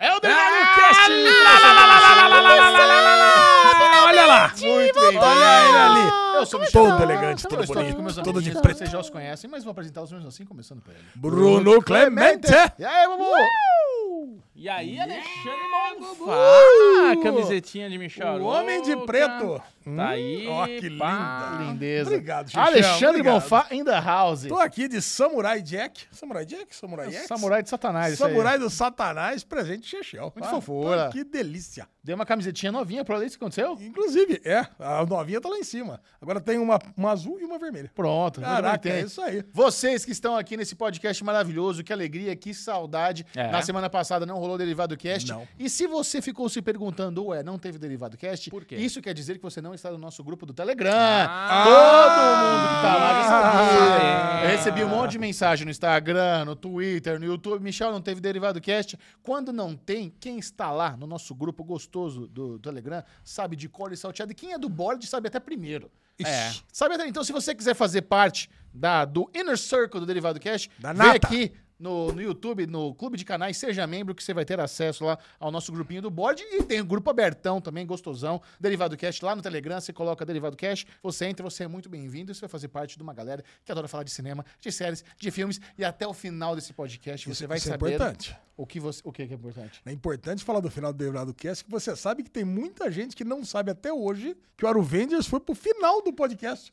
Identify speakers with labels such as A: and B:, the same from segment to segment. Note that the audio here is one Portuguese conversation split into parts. A: É o
B: Ah,
C: Cast! Olha lá!
A: Muito bem,
C: Olha ele ali!
A: Eu sou o Michel.
C: Todo elegante,
A: Eu
C: todo
A: estou aqui com meus
C: bonito, todo de
A: amiguinhos,
C: preto.
A: Vocês já os conhecem, mas vou apresentar os meus assim, começando por ele. Uh!
C: Bruno Clemente!
A: E aí, Bubu?
B: E aí, Alexandre Bonfá, camisetinha de Michel.
C: O homem de preto!
B: Tá aí,
C: Ó, que
B: pá.
C: linda!
A: Lindeza.
C: Ah, Obrigado, Xixi.
A: Alexandre
C: obrigado.
A: Bonfá in the house.
C: Tô aqui de Samurai Jack. Samurai Jack? Samurai X?
A: Samurai de Satanás. Ah, isso aí.
C: Samurai do Satanás, presente de Chechel. Muito
A: fofura.
C: Ah, Que delícia.
A: Dei uma camisetinha novinha pra ler isso que aconteceu.
C: Inclusive, é, a novinha tá lá em cima. Agora tem uma, uma azul e uma vermelha.
A: Pronto.
C: Caraca,
A: não
C: é
A: tem.
C: isso aí.
A: Vocês que estão aqui nesse podcast maravilhoso, que alegria, que saudade.
B: É.
A: Na semana passada não rolou Derivado Cast.
C: Não.
A: E se você ficou se perguntando, ué, não teve Derivado Cast?
B: Por quê?
A: Isso quer dizer que você não está no nosso grupo do Telegram.
B: Ah.
A: Todo mundo que tá lá já
B: Ah.
A: sabia. Eu recebi um monte de mensagem no Instagram, no Twitter, no YouTube. Michel, não teve Derivado Cast. Quando não tem, quem está lá no nosso grupo gostoso do Telegram sabe de cor e salteado. E quem é do board sabe até primeiro.
B: É.
C: Ixi,
A: Sabe, Adriano, então se você quiser fazer parte da, do Inner Circle do Derivado Cash,
C: Da
A: vem
C: nata.
A: aqui no, no YouTube, no Clube de Canais, seja membro, que você vai ter acesso lá ao nosso grupinho do board. E tem o grupo abertão também, gostosão, Derivado Cash lá no Telegram, você coloca Derivado Cash, você entra, você é muito bem-vindo, e você vai fazer parte de uma galera que adora falar de cinema, de séries, de filmes, e até o final desse podcast você
C: Isso-
A: vai
C: isso é
A: saber
C: importante.
A: o que você. O que que é importante?
C: É importante falar do final do Derivado Cast, que você sabe que tem muita gente que não sabe até hoje que o Aruvengers foi pro final do podcast.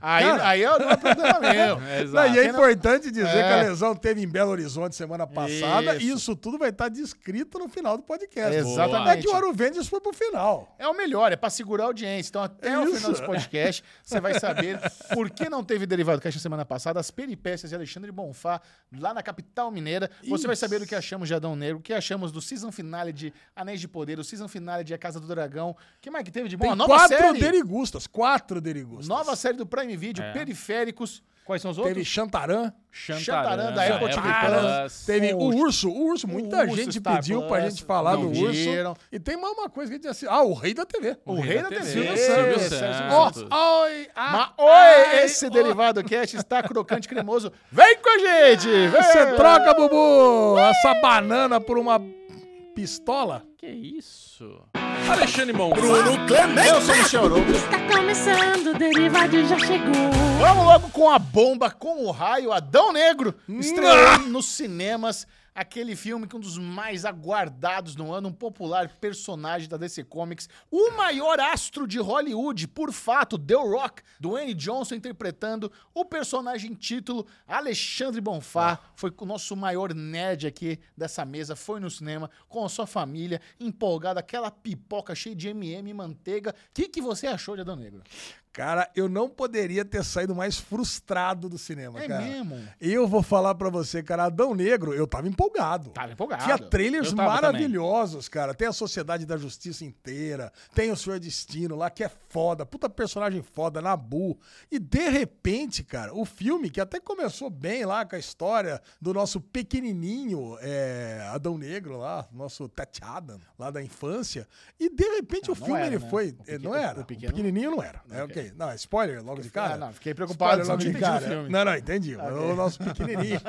A: aí,
C: cara.
A: aí eu não é problema meu.
B: Exato.
C: Não, e é
A: Quem não-
C: importante dizer que
A: É.
C: a lesão teve em Belo Horizonte semana passada e
A: Isso.
C: isso tudo vai estar descrito no final do podcast.
A: Exatamente.
C: É que o Aruvengers foi pro final.
A: É o melhor, é pra segurar a audiência. Então, até o
C: Isso.
A: final desse podcast, você vai saber por que não teve Derivado Cash na semana passada, as peripécias de Alexandre Bonfá, lá na capital mineira. Você vai
C: Isso.
A: saber o que achamos de Adão Negro, o que achamos do season finale de Anéis de Poder, o season finale de A Casa do Dragão. O que mais que teve de bom?
C: Tem
A: A nova
C: quatro
A: série.
C: derigustas, quatro derigustas.
A: Nova série do Prime Video,
B: É.
A: Periféricos. Quais são os
C: Teve
A: outros?
C: Chantaran,
A: Chantarã da
B: É,
A: Apple TV
B: Plus.
C: teve
A: o
C: o Urso. O Urso,
A: O
C: muita
A: Urso,
C: gente
A: Star
C: pediu
A: Plus,
C: pra gente falar
B: não
C: do
A: viram.
C: Urso. E tem mais uma coisa que a gente assim, ah, o Rei da TV.
A: O Rei da TV.
B: Silvio
A: Silvio
B: Santos.
A: Santos.
C: Ó, oi, ah,
A: Mas
C: ai,
A: oi, esse
C: ó.
A: Derivado Cast está crocante cremoso. Vem com a gente! Vem!
C: Você troca, Bubu, essa banana por uma pistola?
B: Que isso? Alexandre Bonfá.
C: Bruno Clemente.
A: Eu sou o Michel Arouca.
D: Está começando, o derivado já chegou.
A: Vamos logo com a bomba, com o raio, Adão Negro, estreando nos cinemas aquele filme que é um dos mais aguardados no ano, um popular personagem da DC Comics, o maior astro de Hollywood, por fato, The Rock, Dwayne Johnson interpretando o personagem título, Alexandre Bonfá, foi o nosso maior nerd aqui dessa mesa, foi no cinema com a sua família, empolgado, aquela pipoca cheia de M&M e manteiga. O que, que você achou de Adão Negro?
C: Cara, eu não poderia ter saído mais frustrado do cinema,
A: É
C: cara.
A: mesmo?
C: Eu vou falar pra você, cara, Adão Negro, eu tava empolgado.
A: Tava empolgado.
C: Tinha trailers
B: Eu tava
C: maravilhosos, cara. Tem a Sociedade da Justiça inteira, tem o Senhor Destino lá, que é foda, puta personagem foda, Nabu. E de repente, cara, o filme, que até começou bem lá com a história do nosso pequenininho é, Adão Negro lá, nosso Tat Adam, lá da infância, e de repente
A: Não,
C: o
A: não
C: filme
A: era,
C: ele
A: né?
C: foi...
A: O pequeno-
C: não era,
A: o
C: o,
A: pequeno-
C: pequenininho não era. É,
A: Ok.
C: ok. Não, é spoiler logo de cara.
A: Ah, não, fiquei preocupado,
C: Spoiler logo
A: não tinha
C: de
A: entendido o
C: cara.
A: filme. Ah,
C: Não, não, entendi. O nosso pequenininho.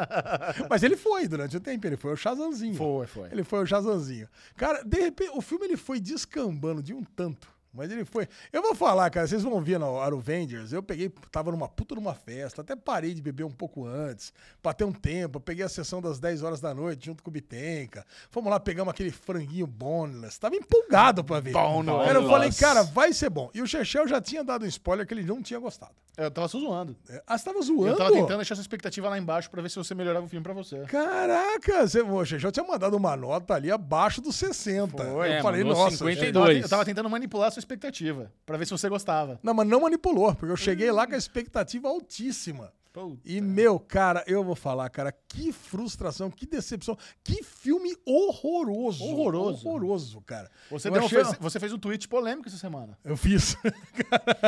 C: Mas ele foi durante o tempo, ele foi o Shazamzinho.
A: Foi, foi.
C: Ele foi o Shazamzinho. Cara, de repente, o filme ele foi descambando de um tanto. Mas ele foi. Eu vou falar, cara, vocês vão ver na Aruvengers. Eu peguei, tava numa puta numa festa, até parei de beber um pouco antes, pra ter um tempo. Eu peguei a sessão das 10 horas da noite junto com o Bitenca. Fomos lá, pegamos aquele franguinho boneless. Tava empolgado pra ver.
A: Boneless.
C: Cara, eu falei, cara, vai ser bom. E o Chechel já tinha dado um spoiler que ele não tinha gostado.
A: Eu tava só zoando.
C: É, Ah, você tava zoando?
A: Eu tava tentando deixar essa expectativa lá embaixo pra ver se você melhorava o filme pra você.
C: Caraca, você, o Chechel tinha mandado uma nota ali abaixo dos 60.
A: Foi,
C: eu
B: é,
C: falei,
B: mandou
C: nossa.
B: 50
C: Chechel.
A: Eu tava,
B: Dois.
A: eu tava tentando manipular a sua expectativa pra ver se você gostava.
C: Não, mas não manipulou, porque eu cheguei lá com a expectativa altíssima.
A: Puta.
C: E, meu, cara, eu vou falar, cara, que frustração, que decepção, que filme horroroso.
A: Horroroso.
C: Horroroso, cara.
A: Você,
C: Eu
A: deu-
C: achei-
A: fez, você fez um tweet polêmico essa semana.
C: Eu fiz.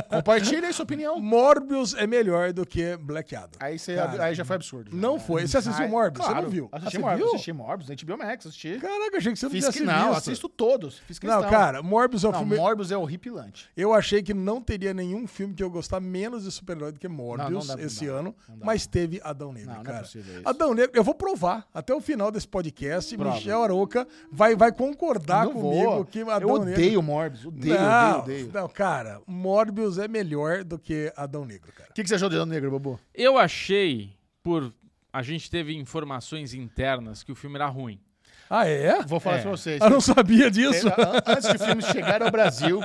A: Compartilha aí sua opinião.
C: Morbius é melhor do que Black Adam.
A: Aí, você,
C: Cara,
A: aí já foi absurdo. já.
C: Não foi. Você assistiu
A: Ai,
C: Morbius? Você
A: claro.
C: não viu?
A: Assisti
C: Ah, você
A: Morbius,
C: viu?
A: assisti Morbius, assisti Max, assisti.
C: Caraca, achei que você não
A: Fiz
C: tinha
A: que não,
C: visto.
A: assisto todos. Fiz cristão.
C: Não, cara, Morbius é um
A: Não,
C: filme...
A: Morbius é horripilante.
C: Eu achei que não teria nenhum filme que eu gostar menos de super-herói do que Morbius
A: não dá-
C: esse
A: não.
C: ano.
A: dá.
C: mas teve Adão Negro,
A: Não, não é
C: cara.
A: possível isso.
C: Adão Negro, eu vou provar até o final desse podcast.
A: Prova.
C: Michel Aroca vai, vai concordar
A: Não
C: Tá comigo
A: vou.
C: que
A: Eu
C: Adão Negro.
A: odeio Morbius, odeio, odeio,
C: não,
A: odeio.
C: não, cara, Morbius é melhor do que Adão Negro, cara.
A: O que, que você achou de Adão Negro, Bobo?
B: Eu achei, por. A gente teve informações internas que o filme era ruim.
C: Ah, é?
A: Vou É, falar
B: É.
A: pra vocês.
C: Eu não sabia disso.
A: Teve- an- Antes de filmes chegarem ao Brasil,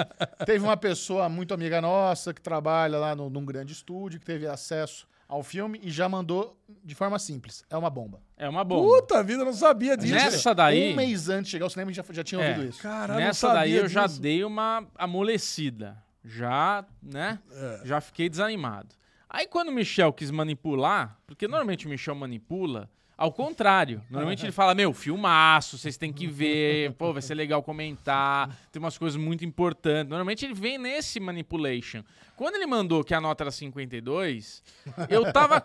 A: teve uma pessoa muito amiga nossa que trabalha lá no, num grande estúdio, que teve acesso ao filme e já mandou de forma simples. É uma bomba.
B: É uma bomba.
C: Puta vida, eu não sabia disso.
B: Nessa daí.
A: Um mês antes de chegar ao cinema, a gente já, já tinha
B: É.
A: ouvido isso.
C: Caralho, eu não
B: Nessa
C: sabia
B: daí eu já
C: disso.
B: dei uma amolecida. Já, né?
C: É.
B: Já fiquei desanimado. Aí quando o Michel quis manipular, porque normalmente o Michel manipula, ao contrário. Normalmente ele fala, meu, filmaço, vocês têm que ver, pô, vai ser legal comentar, tem umas coisas muito importantes. Normalmente ele vem nesse manipulation. Quando ele mandou que a nota era 52, eu tava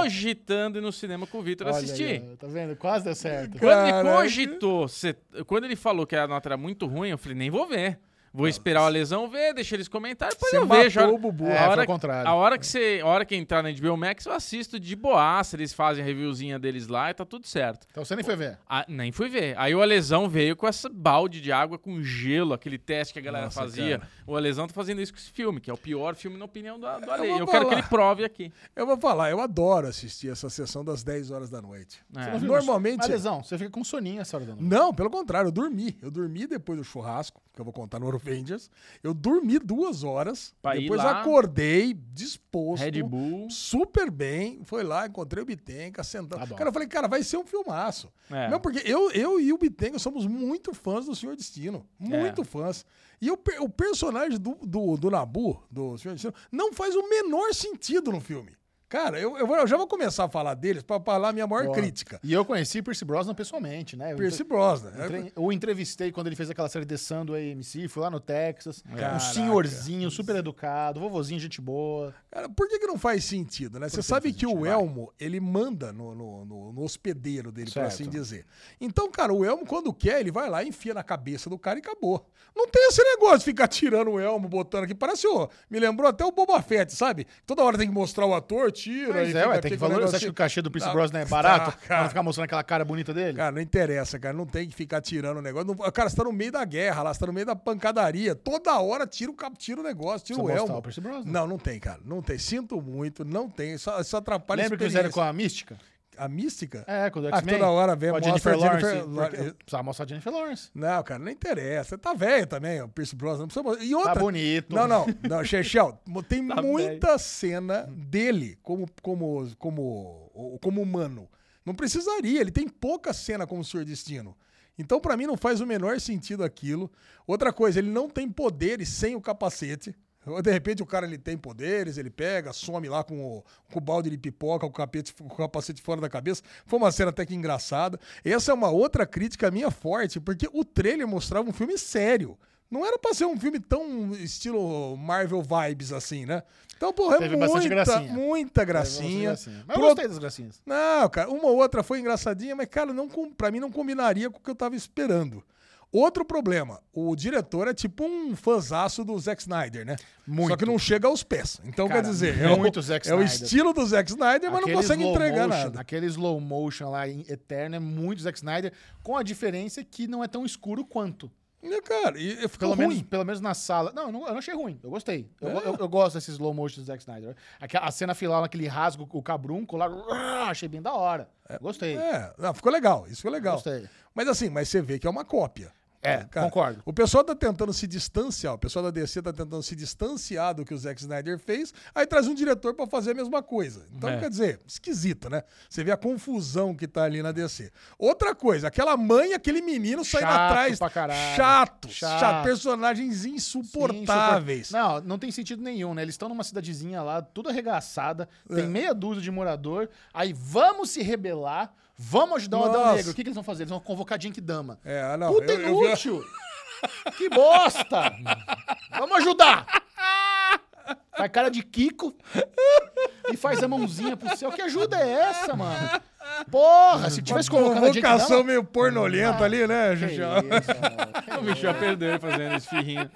B: cogitando ir no cinema com o Vitor
A: Olha
B: assistir.
A: aí, ó, tá vendo? Quase deu certo.
B: Quando ele
C: Caraca.
B: cogitou, se- quando ele falou que a nota era muito ruim, eu falei, nem vou ver. Vou esperar o lesão ver, deixa eles comentarem, depois
C: Você
B: eu vejo. A
C: matou o
B: hora,
C: Bubu.
A: É,
B: a,
A: foi
B: hora,
A: ao contrário.
B: a hora que você, a hora que entrar na HBO Max, eu assisto de boaça, eles fazem a reviewzinha deles lá e tá tudo certo.
A: Então você nem foi ver.
B: Ah, nem fui ver. Aí o Alesão veio com essa balde de água com gelo, aquele teste que a galera
C: Nossa,
B: fazia. O Alesão tá fazendo isso com esse filme, que é o pior filme na opinião do, do Ale.
C: vou
B: Eu, quero que
C: falar.
B: ele prove aqui.
C: Eu vou falar, eu adoro assistir essa sessão das 10 horas da noite.
B: É.
A: Não viu?
C: Normalmente.
A: Mas, lesão, você fica com soninho essa hora da noite.
C: Não, pelo contrário, eu dormi. Eu dormi depois do churrasco, que eu vou contar no Orvengers. Eu dormi duas horas,
B: Pra ir
C: depois
B: lá.
C: acordei disposto.
B: Red Bull.
C: Super bem, foi lá, encontrei o Bitenca, sentando.
A: Tá bom.
C: cara, eu falei, cara, vai ser um filmaço.
B: É.
C: Não, porque eu, eu e o Bitenga somos muito fãs do Senhor Destino.
B: É.
C: Muito fãs. E o, per- o personagem do, do, do Nabu, do Senhor Destino, não faz o menor sentido no filme. Cara, eu, eu, vou- eu já vou começar a falar deles pra falar a minha maior
A: Boa.
C: crítica.
A: E eu conheci Percy Brosnan pessoalmente, né? Eu
C: Percy Brosnan.
A: entre- entre- Eu entrevistei quando ele fez aquela série The Sun do AMC, fui lá no Texas.
C: Caraca.
A: Um senhorzinho, super educado, vovozinho, gente boa.
C: Cara, por que, que não faz sentido, né? Você
A: que
C: sabe
A: não faz
C: que o
A: sentido?
C: Elmo, ele manda no, no, no- no hospedeiro dele, por
A: Certo.
C: assim dizer. Então, cara, o Elmo, quando quer, ele vai lá, enfia na cabeça do cara e acabou. Não tem esse negócio de ficar tirando o Elmo, botando aqui. Parece, ó, me lembrou até o Boba Fett, sabe? Toda hora tem que mostrar o ator, tira.
A: Mas
C: e
A: é,
C: fica
A: ué,
C: aqui
A: tem que
C: com o
A: valorizar. Você acha que
C: negocinho.
A: o cachê do Percy
C: Tá,
A: Brosnan é barato?
C: tá,
A: pra
C: cara.
A: não ficar mostrando aquela cara bonita dele?
C: Cara, não interessa, cara. Não tem que ficar tirando o negócio. Não- cara, você tá no meio da guerra lá, você tá no meio da pancadaria. Toda hora tira o, cap- tira o negócio, tira
A: Precisa
C: o
A: mostrar
C: Elmo.
A: o Percy Brosnan.
C: Não, não tem, cara. Não tem. Sinto muito, não tem. Isso, isso atrapalha a
A: Lembra que
C: experiência.
A: fizeram com a Mística?
C: A mística?
A: É, quando o
C: Ah, que
A: X-Men.
C: toda hora vem,
A: com a
C: mostra
A: Jennifer
C: a
A: Lawrence.
C: Jennifer
A: porque
C: Lawrence.
A: Precisava mostrar a Jennifer Lawrence.
C: Não, cara, não interessa. Tá velho também, o Pierce Brosnan. Não precisa... mostrar. E outra...
A: Tá bonito.
C: Não, não, não, Chechel, tem
B: Tá
C: muita cena dele como, como, como, como humano. Não precisaria, ele tem pouca cena como Senhor Destino. Então, pra mim, não faz o menor sentido aquilo. Outra coisa, ele não tem poderes sem o capacete. De repente, o cara ele tem poderes, ele pega, some lá com o, com o balde de pipoca, com o, capete, com o capacete fora da cabeça. Foi uma cena até que engraçada. Essa é uma outra crítica minha forte, porque o trailer mostrava um filme sério. Não era pra ser um filme tão estilo Marvel vibes assim, né? Então, porra, é
A: Teve
C: muita,
A: bastante gracinha.
C: muita
A: Gracinha.
C: gracinha.
A: Mas eu
C: Pro-
A: gostei das gracinhas.
C: Não, cara, uma ou outra foi engraçadinha, mas, cara, não, com- pra mim não combinaria com o que eu tava esperando. Outro problema, o diretor é tipo um fãzaço do Zack Snyder, né? Só
A: Muito.
C: que não chega aos pés. Então,
A: Cara,
C: quer dizer,
A: muito
C: é, o,
A: Zack
C: é o
A: Snyder.
C: estilo do Zack Snyder, mas não consegue
A: slow
C: entregar
A: motion, né?
C: nada.
A: Aquele slow motion lá em eterno é muito Zack Snyder, com a diferença que não é tão escuro quanto.
C: E, cara, e, e ficou
A: Pelo
C: ruim. É.
A: menos, pelo menos na sala. Não, eu não, eu não achei ruim. Eu gostei. Eu, go- eu- eu gosto desse slow motion do Zack Snyder. Aquela- A, cena final, naquele rasgo, o cabrunco lá, achei bem da hora. Gostei.
C: É, não, ficou legal, isso ficou legal.
A: Gostei.
C: Mas assim, mas você vê que é uma cópia.
A: É, concordo.
C: O pessoal tá tentando se distanciar, o pessoal da DC tá tentando se distanciar do que o Zack Snyder fez, aí traz um diretor pra fazer a mesma coisa. Então,
B: É.
C: quer dizer, esquisito, né? Você vê a confusão que tá ali na DC. Outra coisa, aquela mãe, e aquele menino saindo
A: Chato
C: atrás.
A: pra caralho.
C: Chato,
A: Chato.
C: chato, personagens
A: Sim, insupor-
C: insuportáveis.
A: Não, não tem sentido nenhum, né? Eles estão numa cidadezinha lá, tudo arregaçada,
C: É.
A: tem meia dúzia de morador, aí vamos se rebelar, vamos ajudar o Adão
C: Nossa.
A: Negro. O que, que eles vão fazer? Eles vão convocar Jink Dama.
C: É, ah, não,
A: Puta
C: eu- eu vi a-
A: inútil! Que bosta! vamos ajudar! Faz cara de Kiko e faz a mãozinha pro céu. Que ajuda é essa, mano? Porra, se tivesse colocado a gente
C: Convocação
A: dela...
C: meio pornolenta ali, né, Xuxa?
B: O Michel perdeu fazendo esse firrinho.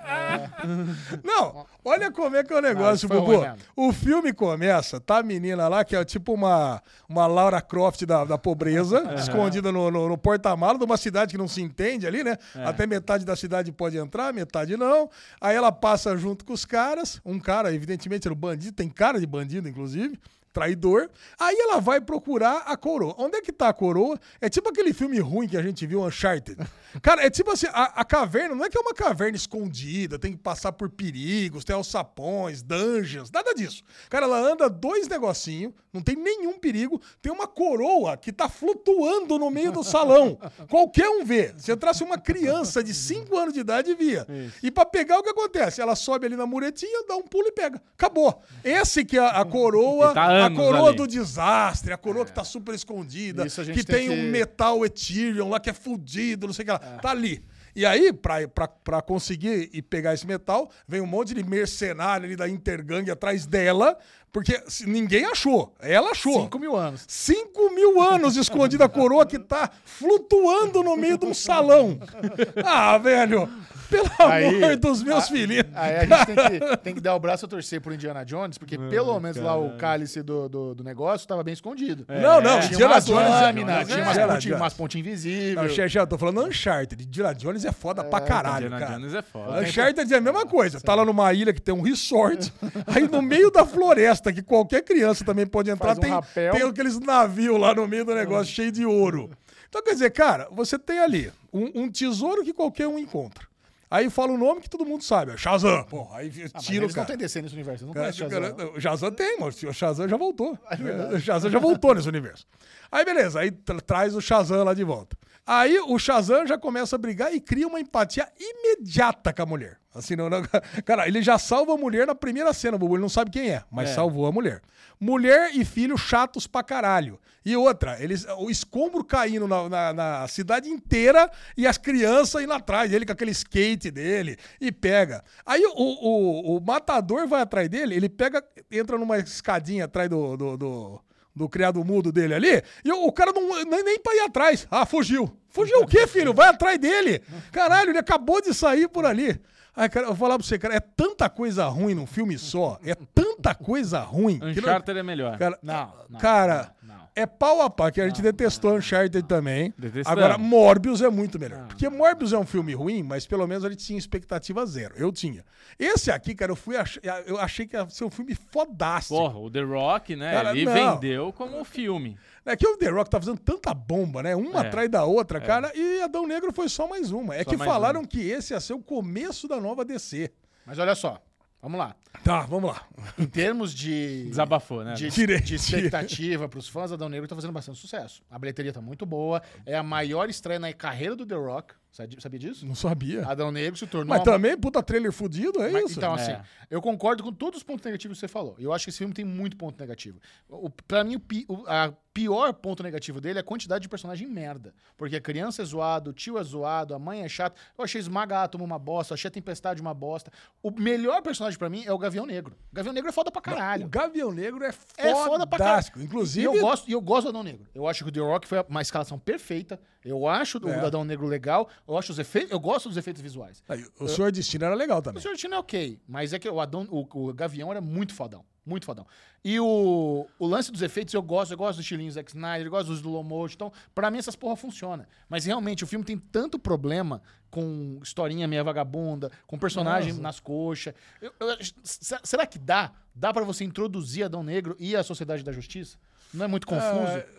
C: Não, olha como é que é o
A: Ah, isso
C: negócio,
A: foi
C: Bubu.
A: ruim mesmo.
C: O filme começa, tá a menina lá, que é tipo uma, uma Laura Croft da, da pobreza, escondida no, no, no porta-malas de uma cidade que não se entende ali, né?
A: É.
C: Até metade da cidade pode entrar, metade não. Aí ela passa junto com os caras, um cara, evidentemente, era um bandido, tem cara de bandido, inclusive. Traidor. Aí ela vai procurar a coroa. Onde é que tá a coroa? É tipo aquele filme ruim que a gente viu, Uncharted. Cara, é tipo assim, a, a caverna não é que é uma caverna escondida, tem que passar por perigos, tem alçapões, dungeons, nada disso. Cara, ela anda dois negocinhos, não tem nenhum perigo, tem uma coroa que tá flutuando no meio do salão. Qualquer um vê. Se entrasse uma criança de 5 anos de idade, via. E pra pegar, o que acontece? Ela sobe ali na muretinha, dá um pulo e pega. Acabou. Esse que é a coroa,
B: E tá
C: a
B: anos
C: coroa
B: ali.
C: do desastre, a coroa que tá super escondida,
A: Isso a gente
C: que
A: tem
C: tem,
A: que- É.
C: um metal Ethereum lá que é fudido, não sei o que lá. Tá ali. E aí, pra, pra, pra conseguir e pegar esse metal, vem um monte de mercenário ali da Intergang atrás dela, porque se- ninguém achou. Ela achou.
A: 5 mil anos.
C: 5 mil anos escondida a coroa que tá flutuando no meio de um salão. Ah, velho, pelo
A: Aí-
C: amor dos meus filhinhos.
A: Aí a gente tem que, tem que dar o braço a torcer pro Indiana Jones, porque pelo menos lá o cálice do, do, do negócio tava bem escondido.
C: É. Não, não,
A: Tinha
C: Indiana
A: umas
C: Jones é
A: lâminas, tinha umas
C: Indiana
A: pontinhas
C: Jones.
A: umas pontes
C: Não,
A: invisíveis.
C: Xerxé, eu tô falando Uncharted. Indiana Jones é foda pra caralho,
B: Indiana
C: cara.
B: Jones é foda.
C: Uncharted é a mesma coisa. Tá lá numa ilha que tem um resort, aí no meio da floresta, que qualquer criança também pode entrar,
A: Faz um
C: tem,
A: rapel.
C: tem aqueles navios lá no meio do negócio, cheio de ouro. Então, quer dizer, cara, você tem ali um, um tesouro que qualquer um encontra. Aí fala o nome que todo mundo sabe. ó, Shazam. Pô, aí
A: Tiro,
C: tiro,
A: Ah, eles não
C: cara.
A: têm DC nesse universo, eu não É
C: Cara,
A: conheço Shazam.
C: cara, O Shazam tem, mano. O Shazam já voltou. É, o Shazam já voltou nesse universo. Aí, beleza. Aí tra- traz o Shazam lá de volta. Aí o Shazam já começa a brigar e cria uma empatia imediata com a mulher. Assim, não, não- cara, ele já salva a mulher na primeira cena, Bubu. Ele não sabe quem é, mas salvou a mulher. Mulher e filho chatos pra caralho. E outra, eles, o escombro caindo na, na- na cidade inteira e as crianças indo atrás dele com aquele skate dele e pega. Aí o, o- o matador vai atrás dele, ele pega, entra numa escadinha atrás do, do, do, do criado mudo dele ali e o, o cara não, nem, nem pra ir atrás. Ah, fugiu. Fugiu o quê, filho? Vai atrás dele. Caralho, ele acabou de sair por ali. Ai, cara, eu vou falar pra você, cara, é tanta coisa ruim num filme só, é tanta coisa ruim. que não-
B: Uncharted é melhor.
C: Cara,
A: Ah,
C: é,
A: Não, não,
C: cara
A: não, não.
C: é pau a pau, que a gente detestou Uncharted também.
B: Detestamos.
C: Agora, Morbius é muito melhor. Porque Morbius é um filme ruim, mas pelo menos a gente tinha expectativa zero. Eu tinha. Esse aqui, cara, eu fui ach- eu achei que ia ser um filme fodástico.
B: Porra, o The Rock, né?
C: Cara,
B: ele
C: não.
B: vendeu como um filme.
C: É que o The Rock tá fazendo tanta bomba, né? Uma
B: É.
C: atrás da outra, cara, e Adão Negro foi só mais uma. É
B: Só
C: que
B: mais
C: falaram
B: uma.
C: que esse ia ser o começo da nova DC.
A: Mas olha só, vamos lá.
C: Tá, vamos lá.
A: Em termos de...
B: Desabafou, né?
A: de,
C: Tirei-
A: de expectativa pros fãs, Adão Negro tá fazendo bastante sucesso. A bilheteria tá muito boa, é a maior estreia na carreira do The Rock. Sabe- Sabia disso?
C: Não sabia.
A: Adão Negro se tornou
C: Mas
A: uma-
C: também, puta trailer fudido, é
A: Ah, Mas,
C: isso?
A: Então, assim,
B: É.
A: eu concordo com todos os pontos negativos que você falou. Eu acho que esse filme tem muito ponto negativo. O, pra mim, o, pi- o- a pior ponto negativo dele é a quantidade de personagem merda. Porque a criança é zoada, o tio é zoado, a mãe é chata. Eu achei Esmaga Átomo uma bosta, achei a Tempestade uma bosta. O melhor personagem pra mim é o Gavião Negro. O Gavião Negro é foda pra caralho.
C: O Gavião Negro é
A: É foda pra
C: fodástico.
A: caralho.
C: Inclusive,
A: E eu gosto, e eu gosto do Adão Negro. Eu acho que o The Rock foi uma escalação perfeita. Eu acho o
C: É.
A: Adão Negro legal. Eu, acho os efeitos, eu gosto dos efeitos visuais.
C: Aí, o Senhor Destino era legal também.
A: O Senhor Destino é ok, mas é que o, Adão, o, o Gavião era muito fodão. Muito fodão. E o, o lance dos efeitos eu gosto, eu gosto do estilinho Zack Snyder, eu gosto dos slow motion. Então, pra mim essas porra funciona. Mas realmente, o filme tem tanto problema com historinha meia vagabunda, com personagem nas coxas. Eu- eu acho- se- será que dá? Dá pra você introduzir Adão Negro e a Sociedade da Justiça? Não é muito confuso?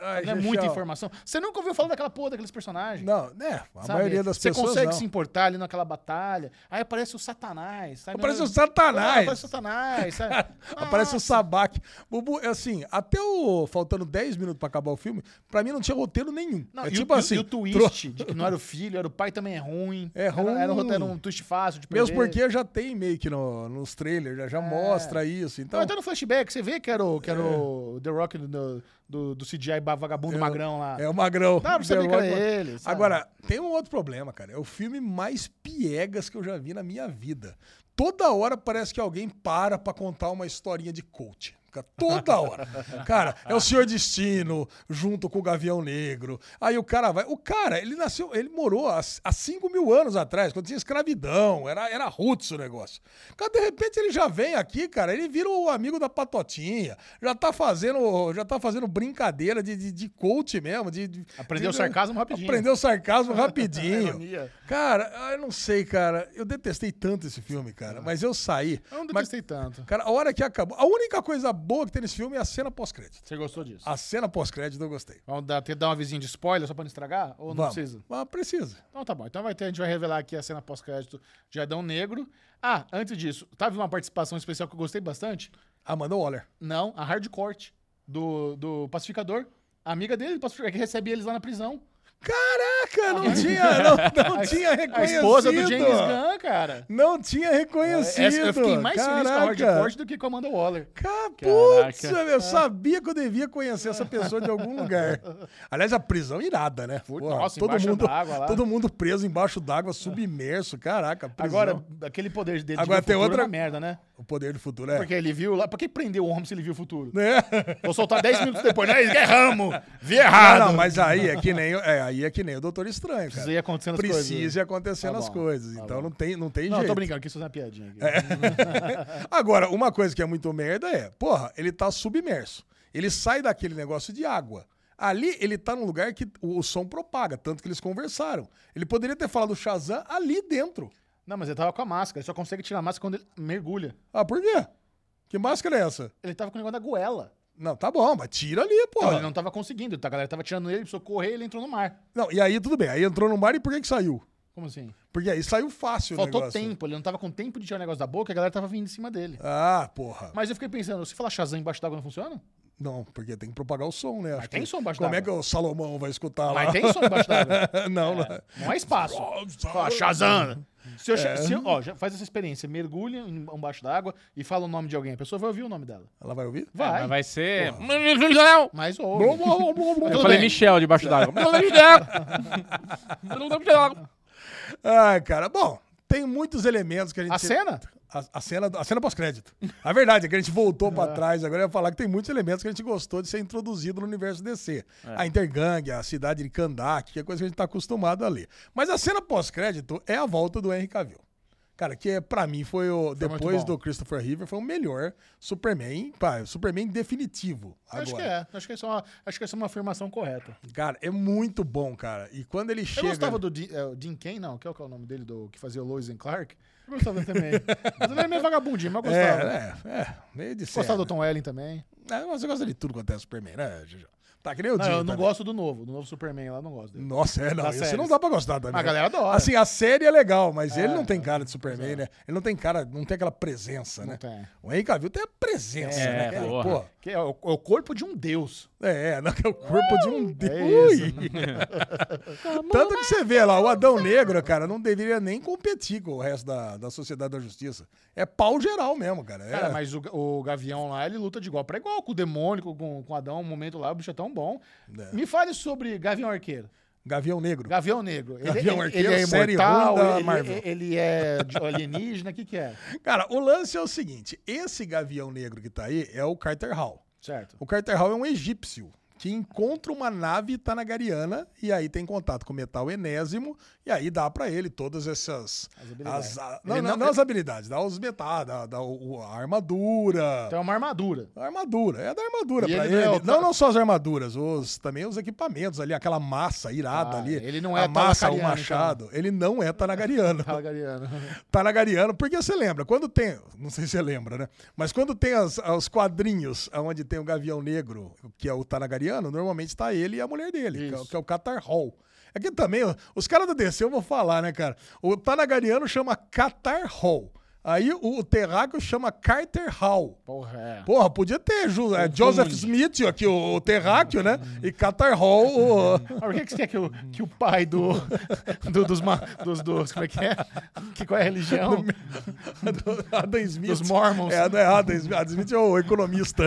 C: ai,
A: não é
C: Chechel.
A: muita informação? Você nunca ouviu falar daquela porra daqueles personagens?
C: Não, né? A
A: é Sabe?
C: maioria das
A: Você
C: pessoas.
A: consegue
C: não.
A: se importar ali naquela batalha. Aí aparece o Satanás. Sabe?
C: Aparece o
A: Ah,
C: um Satanás.
A: aparece o Satanás. Sabe? Ah,
C: Aparece o Sabac. Bubu, é assim, até o. Faltando 10 minutos pra acabar o filme, pra mim não tinha roteiro nenhum.
A: Não,
C: é
A: e,
C: tipo
A: o, e o-
C: assim.
A: e o
C: tro-
A: twist de que não era o filho, era o pai também é ruim.
C: É
A: Era, era um,
C: ruim.
A: roteiro- um twist fácil de
C: Mesmo
A: perder.
C: porque já tem meio que no- nos trailers, já, já mostra isso. Então,
A: É. Não, até no flashback, você vê que era o, que era o The Rock do, do, do CGI ba- vagabundo
C: É,
A: um magrão lá.
C: é o Magrão. um
A: Dá pra saber que era
C: Magrão.
A: ele. sabe?
C: Agora, tem um outro problema, cara. É o filme mais piegas que eu já vi na minha vida. Toda hora parece que alguém para pra contar uma historinha de coach. Fica Toda hora. Cara, é o Senhor Destino, junto com o Gavião Negro. Aí o cara vai. O cara, ele nasceu, ele morou há, há 5 mil anos atrás, quando tinha escravidão, era, era roots o negócio. Cara, de repente ele já vem aqui, cara, ele vira o amigo da patotinha, já tá fazendo, já tá fazendo brincadeira de, de, de coach mesmo. De, de-
A: Aprendeu
C: de-
A: sarcasmo rapidinho.
C: Aprendeu sarcasmo rapidinho.
A: É Ironia.
C: Cara, ah, eu não sei, cara. Eu detestei tanto esse filme,
A: Ah.
C: cara, mas eu saí.
A: Eu não
C: Mas,
A: detestei tanto.
C: cara, a hora que acabou. A única coisa boa que tem nesse filme é a cena pós-crédito.
A: Você gostou disso?
C: A cena pós-crédito eu gostei.
A: Vamos dar, ter, dar uma vizinha de spoiler só pra não estragar? Ou não
C: Vamos.
A: precisa?
C: Mas precisa.
A: Então tá bom. Então vai ter, a gente vai revelar aqui a cena pós-crédito de Adão Negro. Ah, antes disso, tava uma participação especial que eu gostei bastante?
C: Amanda Ah, Waller.
A: Não, a Hardcourt do, do Pacificador. A amiga dele, do Pacificador, é que recebe eles lá na prisão.
C: Caraca, não tinha, não, não tinha
A: Ah. A
C: reconhecido.
A: esposa do James Gunn, cara. É,
C: Não tinha reconhecido.
A: Essa- eu fiquei mais feliz com a
C: Caraca.
A: Hardcourt do que com a Amanda Waller.
C: Ca-
B: Caraca.
C: Putz, eu sabia que eu devia conhecer essa pessoa de algum lugar. Aliás, a prisão irada, né?
A: nossa, embaixo
C: mundo,
A: d'água lá.
C: todo mundo preso embaixo d'água, submerso. Caraca, prisão.
A: Agora, aquele poder dele
C: Agora
A: ver o
C: tem
A: futuro é
C: outra-
A: uma merda, né?
C: o poder do futuro é.
A: Porque ele viu lá. Pra que prender o homem se ele viu o futuro?
C: Né?
A: Vou soltar 10 minutos depois. Nós erramos! Vi
C: Ah,
A: errado!
C: não, mas aí é que nem, é, aí é que nem o Doutor Estranho,
A: Precisa
C: cara.
A: ir acontecendo as coisas.
C: Precisa ir acontecendo
A: Tá
C: as
A: bom,
C: coisas.
A: tá
C: então
A: bom.
C: não tem, não tem
A: Não, eu
C: jeito.
A: tô brincando, quis fazer uma piadinha aqui.
C: É. Agora, uma coisa que é muito merda é, porra, ele tá submerso. Ele sai daquele negócio de água. Ali ele tá num lugar que o o som propaga, tanto que eles conversaram. Ele poderia ter falado Shazam ali dentro.
A: Não, mas ele tava com a máscara. Ele só consegue tirar a máscara quando ele mergulha.
C: Ah, por quê? Que máscara é essa?
A: Ele tava com o negócio da goela.
C: Não, tá bom, mas tira ali,
A: Não,
C: porra.
A: ele não tava conseguindo. tá? A galera tava tirando ele, precisou correr e ele entrou no mar.
C: Não, e aí tudo bem. Aí entrou no mar e por que que saiu?
A: Como assim?
C: Porque aí saiu fácil
A: Faltou
C: o negócio.
A: tempo. Ele não tava com tempo de tirar o negócio da boca, a galera tava vindo em cima dele.
C: Ah, porra.
A: Mas eu fiquei pensando, se falar Shazam embaixo d'água não funciona?
C: Não, porque tem que propagar o som, né? Acho
A: tem
C: que-
A: som embaixo
C: Como é que
A: d'água.
C: o Salomão vai escutar lá?
A: Mas tem som embaixo d'água.
C: não, né? não.
A: Não é espaço. Fala, Shazam! Se eu, se eu- ó, já faz essa experiência. Mergulha em- embaixo d'água e fala o nome de alguém. A pessoa vai ouvir o nome dela.
C: Ela vai ouvir?
B: É,
A: Vai.
B: mas vai ser.
A: Mas ouve.
B: Eu
A: Tudo
B: falei
A: bem.
B: Michel debaixo d'água.
C: Ah, cara, bom, tem muitos elementos que a gente.
A: A cena?
C: A, a cena, a cena pós-crédito. A verdade é que a gente voltou pra trás, agora eu ia falar que tem muitos elementos que a gente gostou de ser introduzido no universo DC. A Intergang, a cidade de Kandak, que é coisa que a gente tá acostumado a ler. Mas a cena pós-crédito é a volta do Henry Cavill. Cara, que é, pra mim foi o.
A: muito
C: depois
A: bom.
C: do Christopher Reeve, foi o melhor Superman, pá, Superman definitivo. Agora.
A: Acho que é. Acho que essa é uma, acho que essa é uma afirmação correta.
C: Cara, é muito bom, cara. E quando ele
A: Eu
C: chega.
A: gostava do Jim, é, o Jim Kane, não, que é o que é o nome dele, do, que fazia o Lois and Clark. Eu gostava também. mas ele era meio vagabundinho, mas eu
C: É,
A: gostava.
C: é, é, meio de
A: Gostava
C: cena.
A: do Tom Ellen também.
C: Ah, mas você gosta de tudo quanto é Superman, né, Jojo? Tá que nem o
A: Não,
C: Jim
A: eu não
C: também.
A: gosto do novo, do novo Superman lá, eu não gosto dele.
C: Nossa, é, não.
A: Das
C: Esse
A: séries.
C: não dá pra gostar também.
A: Mas a galera adora. é,
C: Assim, a série é legal, mas ele não tem cara de Superman, né? Ele não tem cara, não tem aquela presença, né?
A: tem.
C: O Henry Cavill tem a presença,
B: É,
C: né? cara?
B: porra.
C: Pô,
A: Que é, o, é o corpo de um deus.
C: é, é, não, que é o corpo de um deus.
A: isso.
C: Tanto que você vê lá, o Adão Negro, cara, não deveria nem competir com o resto da, da Sociedade da Justiça. É pau geral mesmo, cara. É.
A: Cara, mas o, ga- o Gavião lá, ele luta de igual pra igual com o demônio, com, com o Adão, um momento lá, o bicho é tão bom. Me fale sobre Gavião Arqueiro.
C: Gavião Negro.
A: Gavião Negro. Ele,
C: Gavião
A: ele-
C: Arqueiro,
A: ele é
C: série
A: imortal,
C: ruim da
A: ele-
C: Marvel.
A: ele, ele é de- alienígena, o que que é?
C: Cara, o lance é o seguinte: esse Gavião Negro que tá aí é o Carter Hall.
A: Certo.
C: O Carter Hall é um egípcio que encontra uma nave tanagariana e aí tem contato com o metal enésimo e aí dá pra ele todas essas
A: As habilidades.
C: as- a- não,
A: Ele
C: não,
A: não-
C: não as habilidades, dá os metal, dá, dá o- o- a armadura.
A: Então é uma armadura.
C: A armadura, é da armadura
A: E
C: pra
A: ele
C: ele.
A: não é o ta-
C: Não, não só as armaduras, os também os equipamentos ali, aquela massa irada
A: Ah,
C: ali.
A: ele não é
C: a massa, o
A: tanagariano,
C: machado. Ele não é tanagariano.
A: Calgariano.
C: Tanagariano, porque você lembra, quando tem, não sei se você lembra, né? Mas quando tem as- os quadrinhos onde tem o Gavião Negro, que é o Tanagariano, normalmente tá ele e a mulher dele, que é, o-
A: Isso.
C: que é o Catar Hall. É que também, ó, os caras da DC, eu vou falar, né, cara? O Tanagariano chama Catar Hall. Aí o, o Terráqueo chama Carter Hall.
A: Porra, é.
C: Porra, podia ter Ju- é, Joseph Smith aqui, o, o Terráqueo, né? E Catar Hall, o,
A: Mas Ah, por que, que você quer que o, que o pai do, do- dos, ma- dos, dos. Como é que é? Que, qual é a religião?
C: Adam Smith.
A: Uhum. Dos Mormons.
C: É, não é Adam Smith. Adam Smith é o economista.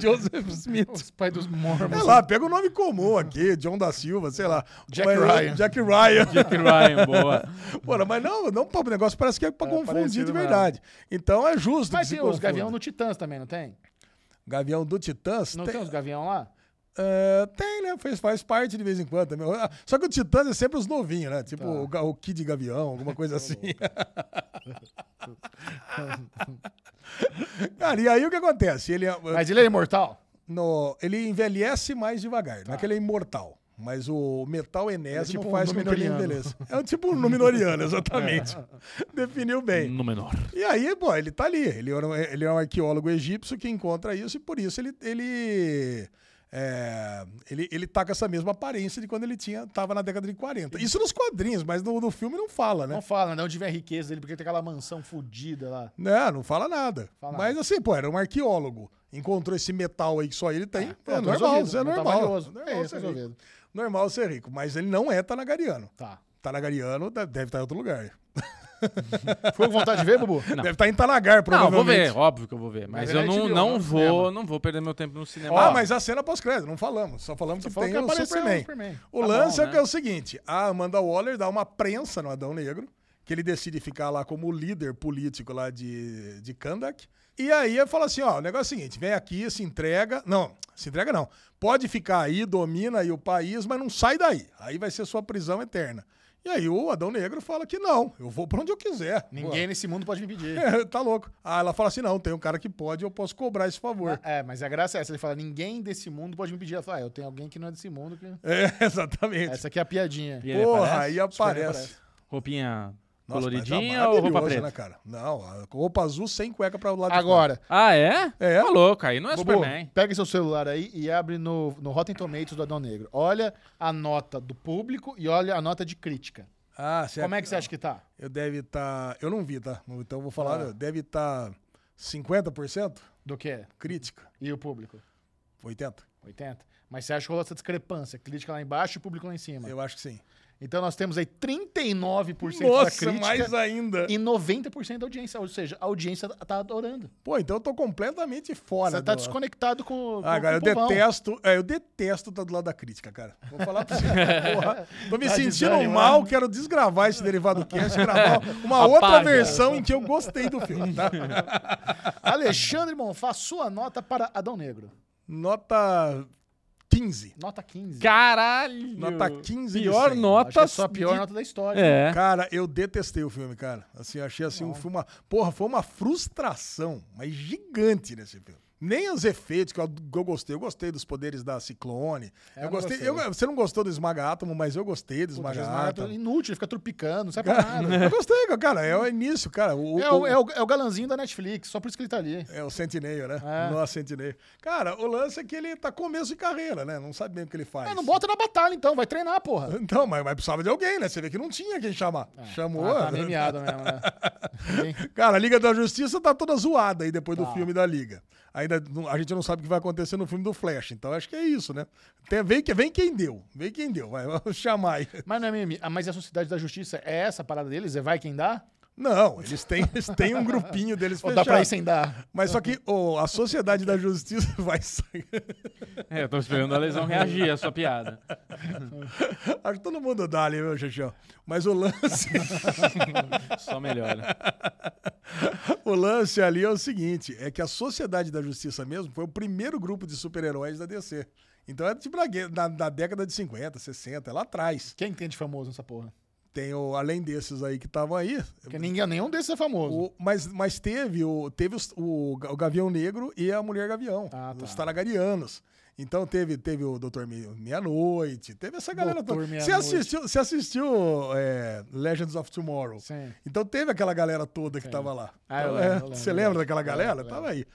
C: Joseph Smith.
A: Os pais dos Mormons.
C: Sei lá, pega o nome comum aqui, John da Silva, sei lá.
A: Jack
C: Mas- né,
A: Ryan.
C: Jack Ryan.
B: Jack Ryan, boa.
C: Porra, mas não, não, o negócio parece que é pra confundir
A: parecido
C: de
A: mesmo.
C: verdade. Então é justo.
A: Mas
C: que se
A: tem os
C: confunda.
A: Gavião no Titãs também, não tem?
C: Gavião do Titãs.
A: Não
C: tem-
A: tem, uns gavião lá?
C: É, tem, né? Fez, faz parte de vez em quando também. Ah, Só que o Titãs é sempre os novinhos, né?
A: Tá.
C: Tipo o, Ga- o Kid Gavião, alguma coisa assim.
A: Tá
C: Cara, e aí o que acontece? Ele, é-
A: Mas ele é imortal?
C: no- ele envelhece mais devagar, não é que ele é imortal. Mas o metal enésimo
A: Tá. Ele é tipo um É.
C: faz com que ele
A: Númenoriano.
C: envelheça. É um tipo um Númenoriano, exatamente. Definiu
A: Uhum.
C: bem.
B: No menor.
C: E aí, pô, ele tá ali. Ele era um- ele é um, arqueólogo egípcio que encontra isso e por isso ele. ele... é, ele, ele tá com essa mesma aparência de quando ele tinha, tava na década de 40. Isso nos quadrinhos, mas no, no filme não fala, né?
A: Não fala, não tiver riqueza dele, porque tem aquela mansão fodida lá.
C: Né? Não, não fala nada.
A: Fala
C: mas assim, pô, era um arqueólogo. Encontrou esse metal aí que só ele tem. é,
A: Pronto,
C: normal,
A: resolvido.
C: isso é
A: Não tá
C: normal.
A: valioso.
C: normal,
A: É isso,
C: ser rico.
A: resolvido.
C: normal ser rico. Mas ele não é tanagariano.
A: Tá.
C: Tanagariano deve deve estar em outro lugar.
A: Ficou com vontade de ver, Bubu?
B: Não.
C: Deve estar em Tanagar,
B: Não, eu vou
C: provavelmente.
B: ver, óbvio que eu vou ver.
A: Mas
B: Mas eu
A: é
B: não,
A: HBO,
B: não
A: não
B: vou,
A: cinema.
B: não vou perder meu tempo no cinema.
C: Ah,
B: não.
C: mas a cena pós-crédito, não falamos. Só falamos que
A: falou
C: tem
A: que
C: o
A: apareceu
C: Superman.
A: o um Superman.
C: O
B: Tá
C: lance
B: bom,
C: é, que
B: né?
C: é o seguinte: a Amanda Waller dá uma prensa no Adão Negro, que ele decide ficar lá como líder político lá de, de Kandak. E aí ele fala assim: ó, o negócio é o seguinte: vem aqui, se entrega. Não, se entrega não. Pode ficar aí, domina aí o país, mas não sai daí. Aí vai ser sua prisão eterna. E aí o Adão Negro fala que não, eu vou pra onde eu quiser.
A: Ninguém nesse mundo pode me impedir.
C: É, tá louco. Ah, ela fala assim: não, tem um cara que pode, eu posso cobrar esse favor.
B: Ah.
A: É, mas a graça é essa. Ele fala, ninguém desse mundo pode me pedir. Ela fala, ah, eu tenho alguém que não é desse mundo. Que...
C: É, exatamente.
A: Essa aqui é a piadinha.
B: E ele
C: Porra,
B: aparece?
C: aí aparece.
B: Roupinha
C: Nossa, mas tá
B: coloridinha ou roupa
C: maravilhoso,
B: preta?
C: né, cara? Não, a roupa azul sem cueca pra o lado de
A: Agora,
B: Ah, é?
C: né? É.
B: Tá louco, aí não é
C: Bobo,
B: Superman.
A: pega seu celular aí e abre no, no Rotten Tomatoes do Adão Negro. Olha a nota do público e olha a nota de crítica.
C: fora. Ah, você
A: Como é que você acha Ah. que tá?
C: Eu deve estar... Eu não vi, tá? Então eu vou falar. eu Deve tá estar 50%
A: Do que?
C: crítica.
A: E o público?
C: 80%.
A: 80? Mas você acha que rolou essa discrepância? Crítica lá embaixo e público lá em cima.
C: Eu acho que sim.
A: Então nós temos aí 39% da
C: Nossa,
A: crítica
C: mais ainda.
A: e 90% da audiência. Ou seja, a audiência tá adorando.
C: Pô, então eu tô completamente fora.
A: Você tá
C: do-
A: desconectado com, com
C: Ah, cara, eu
A: com o povão.
C: detesto. É, eu detesto estar do lado da crítica, cara. Vou falar pra você. Porra, tô me
A: Tá
C: sentindo
A: desanimado.
C: mal, quero desgravar esse derivado cast, gravar uma
B: Apaga.
C: outra versão em que eu gostei do filme, tá?
A: Alexandre Bonfá, sua nota para Adão Negro.
C: Nota 15.
A: Nota 15.
B: Caralho!
C: Nota 15 de
B: Pior
C: 100.
A: Acho que é
B: nota.
A: a sua pior nota da história.
B: É.
C: Cara, eu detestei o filme, cara. Assim, eu achei assim um filme. uma- Porra, foi uma frustração, mas gigante nesse filme. Nem os efeitos que eu, que eu gostei. Eu gostei dos poderes da Ciclone.
A: É,
C: eu
A: eu não
C: gostei.
A: gostei.
C: eu- você não gostou do Esmaga Átomo, mas eu gostei
A: Puta, é
C: do Esmaga
A: Jesus Maria,
C: Átomo.
A: Inútil, ele fica trupicando, não sai pra nada.
C: Eu gostei, cara. É o início, cara. O,
A: É o, é, o, é o galanzinho da Netflix, só por isso que ele tá ali.
C: é o Sentinel, né?
A: É.
C: Nossa, Sentinel. Cara, o lance é que ele tá começo de carreira, né? Não sabe bem o que ele faz.
A: Ah, não bota na batalha então, vai treinar, porra.
C: Então, mas, mas precisava de alguém, né? Você vê que não tinha quem chamar. Chamou.
A: Ah, tá meio miado mesmo, né? Ninguém-
C: Cara, a Liga da Justiça tá toda zoada aí depois
A: Tá.
C: do filme da Liga. Ainda não- a gente não sabe o que vai acontecer no filme do Flash, então acho que é isso, né? Tem- vem, que- vem quem deu, vem quem deu, vai, vamos chamar aí.
A: Mas não é mimimi. Ah, mas a Sociedade da Justiça é essa a parada deles? É vai quem dá?
C: Não, eles têm, eles têm um grupinho deles
A: Ou
C: fechado.
A: dá pra ir sem dar?
C: Mas só que ô, a Sociedade da Justiça vai sair.
B: É, eu tô esperando a lesão reagir à sua piada.
C: Acho que todo mundo dá ali, meu Xixão. Mas o lance,
B: Só melhora.
C: o lance ali é o seguinte: é que a Sociedade da Justiça mesmo foi o primeiro grupo de super-heróis da DC. Então é tipo na, gue- na- na década de 50, 60, é lá atrás.
A: Quem tem de famoso nessa porra?
C: Tem o, além desses aí que estavam aí.
A: Porque ninguém, nenhum desses é famoso.
C: o- mas, mas teve, o, teve os- o, ga- o Gavião Negro e a Mulher Gavião,
A: Ah, tá.
C: os Taragarianos. Então teve, teve o Doutor Me- Meia-Noite, teve essa galera
A: Doutor
C: toda. Você
A: Meia-Noite.
C: assistiu, você assistiu é, Legends of Tomorrow?
A: Sim.
C: Então teve aquela galera toda que tava lá.
A: Ah, eu
C: Então,
A: lembro,
C: é,
A: eu lembro,
C: você
A: eu
C: lembra
A: lembro.
C: daquela
A: Eu
C: galera?
A: lembro, eu
C: tava aí.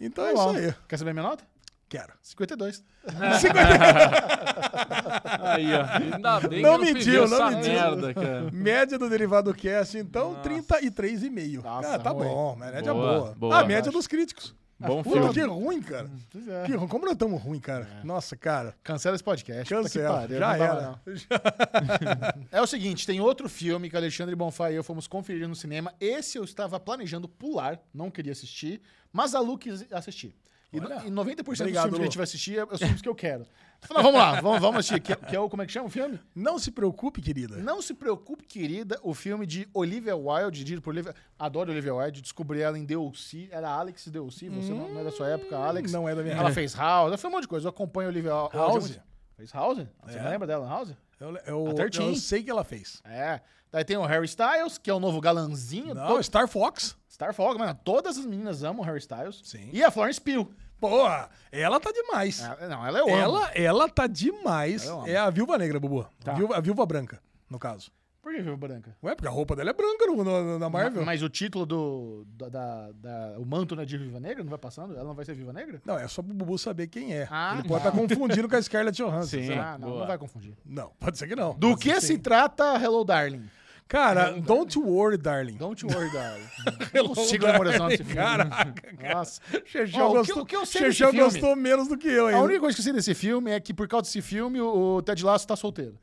C: Então
A: Tá
C: é
A: bom.
C: isso aí.
A: Quer saber minha nota?
C: Quero.
A: 52.
B: Aí, ó. Ainda bem
C: Não
B: que eu
C: mediu,
B: fiz
C: não
B: essa
C: mediu.
B: merda, cara.
C: Média do Derivado Cast, então, 33,5.
A: Nossa,
C: Cara, tá
A: ruim.
C: bom. mas Média
B: Boa,
C: boa.
B: boa,
C: a média
B: acho.
C: dos críticos.
B: Bom
C: Puta, que
B: um filme.
C: ruim, cara.
A: Pois é.
C: Que ruim. Como nós estamos ruim, cara. Nossa, cara.
A: Cancela esse podcast. Puta que
C: Cancela.
A: pariu,
C: Já
A: não dá mais
C: era.
A: não. É o seguinte, tem outro filme que Alexandre Bonfá e eu fomos conferir no cinema. Esse eu estava planejando pular, não queria assistir, mas a Luke assisti. E, no-
C: Olha.
A: e 90% dos
C: Obrigado,
A: filmes que a gente
C: Lu.
A: vai assistir é os filmes que eu quero. Eu falo, não, vamos lá, vamos, vamos assistir. Que, é- que é o, como é que chama o filme?
C: Não se preocupe, querida.
A: Não se preocupe, querida, o filme de Olivia Wilde, dirigido por Olivia... Adoro Olivia Wilde, descobri ela em DLC, era Alex DLC, você
C: Hum,
A: não, não é da sua época, Alex.
C: Não é da minha
A: Ela
C: época.
A: fez House, ela fez um monte de coisa, eu acompanho a Olivia Wilde.
C: House?
A: Fez House? É. Você não lembra dela, House?
C: Eu, eu,
A: A 13.
C: eu sei que ela fez.
A: É. Daí tem o Harry Styles, que é o novo galanzinho.
C: Não,
A: To-
C: Star Fox.
A: Star Fox, mano, todas as meninas amam o Harry Styles.
C: Sim.
A: E a Florence Pugh.
C: Porra, ela tá demais.
A: É, não, ela é o
C: Ela, ela tá demais.
A: Eu amo. Tá.
C: É a viúva negra, Bubu. A, viúva, a viúva branca, no caso.
A: Por que viu branca?
C: Ué, porque a roupa dela é branca no, no- na Marvel.
A: Ma- Mas o título do. Da, da- da- o manto não é de Viva Negra? Não vai passando? Ela não vai ser Viva Negra?
C: Não, é só pro Bubu saber quem é.
A: Ah,
C: Ele pode
A: tá.
C: estar confundindo com a Scarlett Johansson.
B: Sim.
C: sei lá.
A: ah, não,
B: boa.
A: não vai confundir.
C: Não, pode ser que não.
A: Do
C: Pode ser
A: que se
C: sim.
A: trata Hello Darling?
C: Cara, don't worry, darling.
A: Don't worry, darling. Não consigo memorizar esse filme.
C: Caraca, cara.
A: Nossa.
C: Chechel
A: Ó, o que-
C: gostou,
A: o que eu sei
C: Chechel
A: desse filme?
C: gostou menos do que eu
A: A
C: ainda.
A: única coisa que eu sei desse filme é que por causa desse filme o o Ted Lasso tá solteiro.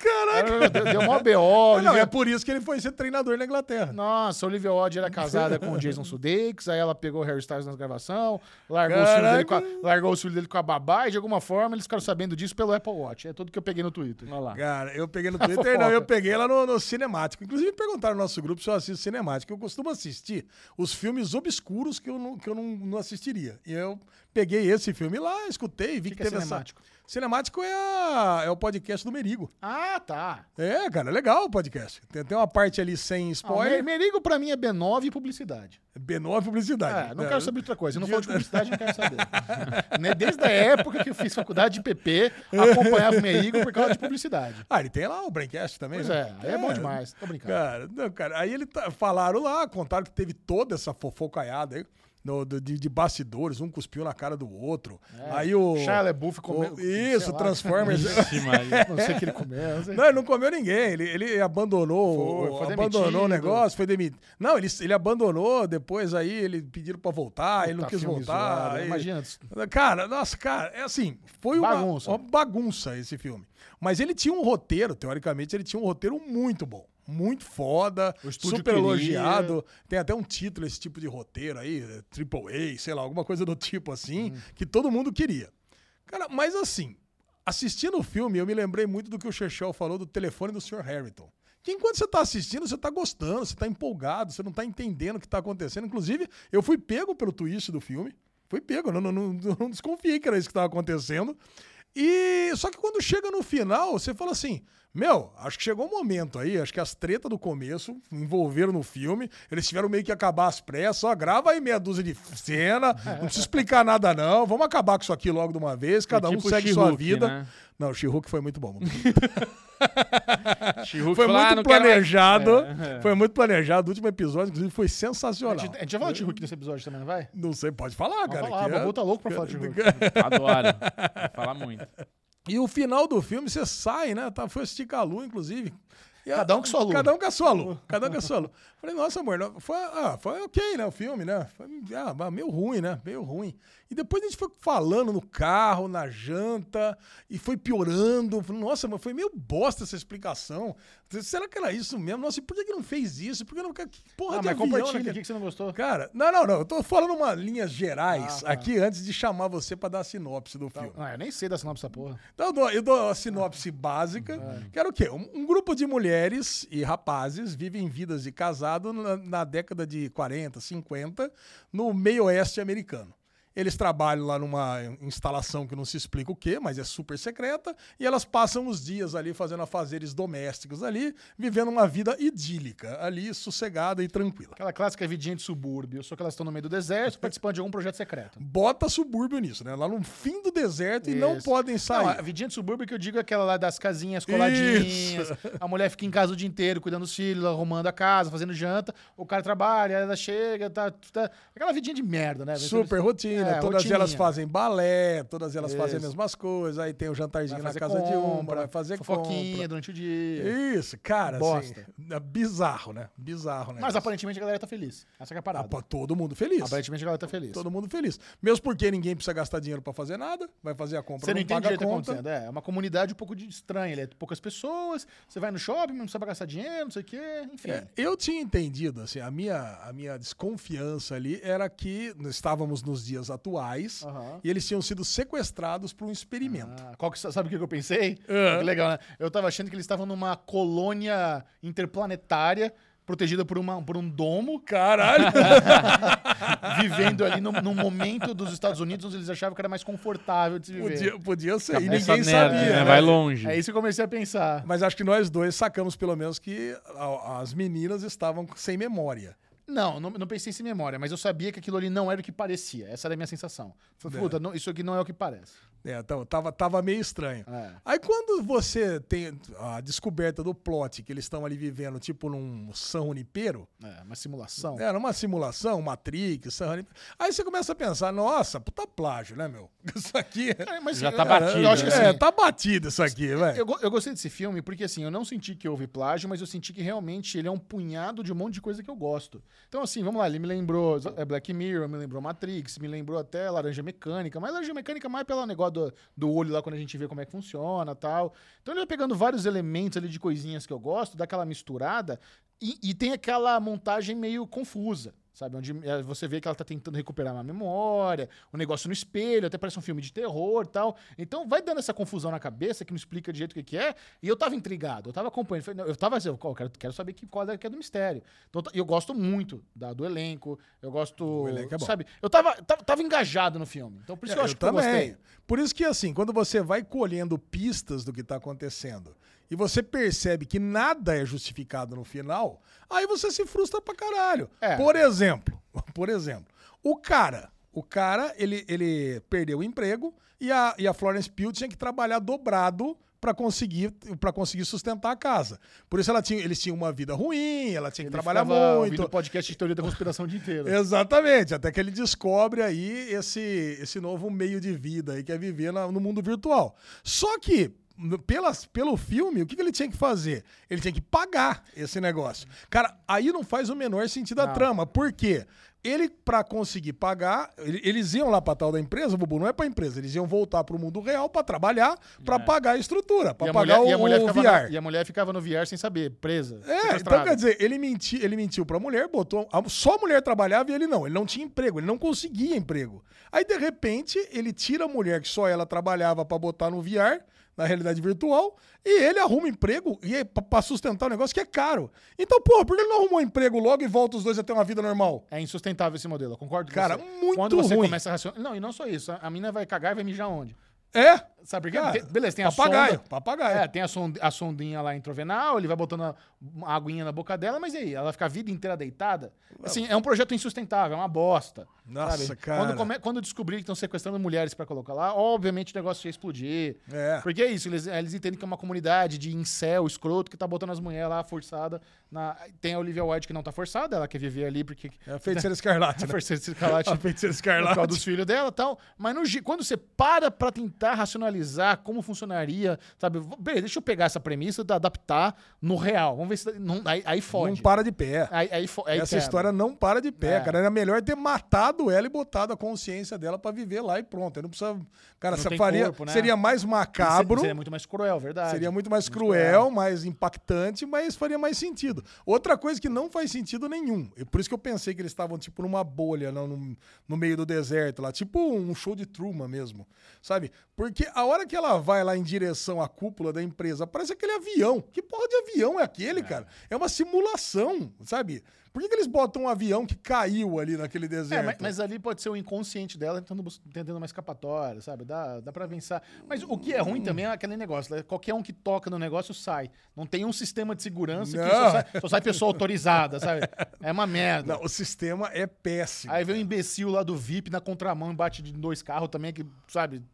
C: Caraca.
A: Deu, deu mó BO.
C: Não,
A: ele
C: é por isso que ele foi ser treinador na Inglaterra.
A: Nossa, a Olivia Wilde era casada com o Jason Sudeikis, aí ela pegou o Harry Styles na gravação, largou, os filhos dele com
C: Caraca.
A: a, largou os filhos dele com a babá e de alguma forma eles ficaram sabendo disso pelo Apple Watch. É tudo que eu peguei no Twitter.
B: Olha lá.
C: Cara, eu peguei no Twitter, não, eu peguei lá no, no Cinemático. Inclusive, me perguntaram no nosso grupo se eu assisto Cinemático. Eu costumo assistir os filmes obscuros que eu não, que eu não, não assistiria. E eu peguei esse filme lá, escutei, vi
A: que
C: que,
A: é
C: teve
A: Cinemático?
C: essa... Cinemático é, a- é o podcast do Merigo.
A: Ah, tá.
C: É, cara, é legal o podcast. Tem, tem uma parte ali sem
A: Ah, o
C: spoiler,
A: Mer- Merigo pra mim é B9 e publicidade.
C: B9 publicidade.
A: É, não
C: É.
A: quero saber outra coisa. Eu não falo de publicidade, não quero saber. Né, Desde a época que eu fiz faculdade de PP, acompanhava o Merigo por causa de publicidade.
C: Ah, ele tem lá o Braincast também,
A: Pois
C: né?
A: é, aí é bom demais. Tô brincando.
C: Cara, não, cara, aí ele tá- falaram lá, contaram que teve toda essa fofocaiada aí. no- do- de, de bastidores, um cuspiu na cara do outro. Aí o.
A: Shia LaBeouf comeu-
C: o-
A: sei
C: Isso,
A: lá.
C: Transformers.
B: Ixi, Maria.
A: Não sei o que ele comeu. não sei.
C: É. Não, ele não comeu ninguém. Ele, ele abandonou,
A: Foi,
C: o-
A: foi
C: abandonou
A: demitido.
C: o negócio, foi demitido. Não, ele, ele abandonou, depois aí ele pediram pra voltar, ele não
A: Puta,
C: quis
A: filme
C: voltar.
A: zoado,
C: aí-
A: Imagina.
C: Cara, nossa, cara, é assim, foi uma
A: Bagunça.
C: uma bagunça esse filme. Mas ele tinha um roteiro, teoricamente, ele tinha um roteiro muito bom. Muito foda,
A: estúdio
C: super
A: queria.
C: elogiado. Tem até um título, esse tipo de roteiro aí, é, Triple A, sei lá, alguma coisa do tipo assim,
A: Uhum.
C: que todo mundo queria. Cara, mas assim, assistindo o filme, eu me lembrei muito do que o Chechel falou do telefone do Sr. Harrington. Que enquanto você tá assistindo, você tá gostando, você tá empolgado, você não tá entendendo o que tá acontecendo. Inclusive, eu fui pego pelo twist do filme. Fui pego, eu não, não, não- não desconfiei que era isso que tava acontecendo. E só que quando chega no final, você fala assim: Meu, acho que chegou o momento aí, acho que as tretas do começo envolveram no filme, eles tiveram meio que acabar às pressas, ó, grava aí meia dúzia de cena, não precisa explicar nada não, vamos acabar com isso aqui logo de uma vez, cada
B: Tipo
C: um segue
B: She-Hulk,
C: sua vida.
B: né?
C: Não, o She-Hulk foi muito bom. mano.
B: She-Hulk
C: Foi
B: falou, ah,
C: muito
B: não quero mais.
C: planejado,
B: É.
C: foi muito planejado, o último episódio, inclusive, foi
A: A
C: sensacional.
A: gente, a gente já falou de Hulk nesse episódio também, não vai?
C: Não sei, pode falar,
A: Vamos
C: cara.
A: falar,
C: que é
A: o Babu tá louco pra falar de Hulk.
B: Adoro. Vou falar muito.
C: E o final do filme, você sai, né? Tá, foi assistir Calu, inclusive. E a-
A: Cada um com sua lua.
C: Cada um com a sua lua. Cada um com a sua lua. Falei, nossa, amor, não- foi, ah, foi ok, né? O filme, né? Foi, ah, mas meio ruim, né? Meio ruim. E depois a gente foi falando no carro, na janta, e foi piorando. Falei, nossa, mas foi meio bosta essa explicação. Será que era isso mesmo? Nossa, e por que que não fez isso? Por que não... Que porra
A: Ah,
C: de
A: mas
C: avião, né,
A: compartilha
C: cara?
A: aqui que você não gostou.
C: Cara, não, não, não. Eu tô falando uma linhas gerais
A: tá.
C: aqui antes de chamar você pra dar a sinopse do filme.
A: Ah, eu nem sei da sinopse dessa porra.
C: Então, eu dou, eu dou a sinopse básica, que era o quê? Um, um grupo de mulheres e rapazes vivem vidas de casado na, na década de 40, 50, no meio oeste americano. Eles trabalham lá numa instalação que não se explica o quê, mas é super secreta, e elas passam os dias ali fazendo afazeres domésticos ali, vivendo uma vida idílica, ali sossegada e tranquila.
A: Aquela clássica vidinha de subúrbio, só que elas estão no meio do deserto participando de algum projeto secreto.
C: Bota subúrbio nisso, né? Lá no fim do deserto e não
A: Isso.
C: podem sair.
A: Não, a vidinha de subúrbio que eu digo é aquela lá das casinhas coladinhas. A mulher fica em casa o dia inteiro cuidando dos filhos, arrumando a casa, fazendo janta. O cara trabalha, ela chega, tá, tá- Aquela vidinha de merda, né?
C: Super rotina,
A: É,
C: todas
A: rotininha.
C: elas fazem balé, todas elas fazem as
A: Isso.
C: mesmas coisas, aí tem o
A: Vai
C: jantarzinho na
A: fazer
C: casa de uma,
A: compra,
C: vai fazer
A: fofoquinha
C: compra.
A: durante o dia.
C: Isso, cara,
A: Bosta.
C: assim, é bizarro, né? Bizarro, né?
A: Mas aparentemente a galera tá feliz. Essa que é a parada.
C: todo mundo feliz.
A: Aparentemente a galera tá feliz.
C: Todo mundo feliz. Mesmo porque ninguém precisa gastar dinheiro pra fazer nada, vai fazer a compra,
A: Você não entende
C: paga a
A: direito o que tá
C: conta.
A: acontecendo. É é uma comunidade um pouco de estranha. ele é poucas pessoas. Você vai no shopping, não sabe pra gastar dinheiro, não sei o quê. Enfim.
C: É, eu tinha entendido, assim, a minha, a minha desconfiança ali era que nós estávamos nos dias atuais
A: Aham.
C: e eles tinham sido sequestrados para um experimento.
A: Ah, qual que- sabe o que eu pensei?
C: Ah.
A: Que legal, né? Eu tava achando que eles estavam numa colônia interplanetária, protegida por, uma, por um domo,
C: Caralho!
A: vivendo ali no, num momento dos Estados Unidos onde eles achavam que era mais confortável de se viver.
C: podia, podia ser. E
B: Essa nerd,
C: ninguém sabia.
B: né?
C: né?
B: Vai longe.
A: É isso que eu comecei a pensar.
C: Mas acho que nós dois sacamos pelo menos que a- as meninas estavam sem memória.
A: Não, não, não pensei em memória, mas eu sabia que aquilo ali não era o que parecia. Essa era a minha sensação. Falei, puta, não- isso aqui não é o que parece.
C: É, então, tava, tava meio estranho.
A: É.
C: Aí quando você tem a descoberta do plot que eles estão ali vivendo, tipo num São Unipeiro,
A: É, uma simulação.
C: era uma simulação, Matrix, São Unipeiro. Aí você começa a pensar, nossa, puta plágio, né, meu? Isso aqui... é-
A: Cara, mas
B: Já
A: eu-
B: tá
A: eu-
B: batido,
A: Eu acho que assim,
C: é, tá batido isso aqui, velho.
A: Eu, go- eu gostei desse filme porque, assim, eu não senti que houve plágio, mas eu senti que realmente ele é um punhado de um monte de coisa que eu gosto. Então, assim, vamos lá, ele me lembrou é, Black Mirror, me lembrou Matrix, me lembrou até Laranja Mecânica, mas Laranja Mecânica é mais pelo negócio do, do olho lá quando a gente vê como é que funciona tal. Então ele vai pegando vários elementos ali de coisinhas que eu gosto, dá aquela misturada e, e tem aquela montagem meio confusa. Sabe, onde eh, você vê que ela tá tentando recuperar uma memória, o negócio no espelho, até parece um filme de terror tal. Então vai dando essa confusão na cabeça que não explica de jeito o que, que é. E eu tava intrigado, eu tava acompanhando. falei, não, Eu tava assim, eu quero, quero saber que, qual é que é do mistério. Então, tá- eu gosto muito da- do elenco, eu gosto.
C: O elenco é bom. É,
A: Sabe? Eu tava, tava, tava engajado no filme. Então por isso que eu acho que eu gostei.
C: Por isso que, assim, quando você vai colhendo pistas do que tá acontecendo e você percebe que nada é justificado no final, aí você se frustra pra caralho.
A: É.
C: Por exemplo, por exemplo, o cara, o cara, ele, ele perdeu o emprego e a, e a Florence Pugh tinha que trabalhar dobrado pra conseguir para conseguir sustentar a casa. Por isso ela tinha, eles tinham uma vida ruim, ela tinha que
A: Ele
C: trabalhar
A: ficava
C: muito.
A: ouvindo podcast de teoria da conspiração o dia inteiro.
C: Exatamente, até que ele descobre aí esse, esse novo meio de vida aí que é viver na- no mundo virtual. Só que no- pelas, pelo filme, o que, que ele tinha que fazer? Ele tinha que pagar esse negócio. Cara, aí não faz o menor sentido a trama. Por quê? Ele, pra conseguir pagar, ele- eles iam lá pra tal da empresa, Bubu, não é pra empresa, eles iam voltar pro mundo real pra trabalhar, pra pagar a estrutura, pra
A: É. E a,
C: pagar
A: mulher,
C: o,
A: e, a mulher
C: o
A: ficava
C: VR.
A: na- e a mulher ficava no VR sem saber, presa.
C: É, então
A: sequestrada.
C: quer dizer, ele, menti, ele mentiu pra mulher, botou. a- só a mulher trabalhava e ele não. Ele não tinha emprego, ele não conseguia emprego. Aí, de repente, ele tira a mulher que só ela trabalhava pra botar no VR, na realidade virtual, e ele arruma emprego e é pra- pra sustentar o negócio que é caro. Então, porra, por que ele não arrumou emprego logo e volta os dois a ter uma vida normal?
A: É insustentável esse modelo, eu concordo com
C: Cara,
A: você.
C: muito
A: Quando você
C: ruim.
A: começa a racionar. Não, e não só isso. A mina vai cagar e vai mijar onde?
C: É?
A: Sabe por quê?
C: Cara,
A: Tem- beleza, tem
C: papagaio,
A: a sonda.
C: papagaio.
A: É, tem a, sonda- a sondinha lá intravenal, ele vai botando a, uma aguinha na boca dela, mas e aí? Ela vai ficar a vida inteira deitada? Assim, é um projeto insustentável, é uma bosta.
C: Nossa, cara.
A: Quando, come, quando descobrir que estão sequestrando mulheres pra colocar lá, obviamente o negócio ia explodir.
C: É.
A: Porque é isso, eles, eles entendem que é uma comunidade de incel, escroto, que tá botando as mulheres lá forçada. na- Tem a Olivia White que não tá forçada, ela quer viver ali porque...
C: É a feiticeira escarlate. né?
A: Tá Forçando esse calate
C: A feiticeira
A: por causa
C: escarlate.
A: dos filhos dela e tal. Mas no gi- quando você para pra tentar racionalizar como funcionaria, sabe? v- Beleza, deixa eu pegar essa premissa e adaptar no real. Vamos ver se. dá- Não, aí, aí
C: Não
A: fode.
C: para de pé.
A: Aí, aí fo- aí
C: Essa
A: quebra.
C: história não para de pé,
A: É.
C: cara. Era melhor ter matado ela e botado a consciência dela pra viver lá e pronto. Aí não precisa. Cara,
A: Não
C: você
A: tem
C: faria,
A: corpo, né?
C: seria mais macabro,
A: Seria é muito mais cruel, verdade. É.
C: seria muito mais cruel, mais impactante, mas faria mais sentido. Outra coisa que não faz sentido nenhum, e por isso que eu pensei que eles estavam, tipo, numa bolha, não, num- no meio do deserto lá, tipo um show de Truman mesmo, sabe? Porque a hora que ela vai lá em direção à cúpula da empresa, parece aquele avião. Que porra de avião é aquele, cara? É uma simulação, sabe? Por que, que eles botam um avião que caiu ali naquele
A: É,
C: deserto?
A: mas, mas ali pode ser o inconsciente dela tentando, bus- tentando uma escapatória, sabe? Dá, dá pra pensar. Mas o que é
C: Hum.
A: ruim também é aquele negócio, né? Qualquer um que toca no negócio sai. Não tem um sistema de segurança que
C: Não.
A: só sai, só sai pessoa autorizada, sabe? É uma merda.
C: Não, o sistema é péssimo.
A: Aí vem um imbecil lá do VIP na contramão e bate de dois carros também, que, sabe?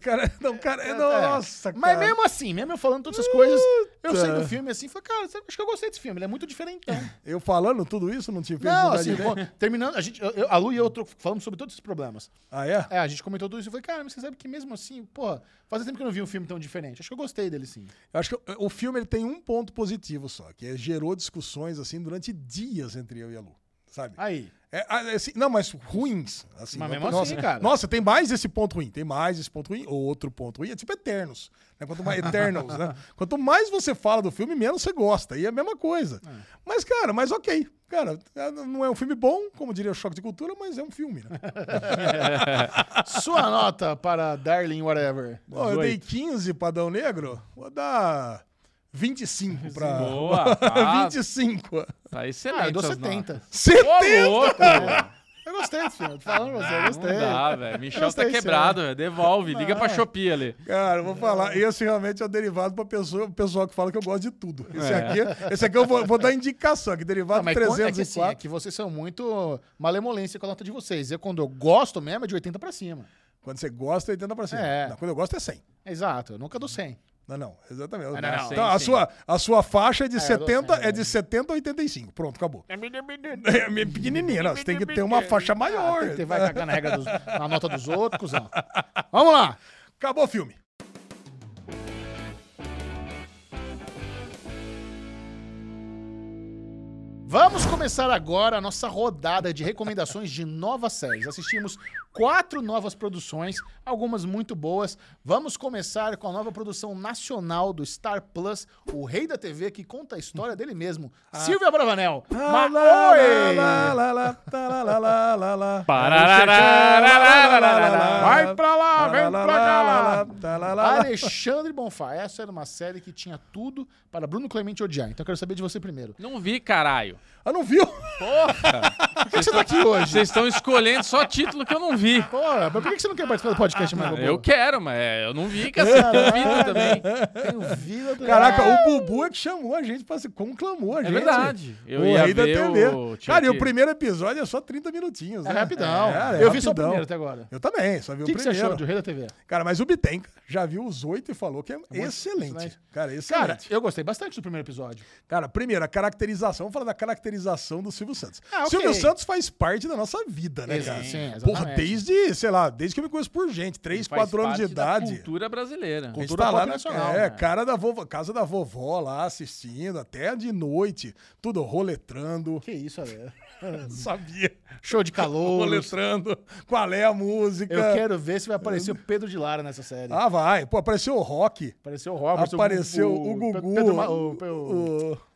C: Cara, não, cara, é,
A: É,
C: nossa, cara.
A: Mas mesmo assim, mesmo eu falando todas essas coisas, eu
C: Puta.
A: saí do filme assim e falei, cara, sabe, acho que eu gostei desse filme, ele é muito diferentão.
C: Eu falando tudo isso, não te fez
A: Não,
C: mudar
A: assim,
C: de ideia?
A: co- terminando, a, gente, eu- eu- a Lu e eu tro- falamos sobre todos esses problemas.
C: Ah, é?
A: É, a gente comentou tudo isso e falei, cara, mas você sabe que mesmo assim, porra, fazia tempo que eu não vi um filme tão diferente. Acho que eu gostei dele sim.
C: Eu acho que o- o filme ele tem um ponto positivo só, que é gerou discussões assim durante dias entre eu e a Lu. sabe?
A: Aí.
C: É, ah, é, assim, não, mas ruins. Assim,
A: Mas
C: não-
A: mesmo
C: nossa,
A: assim, cara.
C: Nossa, tem mais esse ponto ruim. Tem mais esse ponto ruim, ou outro ponto ruim. É tipo Eternos. Né? Quanto mais Eternals, né? Quanto mais você fala do filme, menos você gosta. E é a mesma coisa. Mas, cara, mas ok. Cara, é, não é um filme bom, como diria o Choque de Cultura, mas é um filme, né?
A: Sua nota para Darling Whatever.
C: Ó, eu dei
B: 18.
C: 15 pra Dão Negro, vou dar 25 pra...
B: Boa, tá.
C: 25.
B: Tá excelente.
A: Ah, eu dou
B: essas
A: 70.
B: notas.
C: 70!
B: Ô, louco! Não
A: Eu gostei, filho. Tô falando pra você, eu gostei.
B: dá, velho. Michel tá
A: Gostei,
B: quebrado, velho. Devolve. Liga pra Shopee ali.
C: Cara, eu vou falar, esse realmente é o derivado para pessoa, o pessoal que fala que eu gosto de tudo. Esse
B: É.
C: aqui, esse aqui eu vou, vou dar indicação, que
A: Não,
C: derivado
A: mas quando- é que, assim,
C: 304.
A: é que vocês são muito malemolência com a nota de vocês. Eu, quando eu gosto mesmo, é de 80 pra cima.
C: Quando você gosta, 80 pra cima.
A: É.
C: Não, quando eu gosto é 100.
A: Exato, eu nunca dou 100.
C: Não, não, exatamente.
A: Ah, não, não.
C: Então, a,
B: Sim, sim.
C: sua, a sua faixa é de
A: eu dou
C: 70,
A: 100,
C: é de 70 a 85. Pronto, acabou. É minha pequenininha, não, você tem que ter uma faixa
A: Ah,
C: maior.
A: tem que ter- vai cagar na, regra dos- na nota dos outros, cuzão. Vamos lá.
C: Acabou o filme.
A: Vamos começar agora a nossa rodada de recomendações de novas séries. Assistimos quatro novas produções, algumas muito boas. Vamos começar com a nova produção nacional do Star Plus, O Rei da TV, que conta a história dele mesmo. Silvia Bravanel.
C: Ah,
A: Ma- Oi! Vai pra lá, vem pra cá.
C: Tá,
A: Alexandre Bonfá. Essa era uma série que tinha tudo para Bruno Clemente odiar. Então eu quero saber de você primeiro.
B: Não vi, caralho.
C: Ah, não viu?
A: Por que, que você tá aqui hoje?
B: Vocês estão escolhendo só título que eu não vi.
A: Porra, mas por que que você não quer participar do podcast mais
B: Eu quero, mas é, eu não vi, cacete. Eu vi também.
A: Tenho vida do
C: Caraca, o Bubu é que chamou a gente, pra se conclamou a
B: É
C: gente.
B: verdade. Eu
C: o
B: ia
C: rei da
B: ver
C: TV.
B: o- tinha
C: Cara, e
B: que-
C: o primeiro episódio é só 30 minutinhos, né?
A: É rapidão.
C: É, é
A: eu vi só o
C: rapidão.
A: primeiro até agora.
C: Eu também, só vi
A: O
C: o,
A: que, que você
C: primeiro.
A: achou de O Rei da TV?
C: Cara, mas o Bitenca já viu os oito e falou que é, excelente.
A: excelente.
C: Cara, excelente.
A: Cara,
C: Cara,
A: eu gostei bastante do primeiro episódio.
C: primeiro, a caracterização. Vamos falar da caracterização do Silvio Santos.
A: Ah, ok.
C: Silvio Santos faz parte da nossa vida, né,
A: Exa-
C: cara?
A: sim, exatamente.
C: Porra, desde, sei lá, desde que eu me conheço por gente, três,
B: Faz
C: quatro anos de
B: parte da
C: idade.
B: cultura brasileira.
C: A gente
A: Cultura
C: tá
A: pop
C: lá na,
A: nacional,
C: é,
A: né?
C: cara da vovó, casa da vovó lá assistindo, até de noite, tudo roletrando.
A: Que isso, Ale?
C: Sabia.
A: Show de calor.
C: Roletrando. Qual é a música?
A: Eu quero ver se vai aparecer o Pedro de Lara nessa série.
C: Ah, vai. Pô, apareceu o rock.
A: Apareceu o Robert.
C: apareceu o, Gugu.
A: Pedro Ma- o- o-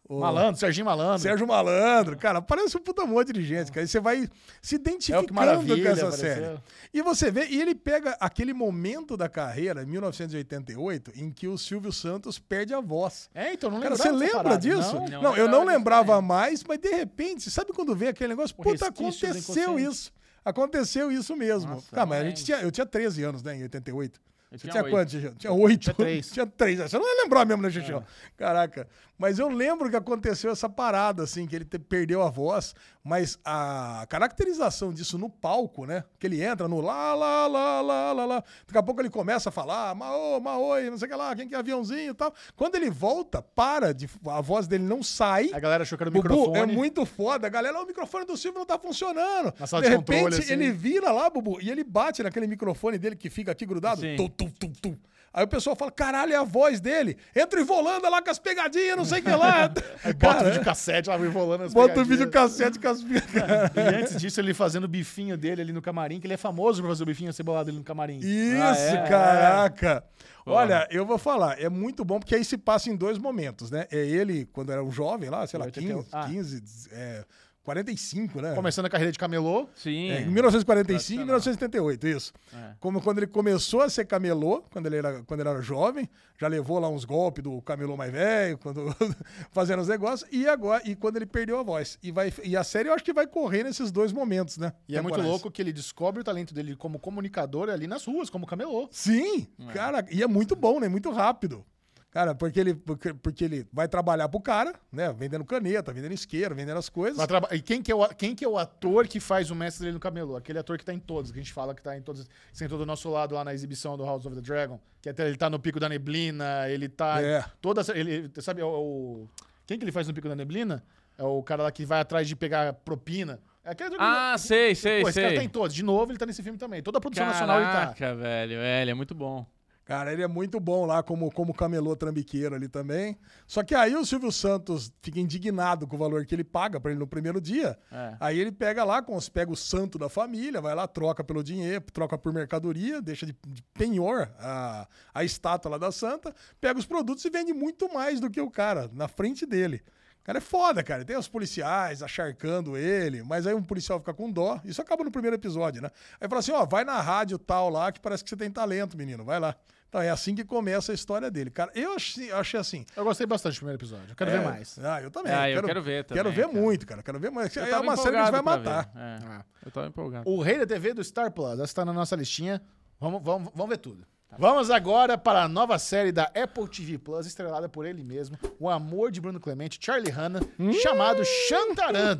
C: o- o-
A: Malandro, Serginho Malandro.
C: Sérgio Malandro, cara, parece um puta monte de gente, cara. E você vai se identificando com
A: É Maravilha,
C: essa
A: apareceu.
C: série. E você vê, e ele pega aquele momento da carreira, em 1988, em que o Silvio Santos perde a voz.
A: É, então não
C: Cara,
A: lembro.
C: você lembra disso? Não,
B: Não,
C: eu
B: lembrava
C: não
B: disso
C: lembrava mais, mas de repente, sabe quando vem aquele negócio? Puta,
A: resquício do
C: aconteceu
A: inconsciente.
C: isso. Aconteceu isso mesmo.
B: Nossa,
C: cara, mas a
B: eu
C: gente
B: lembro.
C: tinha, eu tinha 13 anos, né, em 88.
B: Eu
C: Você
B: tinha
C: tinha
B: oito.
C: quantos, Gigião? Tinha oito.
A: Tinha três.
C: Tinha três. Você não lembrou mesmo, né, Gigião? Caraca. Mas eu lembro que aconteceu essa parada, assim, que ele te- perdeu a voz, mas a caracterização disso no palco, né? Que ele entra no lá, lá, lá, lá, lá, lá. Daqui a pouco ele começa a falar, maô, maoi, não sei o que lá, quem que é aviãozinho e tal. Quando ele volta, para, de, a voz dele não sai.
A: A galera achou que era o
C: Bubu,
A: microfone.
C: é muito foda. A galera, "Ó, o microfone do Silvio não tá funcionando.
A: Na sala
C: de
A: de
C: repente,
A: controle, assim.
C: ele vira lá, Bubu, e ele bate naquele microfone dele que fica aqui grudado.
B: Sim.
C: Tu, tu, tu, tu. Aí o pessoal fala, caralho, é a voz dele. Entra e volando lá com as pegadinhas, não sei o que lá.
A: Aí bota o
C: Cara, né?
A: vídeo cassete lá, me enrolando as
C: bota o
A: pegadinhas. Ah,
C: vídeo cassete com as pegadinhas.
A: E antes disso, ele fazendo o bifinho dele ali no camarim, que ele é famoso por fazer o bifinho cebolado ali no camarim.
C: Isso,
A: Ah, é?
C: caraca! Olha, eu vou falar, é muito bom porque aí se passa em dois momentos, né? É ele, quando era um jovem lá, sei lá,
A: 81.
C: 15,
A: Ah. é
C: 15 é, 45, né?
A: Começando a carreira de camelô.
B: Sim.
C: É, em 1945 e
B: Tradicional.
C: 1978, isso.
B: É.
C: Como quando ele começou a ser camelô, quando ele era, quando ele era jovem, já levou lá uns golpes do camelô mais velho, quando fazendo os negócios, e agora e quando ele perdeu a voz. E, vai, e a série eu acho que vai correr nesses dois momentos, né?
A: E é muito
C: Temporais.
A: louco que ele descobre o talento dele como comunicador ali nas ruas, como camelô.
C: Sim, cara, e é muito bom, né? Muito rápido. Cara, porque ele, porque, porque ele vai trabalhar pro cara, né? Vendendo caneta, vendendo isqueiro, vendendo as coisas.
A: Pra traba- E quem que, é o, quem que é o ator que faz o mestre dele no camelô? Aquele ator que tá em todos, que a gente fala que tá em todos. Sentou do nosso lado lá na exibição do House of the Dragon. Que até ele tá no Pico da Neblina, ele tá.
C: É.
A: Toda essa- ele Sabe, é o, o- Quem que ele faz no Pico da Neblina? É o cara lá que vai atrás de pegar propina. É aquele ator que-
B: Ah, sei, sei,
A: Pô, esse cara tá
B: sei.
A: em todos. De novo, ele tá nesse filme também. Toda a produção nacional ele tá.
B: Caraca, velho. É, ele é muito bom.
C: Cara, ele é muito bom lá como, como camelô trambiqueiro ali também. Só que aí o Silvio Santos fica indignado com o valor que ele paga pra ele no primeiro dia.
B: É.
C: Aí ele pega lá, cons- pega o santo da família, vai lá, troca pelo dinheiro, troca por mercadoria, deixa de, de penhor a, a estátua lá da santa, pega os produtos e vende muito mais do que o cara na frente dele. O cara é foda, cara. Tem os policiais acharcando ele, mas aí um policial fica com dó. Isso acaba no primeiro episódio, né? Aí fala assim: ó, vai na rádio tal lá que parece que você tem talento, menino, vai lá. Então é assim que começa a história dele. Cara, eu achei, achei assim.
A: Eu gostei bastante do primeiro episódio. Eu quero
C: é,
A: ver mais.
C: Ah, eu também.
B: Ah, eu quero ver
C: Quero
B: também,
C: ver
B: cara.
C: muito, cara. Quero ver mais.
B: Eu
C: É
B: tava
C: uma série que a gente vai
B: empolgado pra
C: matar.
B: ver, é.
A: Ah.
B: Eu tava empolgado.
A: O Rei da TV do Star Plus. Essa tá na nossa listinha. Vamos, vamos, vamos ver tudo.
B: Tá
A: Vamos agora para a nova série da Apple TV Plus, estrelada por ele mesmo, o amor de Bruno Clemente, Charlie Hanna,
B: Hum.
A: chamado Chantaran.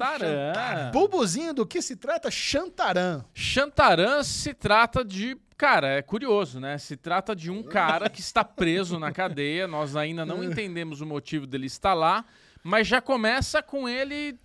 B: Chantarã.
A: Bubuzinho do que se trata Chantaran.
B: Chantarã se trata de. Cara, é curioso, né? Se trata de um cara que está preso na cadeia. Nós ainda não entendemos o motivo dele estar lá, mas já começa com ele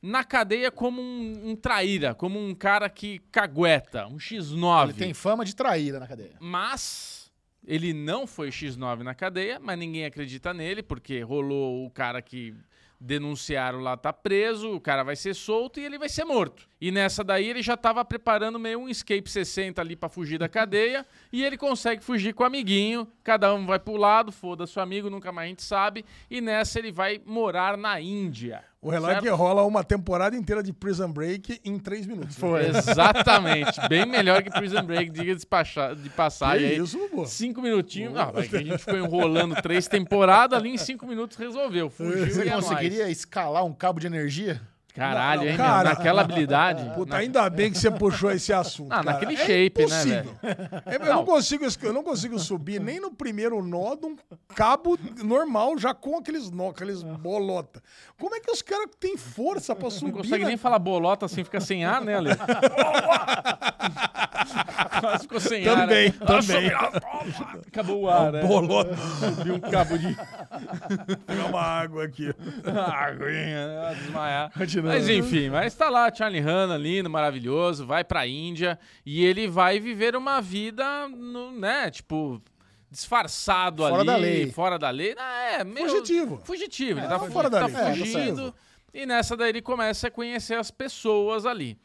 B: na cadeia como um, um traíra, como um cara que cagueta, um X9.
A: Ele tem fama de traíra na cadeia.
B: Mas ele não foi X9 na cadeia, mas ninguém acredita nele, porque rolou o cara que denunciaram lá tá preso, o cara vai ser solto e ele vai ser morto. E nessa daí ele já tava preparando meio um escape 60 ali pra fugir da cadeia, e ele consegue fugir com o amiguinho, cada um vai pro lado, foda-se o amigo, nunca mais a gente sabe, e nessa ele vai morar na Índia.
C: O relato que
B: certo?
C: rola uma temporada inteira de Prison Break em três minutos. né?
B: Exatamente, bem melhor que Prison Break, diga de pacha- de
C: Que
B: passagem aí.
C: isso, Bubu.
B: Cinco minutinhos. Ah, vai que a gente ficou enrolando três temporadas ali em cinco minutos resolveu. Fugiu
A: Você
B: e é nóis.
A: conseguiria escalar um cabo de energia?
B: Caralho, hein,
C: Cara,
B: meu? Naquela habilidade.
C: Puta,
B: na-
C: ainda bem que você puxou esse assunto.
B: Ah,
C: cara.
B: naquele
C: É
B: shape, né,
C: impossível. É, eu, não
B: Não.
C: consigo, es- eu não consigo subir nem no primeiro nó de um cabo normal, já com aqueles nó, aqueles bolota. Como é que os caras têm força pra subir? né?
B: Não consegue
C: na-
B: nem falar bolota assim, fica sem ar, né, Ale? Quase ficou sem ar.
C: Também,
B: né?
C: também.
B: Acabou o ar, né?
C: Bolota.
B: Subiu um cabo de
C: Pegar uma água aqui.
B: aguinha, né? Vai desmaiar.
A: Continua.
B: Mas enfim, mas tá lá, Charlie Hanna, lindo, maravilhoso, vai pra Índia e ele vai viver uma vida, no- né, tipo, disfarçado
A: Fora
B: ali.
A: da lei.
B: Fora da lei. Ah, é, meio...
C: Fugitivo.
B: Fugitivo, ele
C: É,
B: tá, fugindo,
C: fora da
B: tá
C: lei. É, tá
B: fugindo.
C: certo.
B: e nessa daí ele começa a conhecer as pessoas ali.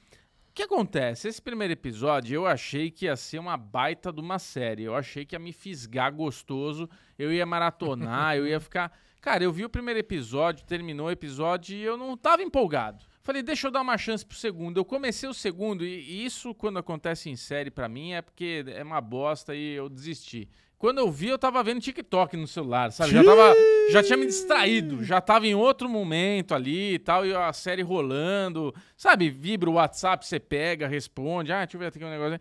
B: O que acontece? Esse primeiro episódio eu achei que ia ser uma baita de uma série. Eu achei que ia me fisgar gostoso. Eu ia maratonar, eu ia ficar. Cara, eu vi o primeiro episódio, terminou o episódio e eu não tava empolgado. Falei, deixa eu dar uma chance pro segundo. Eu comecei o segundo e e isso, quando acontece em série pra mim, é porque é uma bosta e eu desisti. Quando eu vi, eu tava vendo TikTok no celular, sabe? Já tava, já tinha me distraído, já tava em outro momento ali e tal, e a série rolando, sabe? Vibra o WhatsApp, você pega, responde, ah, deixa eu ver aqui um negócio.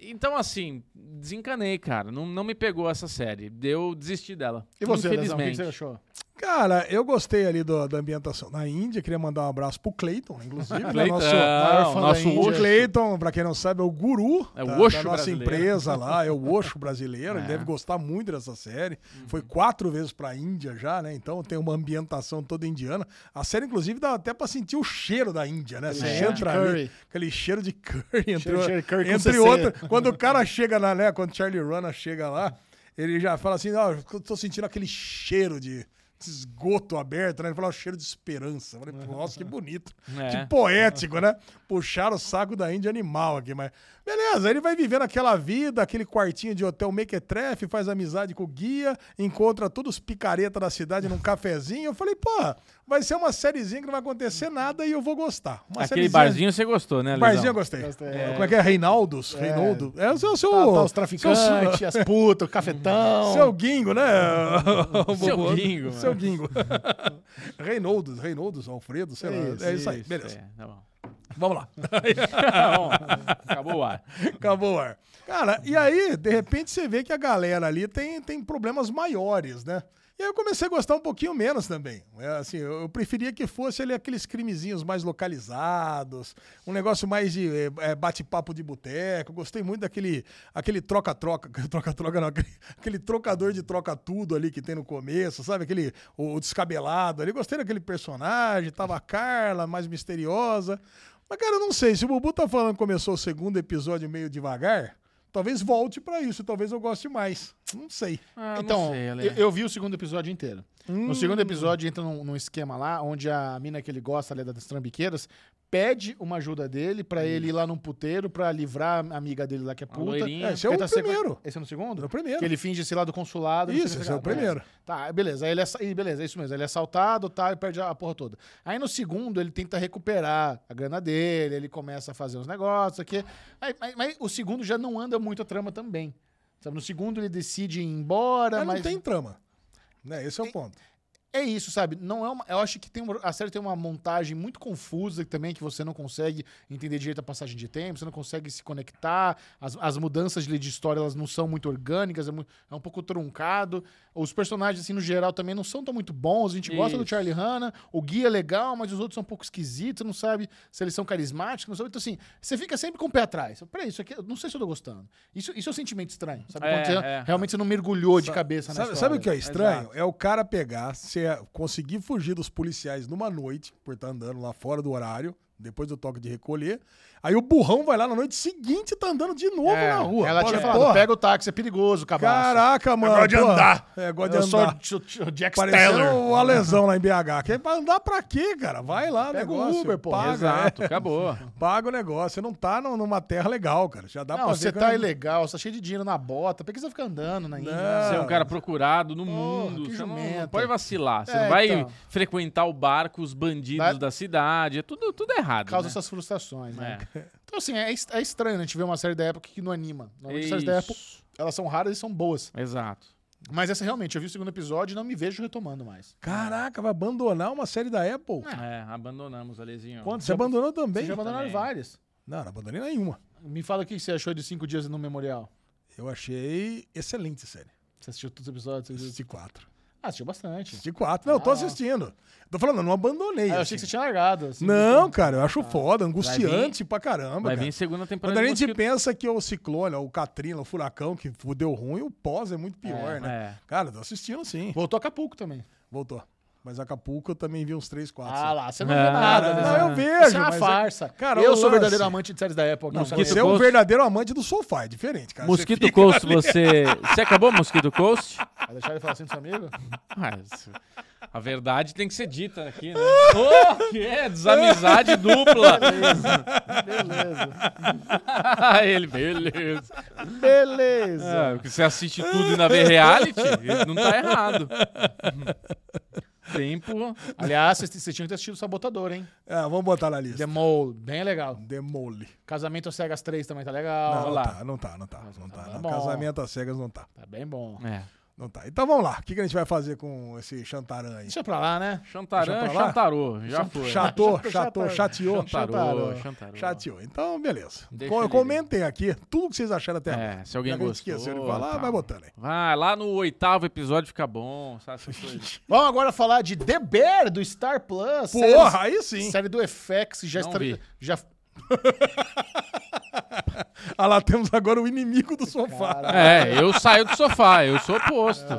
B: Então, assim, desencanei, cara. Não, não me pegou essa série. Eu desisti dela.
A: E você, Lesão, o que que
B: Infelizmente.
A: você achou? Tá,
C: Cara, eu gostei ali do- da ambientação na Índia. Queria mandar um abraço pro Clayton, inclusive. né,
B: Clayton, é,
C: nosso maior fã da
B: nosso
C: Índia. O
B: Osho.
C: Clayton, pra quem não sabe, é o guru
B: É o
C: da,
B: Osho
C: da nossa
B: brasileiro.
C: empresa lá. É o Osho brasileiro. Ele
B: É. Uhum.
C: deve gostar muito dessa série. Foi quatro vezes pra Índia já, né? Então tem uma ambientação toda indiana. A série, inclusive, dá até pra sentir o cheiro da Índia, né? Você
A: cheiro de
C: entra ali,
A: curry.
C: aquele cheiro de curry.
A: Cheiro- cheiro
C: Entre,
A: de curry com
C: entre
A: CC.
C: outras, quando o cara chega na, né, quando Charlie Runner chega lá, ele já fala assim, ó, eu tô sentindo aquele cheiro de de esgoto aberto, né? Ele fala, "Ó, cheiro de esperança. Eu falei, nossa, que bonito.
B: É.
C: Que poético, né? Puxaram o saco da Índia animal aqui, mas... Beleza, ele vai vivendo aquela vida, aquele quartinho de hotel mequetrefe, faz amizade com o guia, encontra todos os picareta da cidade num cafezinho. Eu falei, porra, vai ser uma sériezinha que não vai acontecer nada e eu vou gostar. Uma
B: Aquele
C: sériezinha-
B: barzinho você gostou, né, Lesão?
C: Barzinho eu gostei.
A: Gostei.
C: É, Como é que é? Reinaldos? Reinaldo? É o seu. seu
A: Tá, tá os
C: Seu,
A: traficantes, as putas, o cafetão.
C: seu Guingo, né?
B: Seu
C: Bobo?
B: Guingo,
C: Seu
B: mano.
C: Guingo. Reinaldos, Reinaldos, Alfredo, sei lá.
A: Isso,
C: é isso aí. Beleza.
B: É, tá bom.
C: Vamos lá.
B: Tá bom. Acabou o ar.
C: Acabou o ar. Cara, e aí, de repente, você vê que a galera ali tem, tem problemas maiores, né? E aí eu comecei a gostar um pouquinho menos também. É, assim, eu, eu preferia que fosse ali aqueles crimezinhos mais localizados, um negócio mais de eh, eh, bate-papo de boteco. Gostei muito daquele aquele troca-troca, troca-troca não, aquele, aquele trocador de troca-tudo ali que tem no começo, sabe? Aquele, o, o descabelado ali. Gostei daquele personagem, tava a Carla, mais misteriosa. Mas, cara, eu não sei. Se o Bubu tá falando que começou o segundo episódio meio devagar, Talvez volte pra isso, talvez eu goste mais. Não sei.
B: Ah, não
A: Então,
B: sei, Ale.
A: eu, eu vi o segundo episódio inteiro.
C: Hum.
A: No segundo episódio entra num, num esquema lá, onde a mina que ele gosta, ali é das trambiqueiras, pede uma ajuda dele
B: Hum.
A: pra ele ir lá num puteiro pra livrar a amiga dele lá que é puta.
B: loirinha.
C: É, esse é
A: Ele
C: o
A: tá sequ-
C: primeiro.
A: Esse é no segundo?
C: É o primeiro.
A: Que ele finge ser lá do consulado. não sei
C: Isso,
A: se
C: esse é o
A: beleza.
C: primeiro.
A: Tá, beleza. Aí ele é, assa- e beleza, é isso mesmo. Ele é assaltado, tá, e perde a porra toda. Aí no segundo, ele tenta recuperar a grana dele, ele começa a fazer uns negócios aqui. Aí, mas, mas o segundo já não anda muito a trama também. Sabe, no segundo ele decide ir embora,
C: Mas
A: É, mas.
C: não tem trama. Né? Esse é o ponto.
A: É isso, sabe? Não é uma- eu acho que tem um- a série tem uma montagem muito confusa também, que você não consegue entender direito a passagem de tempo, você não consegue se conectar, as, as mudanças de, de história elas não são muito orgânicas, é, mu- é um pouco truncado. Os personagens, assim, no geral, também não são tão muito bons. A gente gosta do
B: Isso.
A: Charlie Hanna, o Gui é legal, mas os outros são um pouco esquisitos, não sabe se eles são carismáticos, não sabe. Então, assim, você fica sempre com o pé atrás. Peraí, isso aqui, eu não sei se eu tô gostando. Isso, isso é um sentimento estranho, sabe?
B: É,
A: Quando você-
B: é.
A: Realmente você não mergulhou de cabeça na
C: Sabe,
A: história. né?
C: sabe o que é estranho?
B: Exato.
C: É o cara pegar, se é- conseguir fugir dos policiais numa noite, por estar andando lá fora do horário, depois do toque de recolher. Aí o burrão vai lá na noite seguinte e tá andando de novo
A: É,
C: na rua.
A: Ela
C: Olha,
A: tinha falado,
C: porra,
A: pega o táxi, é perigoso, cabaço.
C: Caraca, mano.
A: gosto de
C: porra.
A: andar.
C: É,
A: eu
C: gosta de
A: sou
C: andar.
A: o Jack Steller.
C: Parecendo um- o Alesão lá em BH. Que é pra andar pra quê, cara? Vai lá,
A: Pega o
C: negócio.
A: Uber, pô.
C: Paga,
B: Exato,
C: é.
B: acabou.
C: Paga o negócio. Você não tá no- numa terra legal, cara. Já dá pra
A: Não,
C: ver
A: você
C: que é
A: tá
C: eu-
A: ilegal, você tá cheio de dinheiro na bota, por que você fica andando na
C: Não.
A: Índia?
B: Você é um cara procurado no mundo.
A: que
B: Você não,
A: jumento.
B: não pode vacilar. Você
A: É,
B: não vai
A: então.
B: frequentar o bar com os bandidos
A: Vai-
B: da cidade. É tudo, tudo errado.
A: Causa
B: né?
A: essas frustrações, né?
B: É.
A: Então, assim, é, est- é estranho, né? A gente vê uma série da época que não anima. Normalmente as séries da época,
B: Isso.
A: elas são raras e são boas.
B: Exato.
A: Mas essa realmente, eu vi o segundo episódio e não me vejo retomando mais.
C: Caraca, vai abandonar uma série da Apple.
B: É, abandonamos, Alezinho.
A: Quantos
C: Você
A: já-
C: abandonou também?
A: Vocês já abandonaram
B: Também.
A: várias.
C: Não, não abandonei nenhuma.
A: Me fala o que você achou de Cinco Dias no Memorial.
C: Eu achei excelente a série.
A: Você assistiu todos os episódios? Você assistiu-
C: Assisti quatro.
A: Ah, assistiu bastante.
C: Assisti quatro. Não, eu tô
A: Ah.
C: assistindo. Tô falando, eu não abandonei.
A: Ah, eu
C: assim.
A: achei que você tinha largado. assim,
C: Não, cara, eu acho foda, angustiante pra caramba.
B: Vai
C: cara.
B: vir segunda temporada.
C: Quando a
B: de
C: gente
B: Mosquito.
C: pensa que o ciclone, ó, o Katrina, o furacão, que deu ruim, o pós é muito pior, né?
B: É.
C: Cara, eu tô assistindo sim.
A: Voltou Acapulco também.
C: Voltou. Mas Acapulco eu também vi uns três, quatro.
A: Ah
C: sabe?
A: lá, você não vê
B: Ah,
A: nada.
C: não,
A: dessa-
C: eu vejo,
A: Isso é uma
C: mas é-
A: farsa.
C: Cara,
A: eu
C: o
A: sou
C: lance-
A: verdadeiro amante de séries da época.
C: Não,
A: eu sou-
B: Mosquito
C: você é um
B: Coast.
C: verdadeiro amante do sofá, é diferente, cara. Você
B: Mosquito Coast, você. Você acabou Mosquito Coast?
A: Vai deixar ele falar assim do seu amigo?
B: Mas Ah, a verdade tem que ser dita aqui, né? Ô, que é? Desamizade dupla.
A: Beleza.
B: Ah, Ele, beleza.
A: Beleza.
B: Ah, porque você assiste tudo e ainda vê reality, não tá errado. Tempo.
A: Aliás, vocês- vocês tinham que ter assistido Sabotador, hein?
C: Ah, vamos botar na lista.
A: The Mole, bem legal.
C: Demole.
A: Casamento às Cegas 3 também tá
C: Não,
A: legal.
C: não
B: Ah, lá.
C: tá, não tá, não tá. Não tá.
A: tá
C: não.
A: bom.
C: Casamento às cegas não tá.
A: Tá bem bom.
B: É.
C: Não tá. Então vamos lá. O que, que a gente vai fazer com esse chantarã aí?
A: Deixa pra lá, né?
B: Chantarã,
C: Deixa pra lá?
B: chantarou. Já foi.
A: Chatou,
C: Chatou, chatou,
A: chatou.
C: chateou.
B: Chantarou, chantarou.
C: Chateou. Então, beleza.
B: Deixa
C: Co-
B: ele.
C: Comentem aqui tudo que vocês acharam até agora.
B: É, se alguém
C: Já que a gente
B: gostou. tá.
C: esqueceu de falar,
B: tal.
C: vai botando aí.
B: Vai, lá no oitavo episódio fica bom, sabe? essas coisas.
A: Vamos agora falar de The Bear, do Star Plus.
C: Porra, aí
A: série,
C: sim.
A: série do FX, já...
B: Não
A: estra-
B: vi.
A: já
C: Ah lá, temos agora o inimigo do sofá.
B: É, eu saio do sofá, eu sou oposto.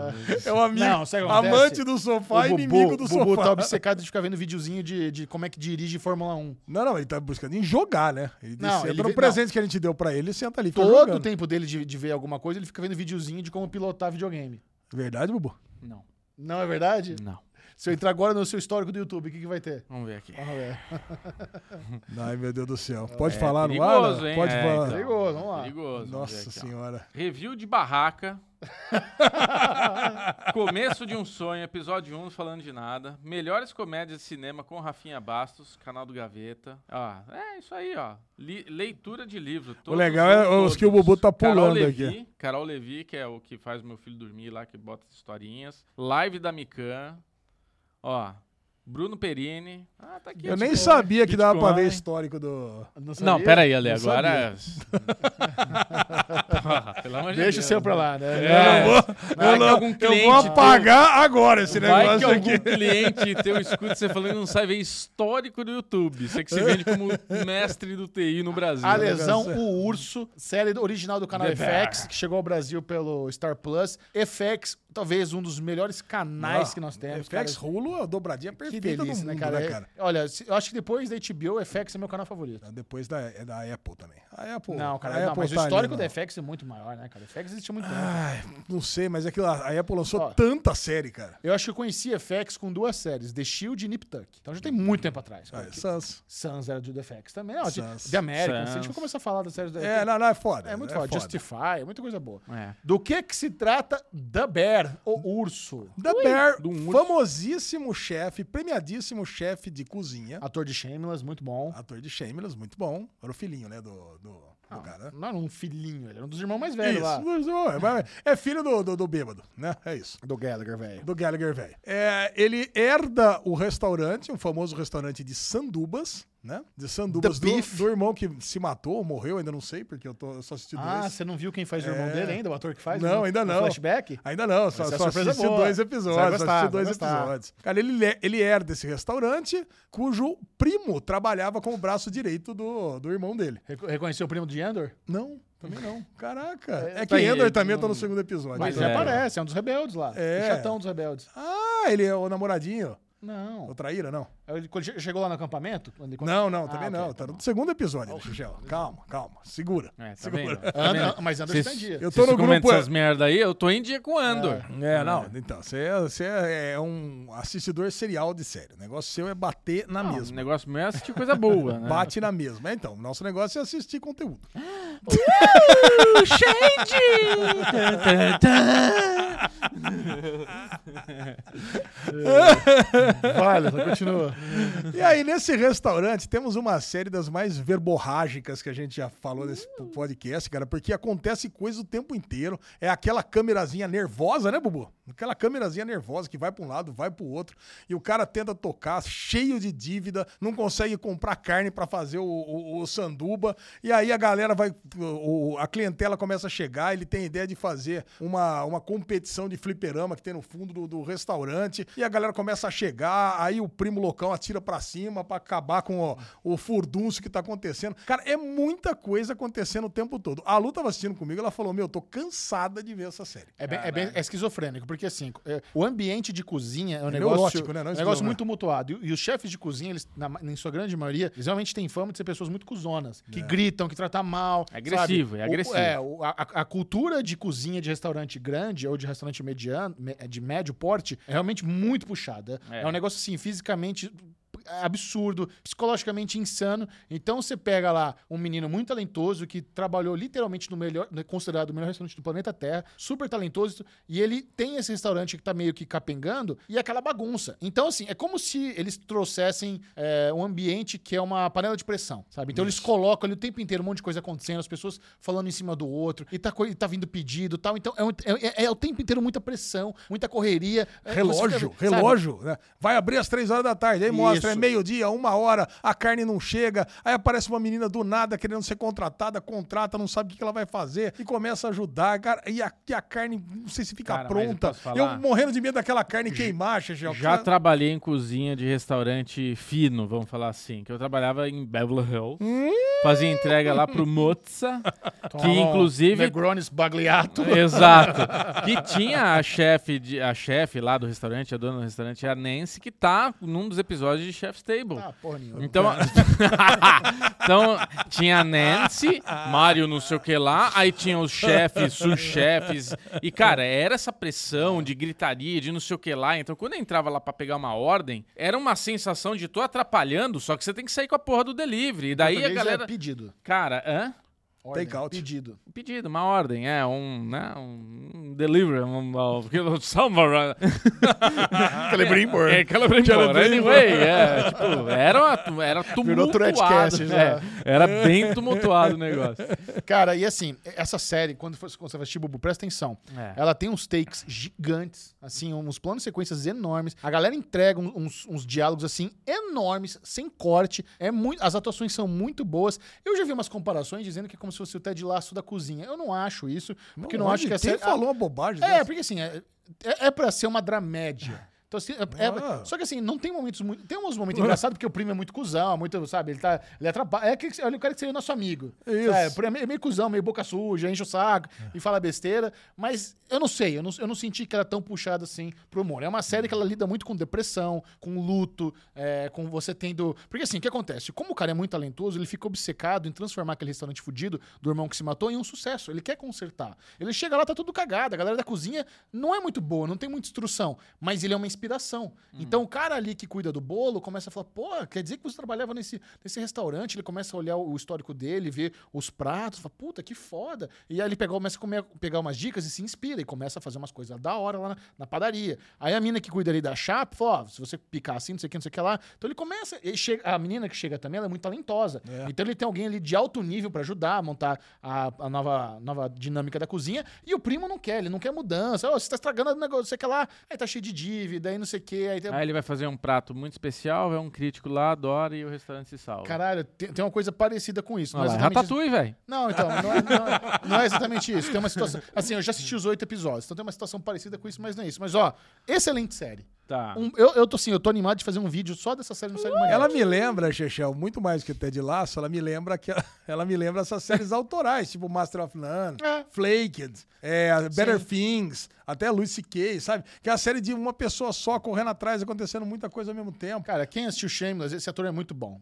C: É o amigo,
A: Não, sabe o que acontece?
C: amante do sofá e
A: o
C: inimigo do
A: Bubu
C: sofá.
A: tá obcecado de ficar vendo videozinho de, de como é que dirige Fórmula 1.
C: Não, não, ele tá buscando em jogar, né? Ele
A: Não,
C: senta
A: ele
C: no
A: vê-
C: presente que a gente deu pra ele, ele senta ali. fica
A: Todo o
C: jogando.
A: tempo dele de, de ver alguma coisa, ele fica vendo videozinho de como pilotar videogame.
C: Verdade, Bubu?
B: Não,
A: Não é verdade?
B: não.
A: Se eu entrar agora no seu histórico do YouTube, o que, que vai ter?
B: Vamos ver aqui.
A: Vamos ver.
C: Ai, meu Deus do
A: É
C: céu. Pode falar no ar?
B: perigoso,
C: né?
B: hein?
C: Pode
B: É,
C: falar.
B: então.
A: Perigoso, vamos lá.
B: Perigoso. vamos ver
C: Nossa
B: aqui, ó.
C: senhora.
B: Review de barraca. Começo de um sonho, episódio 1, falando de nada. Melhores comédias de cinema com Rafinha Bastos, canal do Gaveta. Ó, é isso aí, ó. Li- leitura de livro.
C: O
B: todos
C: legal é
B: ou
C: os que o
B: todos.
C: Bubu tá
B: Carol
C: pulando
B: Levi,
C: aqui.
B: Carol Levi, que é o que faz meu filho dormir lá, que bota as historinhas. Live da Mican. Ó, Bruno Perini. Ah, tá aqui.
C: Eu
B: as
C: nem
B: coisas.
C: sabia que dava pra
B: Bitcoin.
C: ver histórico do.
B: Não, pera aí, Ale,
A: Não
B: agora... é- Porra, Pelo amor de
A: Deixa o
B: Deus,
A: seu
B: né?
A: pra lá, né?
B: É.
C: Eu vou-
B: Vai
C: eu
B: que
C: não-
B: algum
C: eu
B: cliente
C: vou
B: teu-
C: apagar agora esse
B: Vai que
C: negócio
B: algum
C: aqui.
B: cliente teu escuta você falando e não sabe ver histórico do YouTube. Você que se vende como mestre do TI no Brasil.
A: A Lesão, O Urso, série do- original do canal FX, que chegou ao Brasil pelo Star Plus. FX talvez um dos melhores
C: Ah,
A: canais que nós temos.
C: FX
A: cara.
C: Rulo é a dobradinha
A: Que
C: perfeita
A: delícia,
C: do
A: né,
C: mundo,
A: cara?
C: né,
A: É-
C: cara?
A: Olha, se- eu acho que depois da HBO, o FX é meu canal favorito.
C: Depois da, é da Apple também. A Apple.
A: não,
C: a
A: cara, não,
C: Apple
A: mas o
C: tá ali,
A: histórico
C: não.
A: do FX é muito maior, né, cara? O FX existe há
C: Ah.
A: muito tempo.
C: Ai, não sei, mas é que lá, a Apple lançou
A: Ó.
C: tanta série, cara.
A: Eu acho que eu conheci FX com duas séries, The Shield e Nip Tuck. Então já tem muito tempo atrás.
C: Ah,
A: cara.
C: essas-
A: Sans era do The FX também. Ó,
C: Sans.
A: The Americans.
B: Sans.
A: assim, A gente começar a falar das séries do
C: É, não, não, é foda.
A: É muito foda.
C: The
A: Justify, é muita coisa boa.
B: É.
A: Do que que se trata The Bear, o urso?
C: Bear,
A: um
B: do urso.
C: famosíssimo chefe, premiadíssimo chefe de cozinha.
A: Ator de Shameless, muito bom.
C: Ator de Shameless, muito bom. Era o filhinho, né, do, do, do
A: Não,
C: cara.
A: não era um filhinho, ele era um dos irmãos mais velhos lá.
C: Isso, é, é filho do, do, do bêbado, né? É isso.
A: Do Gallagher, velho.
C: Do Gallagher, velho. É, ele herda o restaurante, um famoso restaurante de Sandubas, né? De Sandubas,
A: The
C: do,
A: Beef.
C: do irmão que se matou, morreu, ainda não sei, porque eu, tô, eu só assisti
A: Ah,
C: dois.
A: você não viu quem faz o irmão
C: É.
A: dele ainda? O ator que faz?
C: Não,
A: no-
C: ainda
A: no
C: não. Ah.
A: Flashback?
C: Ainda não, só,
A: Mas é
C: só
A: surpresa
C: assisti
A: boa.
C: dois
A: Você vai
C: episódios. só
A: gostar,
C: assisti
A: vai
C: dois
A: gostar.
C: episódios. Cara, ele, le- ele herda esse restaurante cujo primo trabalhava com o braço direito do, do irmão dele.
A: Reco- Reconheceu o primo de Andor?
C: Não, também não. Caraca. É,
A: É,
C: que
B: tá aí,
C: Ender
B: ele
C: também
B: não-
C: tá no segundo episódio.
A: Mas
B: é.
A: ele aparece, é um dos rebeldes lá.
C: É.
A: O chatão dos rebeldes.
C: Ah, ele é o namoradinho.
A: Não.
C: O traíra, não?
A: Ele quando che- chegou lá no acampamento? quando ele-
C: Não, não,
A: Ah,
C: também
A: ok,
C: não.
A: tá
C: Tá
A: bom.
C: no segundo episódio, né, Xixel. Calma, calma. Segura.
B: É, tá
C: Segura.
B: vendo? Tá
A: Andor-
B: vendo?
A: mas Andor
B: Vocês-
A: está em dia.
C: Eu tô
B: Vocês
C: no
B: ficam vendo
C: grupo.
B: essas merda aí, eu tô em dia com o Andor.
C: É, não. Então, você é, você é um assistidor serial de série. O negócio seu é bater na
B: Não,
C: mesa.
B: O negócio meu é assistir coisa boa, né?
C: Bate na mesma. É, Então, o nosso negócio é assistir conteúdo.
A: Vale, continua.
C: E aí, nesse restaurante, temos uma série das mais verborrágicas que a gente já falou nesse po- podcast, cara, porque acontece coisa o tempo inteiro. É aquela câmerazinha nervosa, né, Bubu? Aquela câmerazinha nervosa que vai pra um lado, vai pro outro, e o cara tenta tocar, cheio de dívida, não consegue comprar carne pra fazer o, o- o sanduba. E aí a galera vai. o- o- a clientela começa a chegar, ele tem ideia de fazer uma, uma competição de fliperama que tem no fundo do, do restaurante. E a galera começa a chegar, aí o primo local atira pra cima pra acabar com o, o furdunço que tá acontecendo. Cara, é muita coisa acontecendo o tempo todo. A Lu tava assistindo comigo, ela falou: Meu, tô cansada de ver essa série.
A: É, bem, é, bem- é esquizofrênico, porque assim, é, o ambiente de cozinha é um negócio,
C: neurótico, né? Não
A: é um
C: esquizofrênico.
A: negócio muito mutuado. E, e os chefes de cozinha, eles, na, ma- em sua grande maioria, eles realmente têm fama de ser pessoas muito cuzonas, que gritam, que tratam mal.
B: É agressivo,
A: sabe?
B: é
A: O-
B: agressivo.
A: é, o- a, a- a cultura de cozinha de restaurante grande ou de restaurante mediano, me- de médio porte, é realmente muito puxada.
B: É.
A: É, um negócio assim, fisicamente é absurdo, psicologicamente insano. Então você pega lá um menino muito talentoso que trabalhou literalmente no melhor, né, considerado o melhor restaurante do planeta Terra, super talentoso, e ele tem esse restaurante que tá meio que capengando e é aquela bagunça. Então assim, é como se eles trouxessem é, um ambiente que é uma panela de pressão, sabe? Então eles colocam ali o tempo inteiro um monte de coisa acontecendo, as pessoas falando em cima do outro, e tá, co- e tá vindo pedido, e tal. Então é, um- é- é- é o tempo inteiro muita pressão, muita correria. É, você
C: Relógio,
A: fica- sabe?
C: relógio, né? Vai abrir às três horas da tarde, aí mostra, é
A: Isso.
C: meio-dia, uma hora, a carne não chega, aí aparece uma menina do nada querendo ser contratada, contrata, não sabe o que que ela vai fazer e começa a ajudar, cara, e a, e a carne, não sei se fica
B: Cara, mas eu
C: pronta.
B: posso
C: Eu,
B: falar?
C: morrendo de medo daquela carne queimar,
A: É
C: Xixel.
B: Já
A: tá-
B: trabalhei em cozinha de restaurante fino, vamos falar assim. Que eu trabalhava em Beverly Hills.
C: Hum.
B: Fazia entrega lá pro Mozza.
C: Tá
B: que inclusive.
A: Negronis Bagliato.
B: Exato. Que tinha a chefe de a chefe lá do restaurante, a dona do restaurante, a Nancy, que tá num dos episódios de Chef's Table.
A: Ah, tá. porra nenhuma.
B: Então, então tinha a Nancy, Mário não sei o que lá, aí tinha os chefes, subchefes. E, cara, era essa pressão de gritaria, de não sei o que lá. Então, quando eu entrava lá pra pegar uma ordem, era uma sensação de tô atrapalhando, só que você tem que sair com a porra do delivery. E daí a
A: Português
B: galera.
A: É pedido.
B: Cara, hã?
A: Ordem,
C: Take out.
A: Pedido.
B: Um pedido, uma ordem, é, um, né, um delivery, um, um, um somewhere,
A: Celebrei
B: é, calibre embora.
C: Calibre
B: Anyway, é, tipo, era, uma- era
A: Virou
B: tumultuado,
A: Threadcast,
B: né?
A: já.
B: Era bem tumultuado o negócio.
A: Cara, e assim, essa série, quando for- quando você vai assistir, Bubu, presta atenção.
B: É.
A: Ela tem uns takes gigantes, assim, uns planos e sequências enormes. A galera entrega um- uns, uns diálogos, assim, enormes, sem corte. É muito, as atuações são muito boas. Eu já vi umas comparações dizendo que é como se fosse o Ted Lasso da cozinha. Eu não acho isso, porque não, acho que é a
C: Quem
A: série...
C: né? falou uma bobagem
A: É,
C: dessa?
A: porque assim, é, é é pra ser uma dramédia. Então, assim, é- é-
C: Ah.
A: Só que assim, não tem momentos muito. Tem uns momentos engraçados, porque o primo é muito cuzão, muito, sabe? Ele tá. Ele atrapalha. É, aquele, que- é o cara que seria nosso amigo.
C: Isso.
A: É, é meio, meio cuzão, meio boca suja, enche o saco e fala besteira. Mas eu não sei, eu não, eu não senti que era tão puxada assim pro humor. É uma série que ela lida muito com depressão, com luto, é, com você tendo. Porque assim, o que acontece? Como o cara é muito talentoso, ele fica obcecado em transformar aquele restaurante fudido do irmão que se matou em um sucesso. Ele quer consertar. Ele chega lá, tá tudo cagado. A galera da cozinha não é muito boa, não tem muita instrução, mas ele é uma inspiração. Então o cara ali que cuida do bolo começa a falar: pô, quer dizer que você trabalhava nesse, nesse restaurante? Ele começa a olhar o histórico dele, ver os pratos, fala: puta, que foda. E aí ele pega, começa a comer- pegar umas dicas e se inspira e começa a fazer umas coisas da hora lá na, na padaria. Aí a mina que cuida ali da chapa fala: ó, se você picar assim, não sei o que, não sei o que lá. Então ele começa, e chega, a menina que chega também, ela é muito talentosa.
C: É.
A: Então ele tem alguém ali de alto nível pra ajudar a montar a, a nova, nova dinâmica da cozinha. E o primo não quer, ele não quer mudança. Ó, você tá estragando o negócio, não sei o que lá. Aí tá cheio de dívida, aí não sei o que. Aí tem...
B: Aí ele vai fazer um prato muito especial, vai um crítico lá, adora e o restaurante se salva.
A: Caralho, tem, tem uma coisa parecida com isso.
B: Olha
A: é
B: lá,
A: exatamente isso.
B: Ratatouille, velho.
A: Não, então, não é, não é- não é exatamente isso. Tem uma situação. Assim, eu já assisti os oito episódios, então tem uma situação parecida com isso, mas não é isso. Mas, ó, excelente série.
B: Tá.
A: Um- eu, eu tô assim, eu tô animado de fazer um vídeo só dessa série no Série Mania.
C: Ah. Ela me lembra, Chechel, muito mais que o Ted Lasso, ela me lembra que ela me lembra essas séries autorais, tipo Master of None,
A: É.
C: Flaked, é, Better Things, até Louis C.K., sabe? Que é a série de uma pessoa só correndo atrás, acontecendo muita coisa ao mesmo tempo.
A: Cara, quem assistiu Shameless, esse ator é muito bom.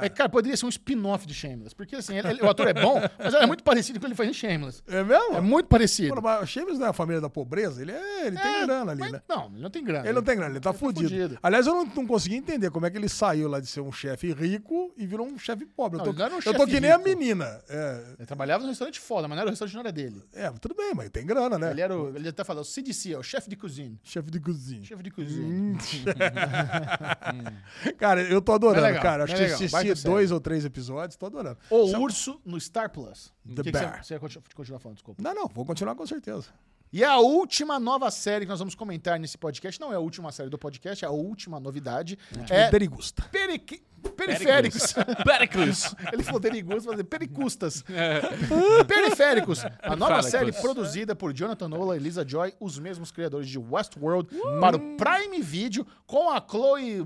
A: É, Cara, poderia ser um spin-off de Shameless. Porque, assim, ele- ele- o ator é bom, mas é muito parecido com o que ele faz em Shameless.
C: É mesmo?
A: É muito parecido.
C: Pô, mas o Chaves não é a família da pobreza? Ele, é, ele tem
A: É,
C: grana ali,
A: mas
C: né?
A: Não, ele não tem grana.
C: Ele não tem grana, ele tá fudido.
A: fudido.
C: Aliás, eu não, não consegui entender como é que ele saiu lá de ser um chefe rico e virou um chefe pobre.
A: Não,
C: eu
A: ele
C: tô,
A: não era um
C: eu
A: chefe
C: tô que nem a
A: rico.
C: menina. É,
A: Ele trabalhava num restaurante foda, mas não era o restaurante não era dele.
C: é, tudo bem, mas tem grana, né?
A: Ele é era o, ele até falou, o CDC, é o chefe de cozinha.
C: Chefe de cozinha.
A: Chefe de cozinha.
C: Cara, eu tô adorando,
A: Hum. É legal,
C: cara. Acho
A: é
C: que
A: legal,
C: assisti
A: baita série. um.
C: dois ou três episódios, tô adorando.
A: O Urso no Star Plus.
C: The
A: O que que
C: Bear.
A: você, você ia continu- continuar falando, desculpa.
C: Não, não, vou continuar com certeza.
A: E a última nova série que nós vamos comentar nesse podcast, não é a última série do podcast, é a última novidade,
C: Tipo,
A: é,
C: Derigusta.
A: Periqui- Periféricos.
B: Pericles.
A: Ele falou perigustas, mas é pericustas.
B: É.
A: Periféricos. A nova
B: Fala,
A: série
B: Cruz.
A: produzida por Jonathan Nolan e Lisa Joy, os mesmos criadores de Westworld, para o Prime Video com a Chloe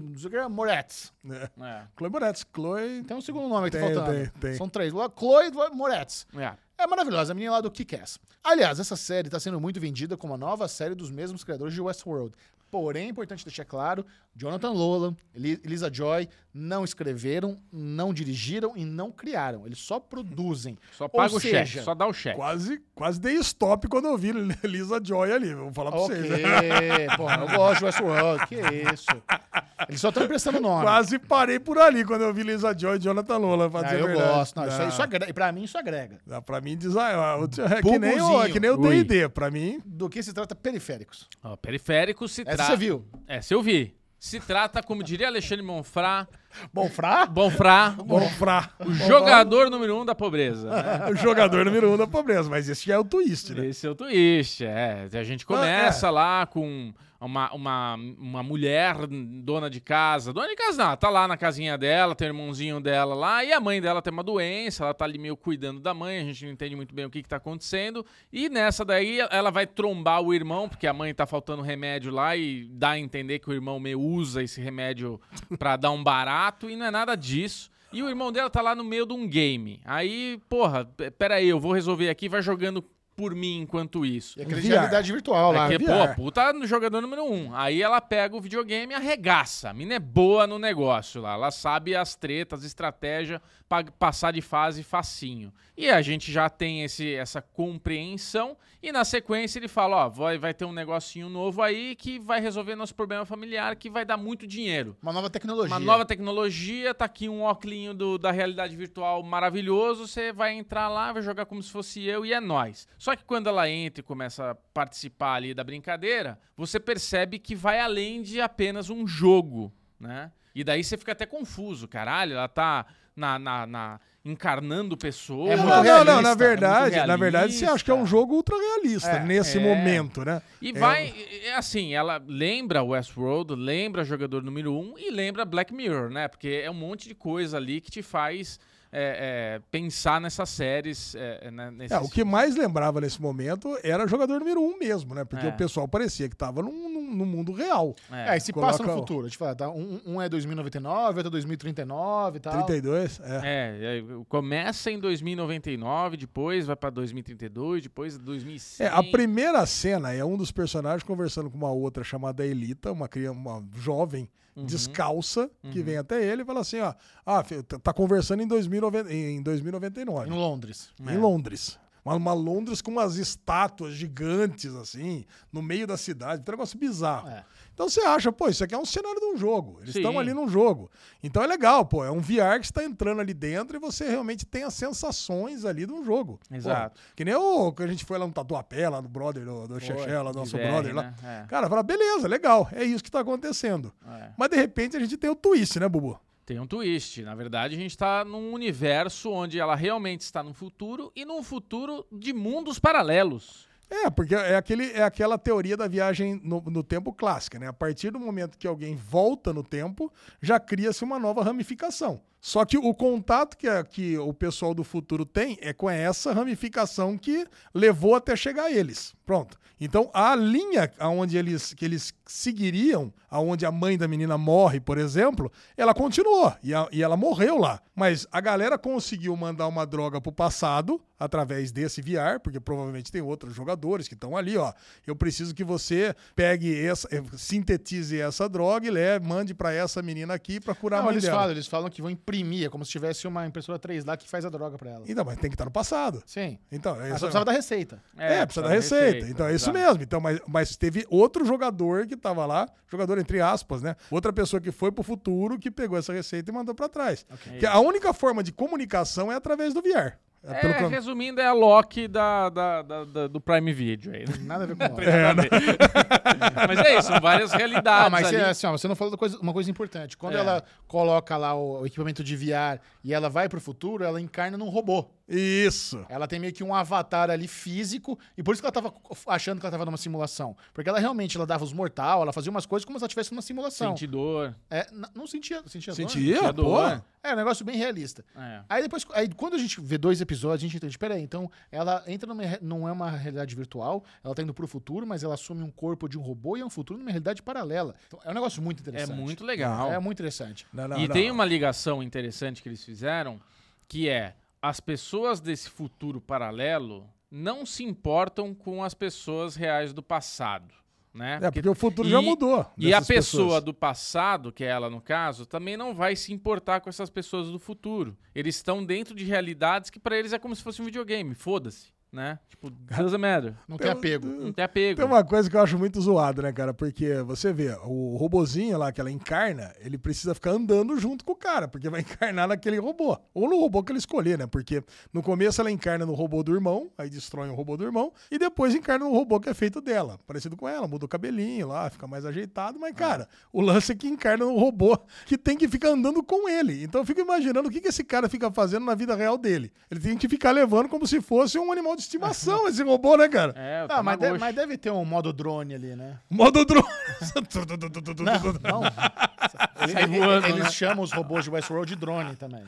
A: Moretz.
B: É.
C: né? Chloe Moretz, Chloe.
A: Tem um segundo nome que tá
C: Tem,
A: faltando.
C: tem, tem.
A: São três. Chloe Moretz.
B: É.
A: É maravilhosa, a menina lá do Kick-Ass. Aliás, essa série está sendo muito vendida como a nova série dos mesmos criadores de Westworld. Porém, é importante deixar claro, Jonathan Nolan, Eli- Lisa Joy não escreveram, não dirigiram e não criaram. Eles só produzem.
B: Só paga
A: Ou
B: o cheque,
A: seja,
B: só dá o cheque.
C: Quase, quase dei stop quando eu vi Lisa Joy ali, vou falar pra
A: Ok,
C: vocês. Né?
A: porra, eu gosto de Westworld, que isso. Eles só estão emprestando nome.
C: Quase parei por ali quando eu vi Lisa Joy e Jonathan Lola
A: Ah,
C: fazer
A: eu
C: é verdade.
A: gosto. Não, Isso,
C: Dá-
A: isso agrega, e pra mim isso agrega.
C: Dá pra mim design. É que nem o,
A: Bugozinho.
C: é que nem o
B: Ui.
C: D&D, pra mim.
A: Do que se trata periféricos.
B: Ó, periférico se
A: Essa
B: trata.
A: você viu.
B: Essa eu vi. Se trata, como diria Alexandre Monfrá,
A: Bonfrá?
B: Bonfrá,
C: Bom pra
B: o jogador número um da pobreza.
C: o jogador número um da pobreza, mas esse já é o twist, né?
B: Esse é o twist, é. A gente começa lá com uma, uma, uma mulher dona de casa. Dona de casa não, tá lá na casinha dela, tem o irmãozinho dela lá, e a mãe dela tem uma doença, ela tá ali meio cuidando da mãe, a gente não entende muito bem o que que tá acontecendo. E nessa daí ela vai trombar o irmão, porque a mãe tá faltando remédio lá e dá a entender que o irmão meio usa esse remédio pra dar um barato, e não é nada disso. E o irmão dela tá lá no meio de um game. Aí, porra, p- peraí, eu vou resolver aqui, vai jogando por mim enquanto isso.
A: É aquele de
C: VR.
A: realidade virtual lá.
B: Porque,
C: VR.
B: pô, puta no jogador número um. Aí ela pega o videogame e arregaça. A mina é boa no negócio lá. Ela sabe as tretas, estratégia pra passar de fase facinho. E a gente já tem esse, essa compreensão. E na sequência ele fala: ó, vai, vai ter um negocinho novo aí que vai resolver nosso problema familiar, que vai dar muito dinheiro.
A: Uma nova tecnologia.
B: Uma nova tecnologia, tá aqui um óculinho do- da realidade virtual maravilhoso. Você vai entrar lá, vai jogar como se fosse eu e é nóis. Só que quando ela entra e começa a participar ali da brincadeira, você percebe que vai além de apenas um jogo, né? E daí você fica até confuso, caralho, ela tá na, na- na- encarnando pessoas.
A: É
C: não,
A: muito
C: não, não,
A: realista,
C: na
A: é
C: verdade,
B: muito
C: na verdade, você
B: realista.
C: acha que é um jogo ultra realista
A: É,
C: nesse
B: é.
C: momento, né?
B: E
C: É,
B: vai, é, é assim, ela lembra Westworld, lembra Jogador Número 1 e lembra Black Mirror, né? Porque é um monte de coisa ali que te faz é, é, pensar nessas séries, é, é, né, nesses...
C: É, o que mais lembrava nesse momento era jogador número um mesmo, né? Porque
B: É.
C: o pessoal parecia que tava num, num- no mundo real.
A: É, e se
C: Coloca
A: passa no
C: o-
A: futuro. A gente fala, tá? Um, um é 2099, outro é 2039 e tal.
C: 32? É.
B: É, é, começa em 2099, depois vai pra 2032, depois 2100.
C: É, a primeira cena é um dos personagens conversando com uma outra chamada Elita, uma criança, uma jovem
A: Uhum.
C: descalça, que vem até ele e fala assim, ó, ah, fi- tá tá conversando em, 2090, em em 2099,
A: Em Londres. É.
B: É.
C: em Londres. Uma, uma Londres com umas estátuas gigantes, assim, no meio da cidade, um negócio bizarro.
A: É.
C: Então você acha, pô, isso aqui é um cenário de um jogo. Eles
B: Sim.
C: estão ali num jogo. Então é legal, pô. É um VR que está entrando ali dentro e você realmente tem as sensações ali de um jogo. Pô,
B: Exato.
C: que nem o que a gente foi lá no Tatuapé, lá no brother, do, do Xexé, lá do nosso
B: VR,
C: brother lá.
B: né? É.
C: Cara, fala, beleza, legal, é isso que tá acontecendo.
B: É.
C: Mas de repente a gente tem o twist, né, Bubu?
B: Tem um twist. Na verdade, a gente tá num universo onde ela realmente está no futuro e num futuro de mundos paralelos.
C: É, porque é, aquele, é aquela teoria da viagem no, no tempo clássica, né? A partir do momento que alguém volta no tempo, já cria-se uma nova ramificação. Só que o contato que, a- que o pessoal do futuro tem é com essa ramificação que levou até chegar a eles. Pronto. Então a linha aonde eles, que eles seguiriam, aonde a mãe da menina morre, por exemplo, ela continuou e, a- e ela morreu lá. Mas a galera conseguiu mandar uma droga pro passado através desse VR, porque provavelmente tem outros jogadores que estão ali, ó. Eu preciso que você pegue essa, eh, sintetize essa droga e leve, mande pra essa menina aqui pra curar a
A: Não,
C: mãe
A: eles
C: dela.
A: falam, eles falam que vão imprimir, é como se tivesse uma impressora 3 lá que faz a droga pra ela.
C: Então, mas tem que estar no passado.
A: Sim.
C: Então, é
A: Ela
C: isso.
A: Ah, só precisava da receita.
C: É, precisa da receita. Então é isso
B: exato.
C: mesmo. Então, mas, mas teve outro jogador que tava lá, jogador entre aspas, né? Outra pessoa que foi pro futuro que pegou essa receita e mandou pra trás. Que a única forma de comunicação é através do VR. É, pelo
B: É,
C: can-
B: resumindo, é a Loki da, da- da- da- do Prime Video aí, né?
A: Nada a ver com nada.
C: É, né?
B: Mas é isso, são várias realidades.
A: Ah, mas
B: ali. né?
A: é assim, ó, você não falou da coisa- uma coisa importante. Quando
B: É.
A: ela coloca lá o, o equipamento de VR e ela vai pro futuro, ela encarna num robô.
C: Isso.
A: Ela tem meio que um avatar ali físico, e por isso que ela tava achando que ela tava numa simulação. Porque ela realmente ela dava os mortal, ela fazia umas coisas como se ela estivesse numa simulação.
B: Senti dor.
A: É, n- não sentia, sentia, dor? né?
C: Sentia,
B: dor.
C: pô.
A: É, um negócio bem realista.
B: É.
A: Aí depois, aí quando a gente vê dois episódios, a gente entende, peraí, então ela entra numa, re- não é uma realidade virtual, ela tá indo pro futuro, mas ela assume um corpo de um robô e é um futuro numa realidade paralela. Então, é um negócio muito
B: É
A: interessante.
B: muito legal.
A: É muito interessante.
C: Não, não,
B: e
C: não.
B: tem uma ligação interessante que eles fizeram, que é as pessoas desse futuro paralelo não se importam com as pessoas reais do passado, né?
C: É, porque o futuro já
B: e-
C: mudou.
B: E a
C: dessas
B: pessoa
C: pessoas.
B: do passado, que é ela no caso, também não vai se importar com essas pessoas do futuro. Eles estão dentro de realidades que pra eles é como se fosse um videogame, foda-se, né? Tipo, doesn't matter.
A: Não tem apego.
B: Não tem apego.
C: Tem uma coisa que eu acho muito zoado, né, cara? Porque você vê, o robozinho lá que ela encarna, ele precisa ficar andando junto com o cara, porque vai encarnar naquele robô. Ou no robô que ele escolher, né? Porque no começo ela encarna no robô do irmão, aí destrói o robô do irmão, e depois encarna no robô que é feito dela. Parecido com ela, muda o cabelinho lá, fica mais ajeitado, mas, cara, o lance é que encarna no robô que tem que ficar andando com ele. Então eu fico imaginando o que, que esse cara fica fazendo na vida real dele. Ele tem que ficar levando como se fosse um animal de estimação, esse robô, né, cara?
B: É, o
A: Ah, mas, de-
B: Tamagotchi.
A: mas deve ter um modo drone ali, né?
C: Modo drone.
A: Não. Ele-
B: Sai
A: ele-
B: voando,
A: eles
B: né? Ah,
A: chamam os robôs de Westworld de drone também.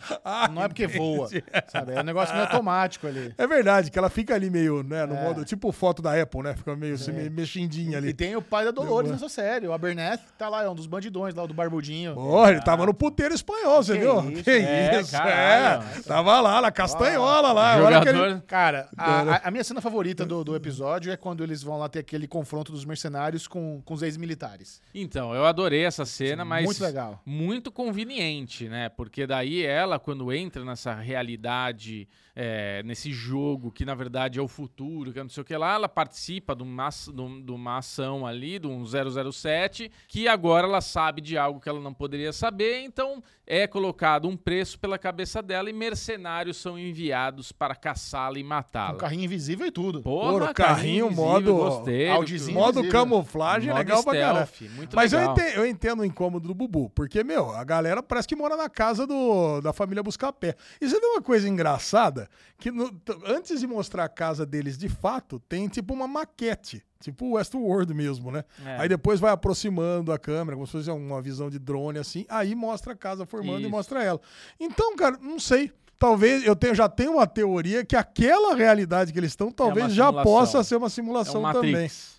A: não é porque voa, sabe? É um negócio meio automático ali.
C: É verdade, que ela fica ali meio, né,
A: É.
C: no modo, tipo foto da Apple, né? Fica meio assim, meio mexidinha
A: E
C: ali.
A: tem o pai da Dolores nessa série, o Aberneth, tá lá, é um dos bandidões lá, o do barbudinho.
C: Porra, ele tava no puteiro espanhol, você
A: Ah. Que
C: viu?
A: isso, né,
C: que
B: é,
C: isso,
B: caralho.
C: é. Tava lá, na castanhola lá. olha que ele-
B: Jogador.
A: Cara, a, a- a minha cena favorita do, do episódio é quando eles vão lá ter aquele confronto dos mercenários com, com os ex-militares.
B: Então, eu adorei essa cena, mas.
A: Muito legal.
B: Muito conveniente, né? Porque daí ela, quando entra nessa realidade, é, nesse jogo que na verdade é o futuro, que é não sei o que lá, ela participa de uma, aç- de um- de uma ação ali, de um 007, que agora ela sabe de algo que ela não poderia saber, então é colocado um preço pela cabeça dela e mercenários são enviados para caçá-la e
A: Um
B: matá-la.
A: carrinho invisível e tudo.
C: Porra, carrinho,
B: invisível,
C: modo-
B: gostei,
A: Audizinho.
C: Modo
A: Invisível.
C: camuflagem é
B: Modo
C: legal pra caralho.
B: stealth, muito
C: Mas Eu,
B: legal.
C: entendo, eu entendo o incômodo do Bubu, porque, meu, a galera parece que mora na casa do, da família Buscapé. E você vê uma coisa engraçada, que no- t- antes de mostrar a casa deles de fato, tem tipo uma maquete, tipo o Westworld mesmo, né?
B: É.
C: Aí depois vai aproximando a câmera, como se fosse uma visão de drone assim, aí mostra a casa formando e
B: Isso.
C: mostra ela. Então, cara, não sei. Talvez eu tenha, já tenha uma teoria que aquela realidade que eles estão talvez já
B: simulação.
C: possa ser
B: É
C: uma
B: um
C: simulação também.
B: Matrix.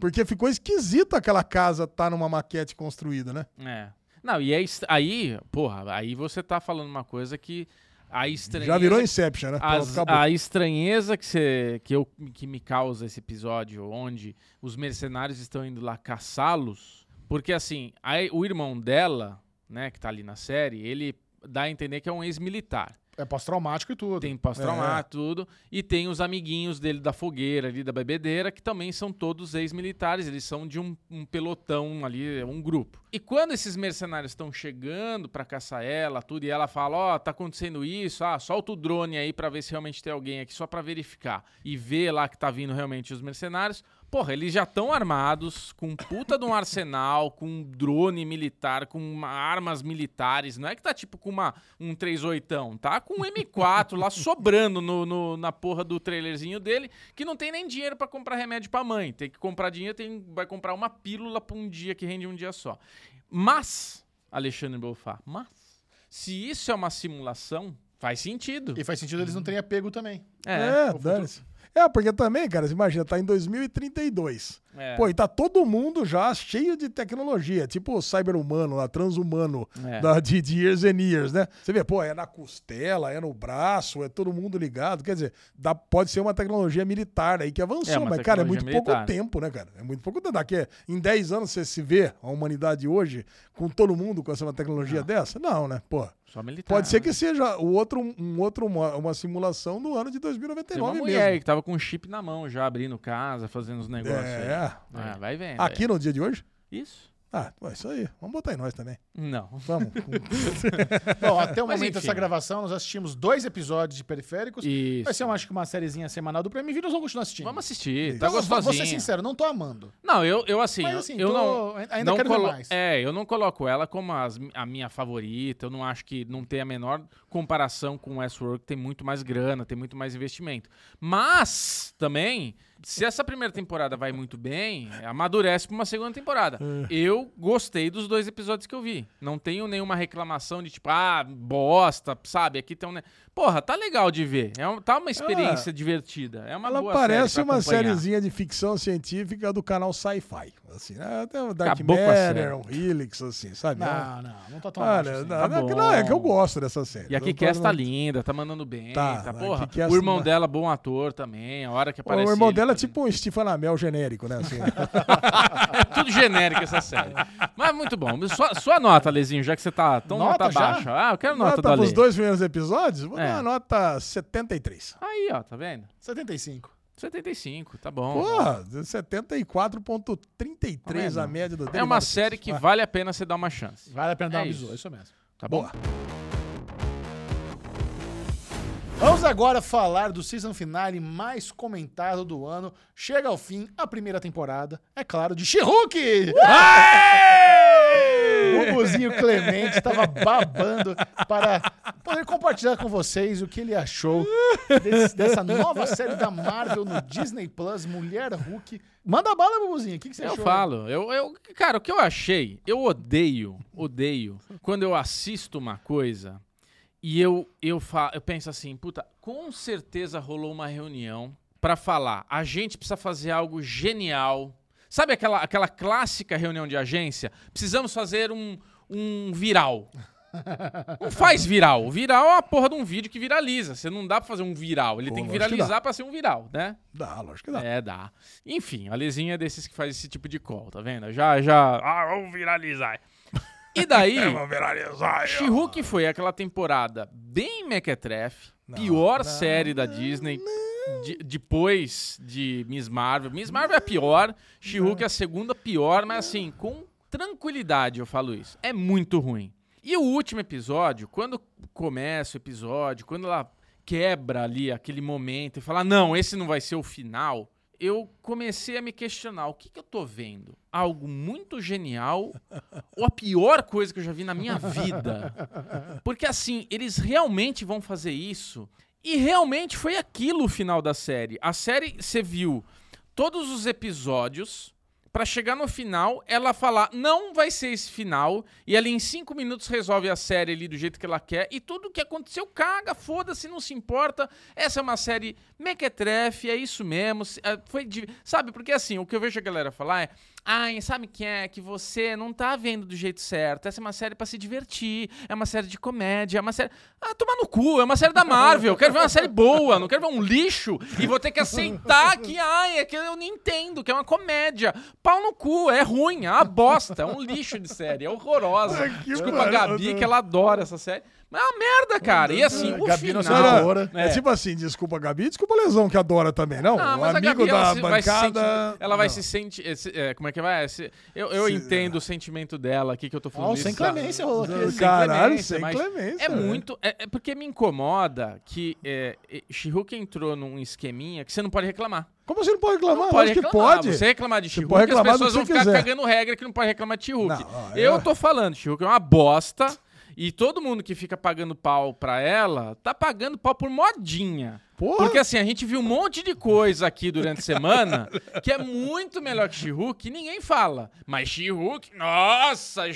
C: Porque ficou esquisito aquela casa tá numa maquete construída, né?
B: É. Não, e é est- aí, porra, aí você tá falando uma coisa que a estranheza.
C: Já virou Inception, né? Pronto,
B: As-
C: acabou.
B: a estranheza que, você, que, eu, que me causa esse episódio, onde os mercenários estão indo lá caçá-los, porque assim, a- o irmão dela, né, que tá ali na série, ele dá a entender que é um ex-militar.
A: É pós-traumático e tudo.
B: Tem pós-traumático, tudo. E tem os amiguinhos dele da fogueira ali, da bebedeira, que também são todos ex-militares. Eles são de um, um pelotão ali, um grupo. E quando esses mercenários estão chegando pra caçar ela, tudo, e ela fala, ó, tá acontecendo isso, ah, solta o drone aí pra ver se realmente tem alguém aqui, só pra verificar. E vê lá que tá vindo realmente os mercenários. Porra, eles já estão armados, com um puta de um arsenal, com um drone militar, com uma- armas militares. Não é que tá tipo com uma, um 38, tá com um M4 lá sobrando no, no- na porra do trailerzinho dele, que não tem nem dinheiro pra comprar remédio pra mãe. Tem que comprar dinheiro, tem, vai comprar uma pílula pra um dia que rende um dia só. Mas, Alexandre Bolfá, mas, se isso é uma simulação, faz sentido.
A: E faz sentido eles não terem apego também.
B: É,
C: É, dane-se. É, porque também, cara, você imagina, tá em 2032.
B: é,
C: Pô, e tá todo mundo já cheio de tecnologia, tipo o cyber-humano lá, transhumano,
B: É.
C: da, de, de years and years, né? Você vê, pô, é na costela, é no braço, é todo mundo ligado. Quer dizer, dá- pode ser uma tecnologia militar aí que avançou,
B: É, uma
C: mas, cara, é muito
B: tecnologia
C: pouco
B: militar.
C: tempo, né, cara? É muito pouco tempo. Daqui, a- em 10 anos você se vê a humanidade hoje com todo mundo com essa uma
B: É.
C: tecnologia dessa? Não, né? Pô,
B: só militar.
C: pode ser
B: né?
C: que seja o outro, um outro, uma, uma simulação do ano de
B: Tem é uma
C: 2099
B: mulher aí
C: mesmo.
B: que tava com um chip na mão já, abrindo casa, fazendo os negócios aí.
C: É,
B: Ah, vai vendo.
C: aqui no dia de hoje?
B: aí. Isso?
C: Ah, pô, isso aí. Vamos botar em nós também.
B: Não.
C: Vamos.
A: Bom, até o
B: Mas
A: momento
B: enfim.
A: dessa gravação, nós assistimos dois episódios de Periféricos.
B: Isso.
A: Vai ser, eu acho que uma sériezinha semanal do Prêmio Video, nós vamos continuar assistindo.
B: Vamos assistir. Tá
A: Então, Vou
B: gostosinha.
A: ser sincero, não tô amando.
B: Não, eu, eu assim,
A: Mas,
B: eu-
A: assim,
B: eu
A: tô-
B: não.
A: ainda
B: não
A: quero ver
B: colo-
A: mais.
B: É, eu não coloco ela como as- a minha favorita. Eu não acho que não tem a menor comparação com Westworld, que tem muito mais grana, tem muito mais investimento. Mas, também, se essa primeira temporada vai muito bem, amadurece pra uma segunda temporada. Eu gostei dos dois episódios que eu vi. Não tenho nenhuma reclamação de tipo, ah, bosta, sabe? Aqui tem um. ne- Porra, tá legal de ver. É um- tá uma experiência divertida. É uma
C: Ela
B: boa
C: parece
B: série pra
C: uma
B: acompanhar.
C: sériezinha de ficção científica do canal Sci-Fi. Assim, né? Até o Dark
B: Acabou com a
C: Matter,
B: série.
C: o Helix, assim, sabe?
A: Não, não, não tá tão
C: Olha,
A: amando.
C: não,
B: Tá
C: não,
B: bom.
C: não, é que eu gosto dessa série.
B: E a
C: Eu tô
B: Kikés tá
C: falando-
B: linda, tá mandando bem,
C: Tá,
B: tá,
C: a
B: porra.
C: Kikés
B: o irmão
C: tá-
B: dela é bom ator também, a hora que
C: O
B: aparece
C: irmão
B: ele tá
C: dela é
B: fazendo-
C: tipo um Stefan Amel genérico, né? assim.
B: É tudo genérico essa série. Mas muito bom. Sua, sua nota, Lezinho, já que você tá tão
A: Nota
B: nota,
A: já?
B: baixa. Ah, eu quero nota,
C: nota
B: da
C: para os
B: Lei.
C: dois primeiros episódios, vou
B: É.
C: dar uma nota 73.
B: Aí, ó, tá vendo?
A: 75.
B: 75, tá bom.
C: Porra, 74,33
B: Tá
C: a
B: vendo?
C: média do
B: É uma série que vale a pena você dar uma chance.
A: Vale a pena dar
B: É
A: uma
B: isso.
A: bisu, é isso mesmo.
B: Tá bom?
C: Boa.
A: Vamos agora falar do season finale mais comentado do ano. Chega ao fim a primeira temporada, é claro, de She-Hulk! O Buzinho Clemente estava babando para poder compartilhar com vocês o que ele achou desse- dessa nova série da Marvel no Disney Plus, Mulher Hulk. Manda bala, Bubuzinho, o que, que você
B: Eu
A: achou?
B: falo, eu, eu, cara, o que eu achei, eu odeio, odeio quando eu assisto uma coisa e eu eu, fa, eu penso assim, puta, com certeza rolou uma reunião pra falar, a gente precisa fazer algo genial. Sabe aquela, aquela clássica reunião de agência? Precisamos fazer um, um viral. Não faz viral. O Viral é a porra de um vídeo que viraliza. Você não dá pra fazer um viral. Ele
C: Pô,
B: tem que
C: lógico que dá.
B: viralizar pra ser um viral, né?
C: Dá, lógico que dá.
B: É, dá. Enfim, a Lezinha é desses que faz esse tipo de call, tá vendo? Já, já. Ah, vamos viralizar. É E daí, She-Hulk foi aquela temporada bem mequetrefe, pior série da Disney. de- depois de Miss Marvel. Miss Marvel é a pior, She-Hulk é a segunda pior, mas assim, com tranquilidade eu falo isso. É muito ruim. E o último episódio, quando começa o episódio, quando ela quebra ali aquele momento e fala, não, esse não vai ser o final, eu comecei a me questionar, o que, que eu tô vendo? Algo muito genial ou a pior coisa que eu já vi na minha vida? Porque assim, eles realmente vão fazer isso e realmente foi aquilo o final da série. A série, você viu todos os episódios pra chegar no final, ela falar, não vai ser esse final, e ela em cinco minutos resolve a série ali do jeito que ela quer, e tudo o que aconteceu caga, foda-se, não se importa. Essa é uma série mequetrefe, é isso mesmo. se- é, Foi de- Sabe, porque assim, o que eu vejo a galera falar é. Ai, sabe que é? Que você não tá vendo do jeito certo. Essa é uma série pra se divertir, é uma série de comédia, é uma série. Ah, tomar no cu, é uma série da Marvel. Eu quero ver uma série boa, não quero ver um lixo e vou ter que aceitar que, ai, é que eu nem entendo, que é uma comédia. Pau no cu, é ruim, é uma bosta, é um lixo de série, é horrorosa.
C: Que
B: Desculpa a
C: maravilha.
B: Gabi, que ela adora essa série. Mas é uma merda, cara. E assim, o
A: Gabi não
B: final...
A: sabe
C: Cara,
A: hora.
C: é. tipo assim, desculpa Gabi, desculpa Lesão, que adora também, não?
B: Ah,
C: um
B: mas a
C: amigo
B: Gabi, ela,
C: da
B: se- vai se
C: bancada...
B: sentir- ela vai
C: Não. é.
B: se sentir. eh, se- eh, como é que vai? Se- eu eu
C: Se-
B: entendo o sentimento dela aqui que eu tô falando.
A: Ó, o
B: isso,
A: sem
B: tá?
A: clemência rolou aqui.
B: sem
C: Caralho,
B: clemência,
C: sem
B: mas
C: clemência.
B: É muito. É, é porque me incomoda que é, eh, She-Hulk entrou num esqueminha que você não pode reclamar.
C: Como você não pode reclamar?
B: Não pode
C: Ah, Lógico
B: reclamar.
C: que pode.
B: Você reclamar de
C: pode
B: She-Hulk, as
C: reclamar do
B: pessoas
C: que
B: vão
C: você
B: ficar
C: quiser.
B: cagando regra que não pode reclamar de She-Hulk.
C: Não,
B: eu
C: eu-
B: tô falando, She-Hulk é uma bosta. E todo mundo que fica pagando pau pra ela, tá pagando pau por modinha.
C: Porra.
B: Porque assim, a gente viu um monte de coisa aqui durante a semana que é muito melhor que She-Hulk e ninguém fala. Mas She-Hulk, nossa,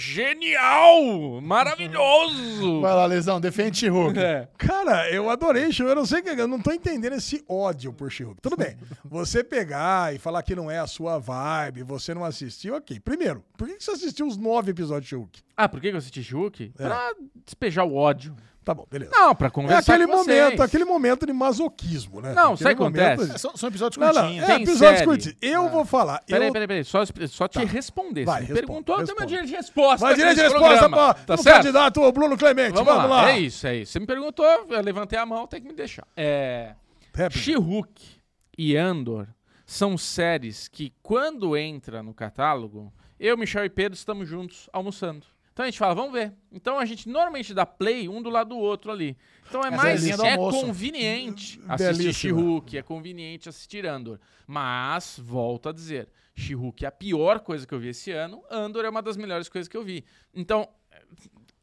B: genial! Maravilhoso!
C: Uhum.
A: Vai lá, Lesão, defende She-Hulk.
B: É.
C: Cara, eu adorei She-Hulk. Eu não sei o que. Eu não tô entendendo esse ódio por She-Hulk. Tudo bem. Você pegar e falar que não é a sua vibe, você não assistiu, ok. Primeiro, por que que você assistiu os nove episódios de She-Hulk?
B: Ah, por que que eu assisti She-Hulk? Pra despejar o ódio.
C: Tá bom, beleza.
B: Não, pra
C: é
B: conversar
C: aquele
B: com vocês.
C: momento, aquele momento de masoquismo, né?
B: Não,
C: Aquele
B: sabe o que
C: momento-
B: acontece?
A: São, são episódios
C: Não, não,
A: curtinhos.
C: é
B: Tem
C: episódio
B: série. Ah.
C: curtinho. Eu vou falar.
B: Peraí,
C: eu... Tá.
B: peraí, peraí. Só, só te responder. Você
C: Vai,
B: me
C: responda,
B: perguntou, eu tenho meu
C: responda.
B: direito de resposta.
C: Vai direito de
B: nesse
C: resposta,
B: programa,
C: pô.
B: Tá
C: o
B: certo?
C: candidato o Bruno Clemente.
B: Vamos,
C: Vamos, lá.
B: É isso, é isso. Você me perguntou, eu levantei a mão, tem que me deixar. É.
C: Rap.
B: She-Hulk e Andor são séries que, quando entra no catálogo, eu, Michel e Pedro estamos juntos almoçando. Então a gente fala, vamos ver. Então a gente normalmente dá play um do lado do outro ali. Então é
A: Essa
B: mais.
A: linha do
B: É
A: almoço.
B: conveniente
C: Belíssima.
B: assistir She-Hulk, é conveniente assistir Andor. Mas, volto a dizer, She-Hulk é a pior coisa que eu vi esse ano, Andor é uma das melhores coisas que eu vi. Então.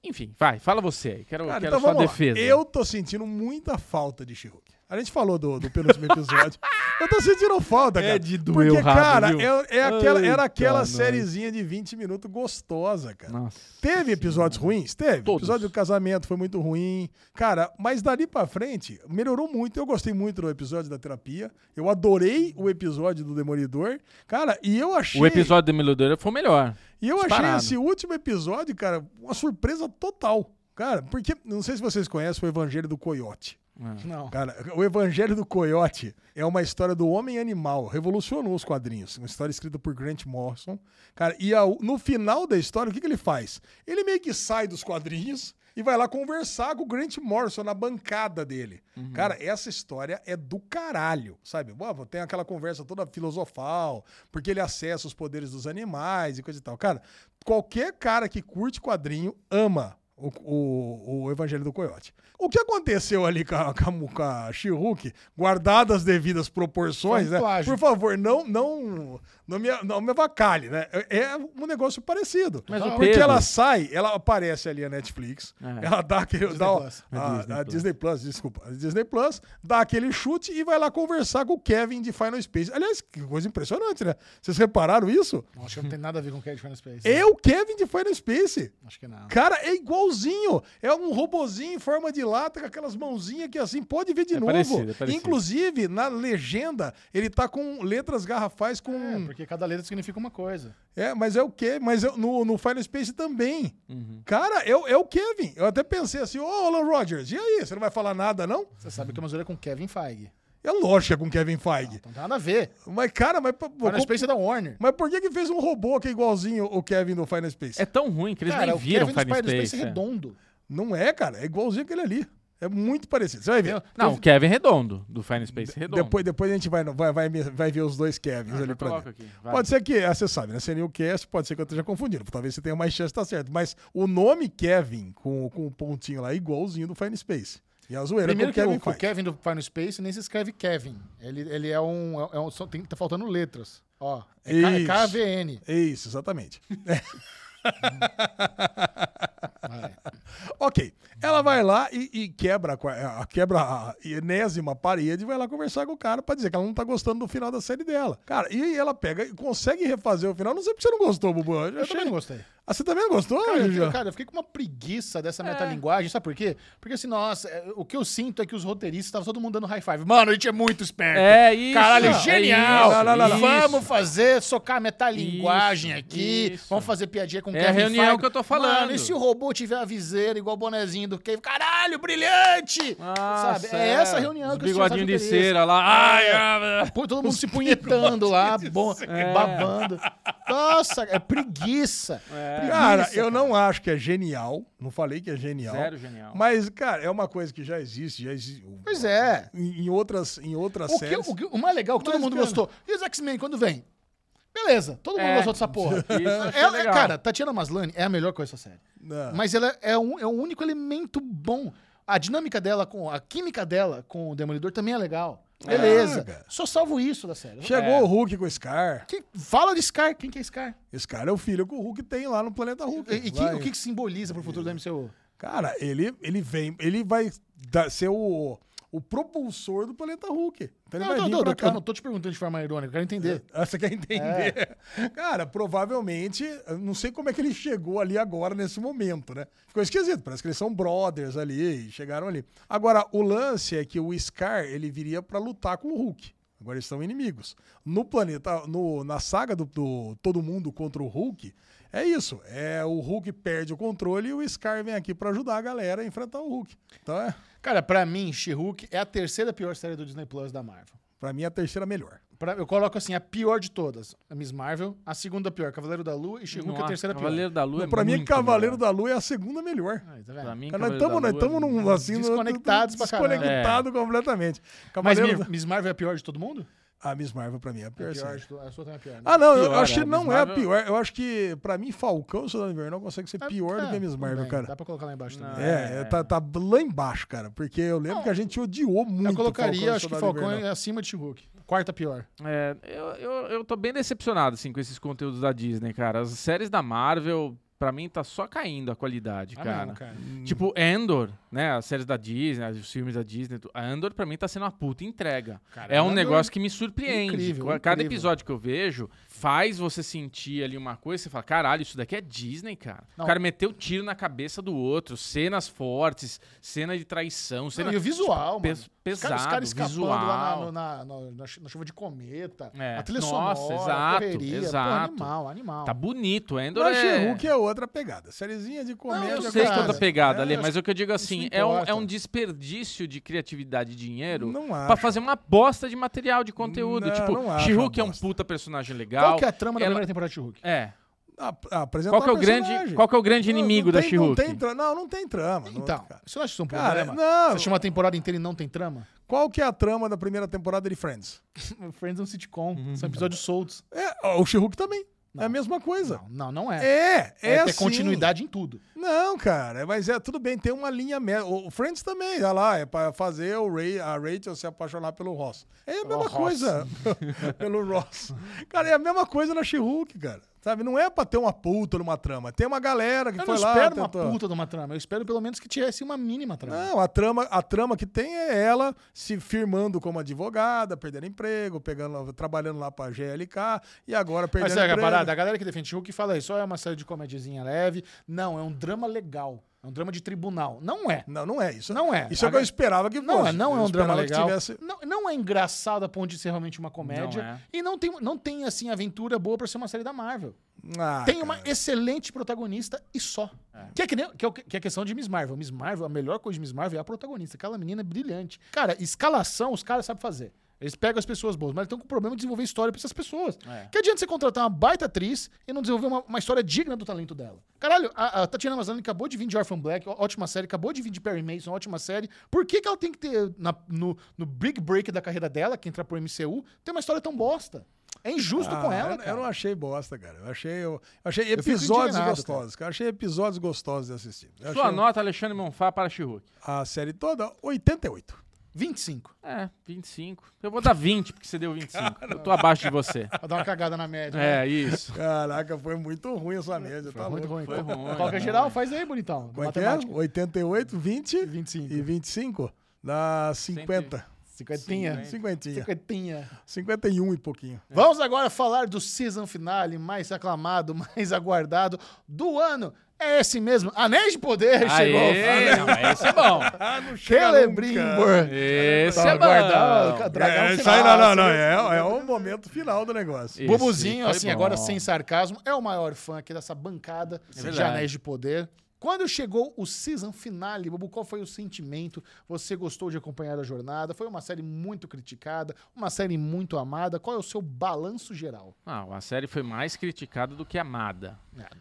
B: Enfim, vai, fala você aí. Quero,
C: Cara,
B: quero
C: então
B: sua
C: vamos lá.
B: defesa.
C: Eu tô sentindo muita falta de She-Hulk. A gente falou do, do penúltimo episódio. eu tô sentindo falta,
B: É
C: cara.
B: de doer
C: Porque,
B: o rabo,
C: cara,
B: viu?
C: é, é aquela, era
B: Eita,
C: aquela
B: nós.
C: sériezinha de 20 minutos gostosa, cara.
B: Nossa.
C: Teve episódios ruins? Teve. O
B: Todos.
C: episódio do casamento foi muito ruim. Cara, mas dali pra frente, melhorou muito. Eu gostei muito do episódio da terapia. Eu adorei o episódio do Demolidor. Cara, e eu achei.
B: O episódio da Melodora foi o melhor.
C: E eu achei
B: Disparado.
C: esse último episódio, cara, uma surpresa total. Cara, porque não sei se vocês conhecem o Evangelho do Coyote.
A: Não.
C: Cara, o Evangelho do Coyote é uma história do homem animal, revolucionou os quadrinhos. Uma história escrita por Grant Morrison. Cara, e ao- no final da história, o que, que ele faz? Ele meio que sai dos quadrinhos e vai lá conversar com o Grant Morrison na bancada dele. Cara, essa história é do caralho, sabe? Bom, tem aquela conversa toda filosofal, porque ele acessa os poderes dos animais e coisa e tal. Cara, qualquer cara que curte quadrinho ama o, o, o Evangelho do Coyote. O que aconteceu ali com a, com a, mu- com a She-Hulk, guardadas as devidas proporções,
A: Foi um
C: né?
A: plágio.
C: Por favor, não, não, não, me, não me avacalhe, né? É é um negócio parecido.
B: Mas o
C: Porque
B: Pedro-
C: ela sai, ela aparece ali a Netflix,
B: É.
C: ela dá aquele... dá o-
A: Plus.
C: a, a
B: É
C: Disney,
B: Disney
C: Plus.
B: Plus.
C: desculpa. A Disney Plus dá aquele chute e vai lá conversar com o Kevin de Final Space. Aliás, que coisa impressionante, né? Vocês repararam isso?
A: Acho que não tem nada a ver com o Cat Final Space.
C: É o Kevin de Final Space.
A: Acho que não.
C: Cara, é igualzinho. É um robozinho em forma de lata, com aquelas mãozinhas que assim, pode ver de
B: É
C: novo.
B: parecido, é parecido.
C: Inclusive, na legenda, ele tá com letras garrafais com.
A: É, porque cada letra significa uma coisa.
C: É, mas é o quê? Mas eu- no, no Final Space também.
B: Uhum.
C: Cara, é, o- é o Kevin. Eu até pensei assim, ô Alan Rogers, e aí? Você não vai falar nada, não?
A: Você sabe que é uma zoeira com Kevin Feige.
C: É lógico que é com Kevin
B: Ah,
C: Feige.
A: Então não tem nada a ver.
B: tá.
C: Mas, cara, mas,
A: Final Space é da Warner.
C: mas por que, que fez um robô que é igualzinho o Kevin do Final Space?
B: É tão ruim que eles
A: Cara,
B: nem
A: o
B: viram
A: Kevin do
B: Final
A: Spider-Space
B: Space.
A: é
B: é.
A: redondo.
C: Não é, cara. É igualzinho aquele ali. É muito parecido. Você vai ver.
B: Não, o Kevin é redondo, do Final Space é redondo.
C: Depois, depois a gente vai, vai, vai, vai ver os dois Kevins
B: Eu
C: ali pra
B: coloco
C: ver.
B: aqui. então vai.
C: Pode ser que, ah, você sabe, né? Seria o cast, pode ser que eu esteja confundindo. Talvez você tenha mais chance de estar certo. Mas o nome Kevin, com, com o pontinho lá, é igualzinho do Fine Space. E a zoeira
A: Primeiro
C: que o Kevin
A: que o,
C: faz.
A: o Kevin do Final Space nem se escreve Kevin. Ele, ele é um. É um só tem, tá faltando letras. Ó. É K- é
C: Isso.
A: KVN.
C: É Isso, exatamente. Ok. Ela vai lá e, e quebra, a qua- a- quebra a enésima parede e vai lá conversar com o cara pra dizer que ela não tá gostando do final da série dela. Cara, e aí ela pega e consegue refazer o final. Não sei porque você não gostou, Bubu. Eu,
A: Eu
C: achei-
A: também não gostei.
C: Ah, você também não gostou,
A: Cara, eu
C: Juju?
A: fiquei- cara, eu fiquei com uma preguiça
B: É.
A: dessa metalinguagem, sabe por quê? Porque assim, nossa, é, o que eu sinto é que os roteiristas estavam todo mundo dando high five. Mano, a gente é muito esperto.
B: É isso.
A: Caralho,
B: é
A: genial!
B: isso,
C: Não, não, não, não.
B: isso.
A: Vamos fazer, socar a metalinguagem
B: Isso,
A: aqui,
B: isso.
A: vamos fazer piadinha com o
B: É a
A: Kevin
B: reunião
A: Feige.
B: que eu tô falando.
A: Mano, e se o robô tiver a viseira igual o bonezinho do Kevin? Caralho, brilhante!
B: Nossa,
A: Sabe? É essa reunião
B: os
A: que eu
B: bigodinho de cera lá. Ai, ah,
A: Pô, todo mundo se punhetando lá, bom, babando. Nossa, é preguiça.
B: É.
A: Preguiça,
C: Cara, eu não acho que é genial. Não falei que é genial.
B: Zero genial.
C: Mas, cara, é uma coisa que já existe, já existe.
A: Pois é.
C: Em, em outras, em outras
A: O, que,
C: séries.
A: o, que- o mais legal é que todo
C: Mas,
A: mundo
C: cara-
A: gostou. E os X-Men, quando vem? Beleza, todo mundo
B: É.
A: gostou dessa porra.
B: Isso, achei
A: Ela-
B: legal.
A: cara, Tatiana Maslany é a melhor coisa dessa série.
C: Não.
A: Mas ela é, um, é o único elemento bom. A dinâmica dela, com a química dela com o Demolidor também é legal. Beleza.
C: cara.
A: Só salvo isso da série.
C: Chegou o Hulk com o Scar.
A: Quem- fala de Scar, quem que é Scar?
C: Scar é o filho que o Hulk tem lá no planeta Hulk.
A: E, e que-
C: Vai.
A: o que, que simboliza pro futuro do MCU?
C: Cara, ele, ele vem, ele vai dar- ser o, o propulsor do planeta Hulk. Então ele
A: Não,
C: vai
A: não,
C: vir
A: não,
C: pra
A: não,
C: cá.
A: não tô te perguntando de forma irônica, eu quero entender.
C: Ah, Você quer entender? Cara, provavelmente, eu não sei como é que ele chegou ali agora, nesse momento, né? Ficou esquisito, parece que eles são brothers ali e chegaram ali. Agora, o lance é que o Scar, ele viria pra lutar com o Hulk. Agora eles são inimigos. No planeta, no, na saga do, do Todo Mundo contra o Hulk, é isso. É O Hulk perde o controle e o Scar vem aqui pra ajudar a galera a enfrentar o Hulk. Então, é,
A: Cara, pra mim, She-Hulk é a terceira pior série do Disney Plus da Marvel.
C: pra mim, é a terceira melhor.
A: Pra- eu coloco assim, a pior de todas. A Miss Marvel, a segunda pior, Cavaleiro da Lua e She-Hulk é a
B: Nossa,
A: terceira pior.
B: Cavaleiro da Lua é
C: pra mim,
B: muito
C: Cavaleiro
B: melhor.
C: da Lua é a segunda melhor.
A: Aí, tá vendo?
B: Pra mim,
C: Cara, nós
B: Cavaleiro da Lua
C: estamos
B: é
C: num assim, no-
A: Desconectados pra caralho.
C: Desconectado completamente.
A: Mas
C: Cavaleiro.
A: Mi- Miss Marvel é a pior de todo mundo?
C: A Miss Marvel pra mim é a pior.
A: É pior
C: série.
A: de to- a sua também é pior. né?
C: Ah, não, eu
B: Pior,
C: acho que
B: a
C: não
B: Miss
C: é a
B: Marvel-
C: pior. Eu acho que pra mim Falcão e Soldado Invernal consegue ser
A: É,
C: pior do
A: tá,
C: que a Miss
A: tudo
C: Marvel,
A: bem, Dá
C: cara.
A: pra colocar lá embaixo também.
C: É, é, tá, tá lá embaixo, cara. Porque eu lembro que a gente odiou muito.
A: Eu
C: Falcão e
A: colocaria, acho que
C: Soldado
A: Falcão
C: Invernal.
A: é acima de She-Hulk. Quarta pior.
B: É, eu, eu, eu tô bem decepcionado, assim, com esses conteúdos da Disney, cara. As séries da Marvel, pra mim, tá só caindo a qualidade,
A: Ah,
B: cara.
A: mesmo, cara.
B: Tipo, Andor, né? As séries da Disney, os filmes da Disney. tu- A Andor, pra mim, tá sendo uma puta entrega.
A: Cara,
B: é um
A: Andor-
B: negócio que me surpreende.
A: Incrível,
B: Qua- Cada
A: incrível.
B: episódio que eu vejo faz você sentir ali uma coisa. Você fala, caralho, isso daqui é Disney, cara.
A: Não.
B: O cara meteu um tiro na cabeça do outro. Cenas fortes, cena de traição, cena...
A: Não, e o é visual, mano.
B: pes-
A: Os caras-
B: pesado,
A: os caras escapando
B: visual.
A: lá na, no- na, no- na chu- na chuva de cometa.
B: É.
A: A trilha
B: Nossa,
A: sonora,
B: exato,
A: a correria. Pô,
B: exato.
A: animal, animal.
B: Tá bonito, Endor
C: Mas
B: é...
C: She-Hulk é outra pegada. Sériezinha de comédia.
B: Eu sei que
A: cara.
B: é outra pegada, Ale,
C: É,
B: mas o que eu digo
A: não
B: assim, é um, é
A: importa.
B: um desperdício de criatividade e dinheiro
C: Não
B: pra
C: acho.
B: fazer uma bosta de material, de conteúdo.
C: Não,
B: tipo,
C: não acho
B: She-Hulk
C: uma
B: é um
C: bosta.
B: puta personagem legal.
A: Qual que é a trama da
B: Ela-
A: primeira temporada de She-Hulk?
B: É.
C: A- a Ah, apresentar
B: Qual que é o
C: a
B: grande,
C: personagem.
B: qual que é o grande
C: Não, não
B: inimigo da
C: tem- não
B: She-Hulk?
C: tem tra- Não, não tem trama. não,
A: Então,
C: cara.
A: você não acha isso um
C: Cara,
A: problema?
C: não.
A: Você assistiu uma temporada inteira e não tem trama?
C: Qual que é a trama da primeira temporada de Friends?
A: Friends é um sitcom, são episódios soltos.
C: É, ó, o She-Hulk também. É a mesma coisa.
A: Não, não, não é.
C: É, é,
A: ter
C: assim.
A: continuidade em tudo.
C: Não, cara, mas é tudo bem, tem uma linha média. O Friends também, olha lá, é pra fazer o Ray, a Rachel se apaixonar pelo Ross. É a mesma
A: Ross.
C: coisa. pelo Ross. Cara, é a mesma coisa na She-Hulk, cara. Sabe, não é pra ter uma puta numa trama. Tem uma galera que
A: Eu não
C: foi lá,
A: espero uma
C: tentou-
A: puta de uma trama. Eu espero pelo menos que tivesse uma mínima trama.
C: Não, a trama, a trama que tem é ela se firmando como advogada, perdendo emprego, pegando, trabalhando lá pra GLK e agora perdendo
A: Mas sabe a
C: emprego.
A: parada? A galera que defende Hulk fala isso. Só é uma série de comediazinha leve. Não, é um drama legal. É um drama de tribunal. Não é.
C: Não, não é isso.
A: Não é.
C: Isso é o
A: A
C: que eu
A: ga-
C: esperava que
A: Não
C: fosse.
A: é, não é
C: Eu
A: um drama
C: esperava que
A: legal.
C: tivesse-
A: Não, não é engraçado a ponto de ser realmente uma comédia.
B: Não é.
A: E não tem, não tem, assim, aventura boa pra ser uma série da Marvel.
C: Ah,
A: tem uma
C: cara.
A: excelente protagonista e só. Que, é que, nem, que, é o- que é a questão de Miss Marvel. Miss Marvel, a melhor coisa de Miss Marvel é a protagonista. Aquela menina é brilhante. Cara, escalação os caras sabem fazer. Eles pegam as pessoas boas, mas estão com problema de desenvolver história pra essas pessoas.
B: É.
A: Que adianta você contratar uma baita atriz e não desenvolver uma, uma história digna do talento dela. Caralho, a, a Tatiana Maslany acabou de vir de Orphan Black, ó- ótima série, acabou de vir de Perry Mason, ótima série. Por que, que ela tem que ter, na- no, no big break da carreira dela, que entra pro MCU, tem uma história tão bosta? É injusto
C: Ah,
A: com ela,
C: eu,
A: cara.
C: eu não achei bosta, cara. Eu achei, eu, eu achei
A: fico
C: episódios
A: indignado,
C: gostosos, cara. Eu achei episódios gostosos de assistir. Eu
B: Sua
C: achei
B: nota, Alexandre Monfá, para She-Hulk.
C: a série toda, 88.
A: 25.
B: É, 25. Eu vou dar 20, porque você deu 25. Eu tô abaixo de você.
A: Pra dar uma cagada na média. né?
B: É, isso.
C: Caraca, foi muito ruim essa média.
A: Foi
C: tá
A: muito ruim.
C: louco.
B: foi
A: Co-
B: ruim.
A: Qual que é geral? Faz aí, bonitão.
C: Como é que é? 88, 20
A: 25.
C: e 25. Dá 50.
A: Cinquentinha.
C: Cinquentinha. É.
A: Cinquentinha.
C: 51 e pouquinho.
A: Vamos agora falar do season finale mais aclamado, mais aguardado do ano. É esse mesmo. Anéis de Poder
B: Aê,
A: chegou.
B: não, esse é bom.
A: Celebrimbor.
B: Esse
A: Tava
B: é
A: aguardado,
B: bom.
A: dragão
C: É, isso
A: final,
C: aí não, não, não.
A: assim.
C: É, é o momento final do negócio.
B: Esse
A: Bubuzinho,
B: foi
A: assim,
B: bom. É
A: agora sem sarcasmo, é o maior fã aqui dessa bancada de
B: verdade.
A: Anéis de Poder. Quando chegou o season finale, Bubu, qual foi o sentimento? Você gostou de acompanhar a jornada? Foi uma série muito criticada, uma série muito amada. Qual é o seu balanço geral?
B: Não, Ah, a série foi mais criticada do que amada.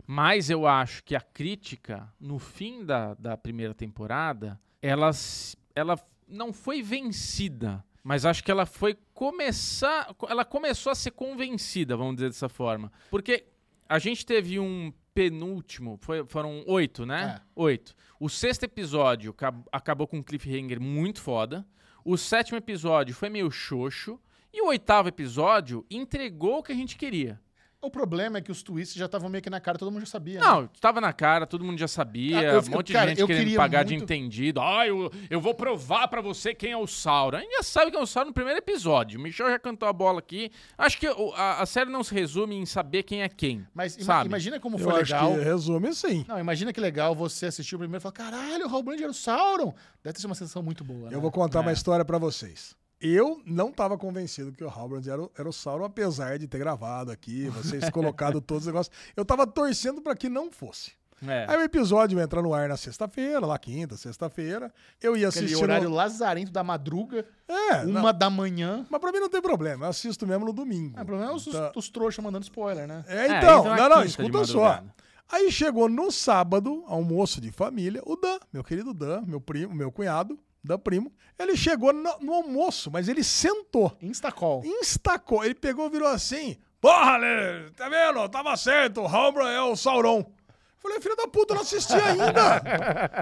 B: Mas eu acho que a crítica, no fim da, da primeira temporada, ela, s- ela não foi vencida. Mas acho que ela foi começar. Ela começou a ser convencida, vamos dizer dessa forma. Porque a gente teve um penúltimo, foi- foram oito, né?
A: É.
B: Oito. O sexto episódio cab- acabou com um cliffhanger muito foda. O sétimo episódio foi meio xoxo. E o oitavo episódio entregou o que a gente queria.
A: O problema é que os twists já estavam meio que na cara, todo mundo já sabia. né?
B: Não, tava na cara, todo mundo já sabia,
A: Ah, eu
B: um
A: fico-
B: monte de
A: cara,
B: gente
A: eu
B: querendo
A: queria
B: pagar de
A: muito-
B: entendido. Ah, eu, eu vou provar pra você quem é o Sauron. A gente já sabe quem é o Sauron no primeiro episódio. O Michel já cantou a bola aqui. Acho que o- a, a série não se resume em saber quem é quem.
A: Mas ima-
B: sabe?
A: imagina como
C: Eu
A: foi
C: acho
A: legal.
C: que é. resume sim.
A: Não, imagina que legal você assistir o primeiro e falar: caralho, o Hellbrand era o Sauron. Deve ter sido uma sensação muito boa. né?
C: Eu vou contar uma
B: É.
C: história pra vocês. Eu não estava convencido que o Halbrand era, o- era o Sauron, apesar de ter gravado aqui, vocês colocado todos os negócios. Eu tava torcendo pra que não fosse.
B: É.
C: Aí o episódio ia entrar no ar na sexta-feira, lá quinta, sexta-feira. Eu ia
A: Aquele
C: assistir. no-
A: horário lazarento da madruga,
C: É, não-
A: uma da manhã.
C: mas pra mim não tem problema. Eu assisto mesmo no domingo.
A: Ah, o problema é os,
C: Tá.
A: os trouxas mandando spoiler, né?
C: É,
B: É,
C: então,
B: então é
C: não, não,
B: quinta de
C: escuta só.
B: madrugada.
C: Aí chegou no sábado, almoço de família, o Dan, meu querido Dan, meu primo, meu cunhado, Dan primo, ele chegou no, no almoço, mas ele sentou,
A: Instacall.
C: instacou, ele pegou e virou assim, porra, Lê, tá vendo? Tava certo, o Halbra é o Sauron. Falei, filho da puta, eu não assisti ainda.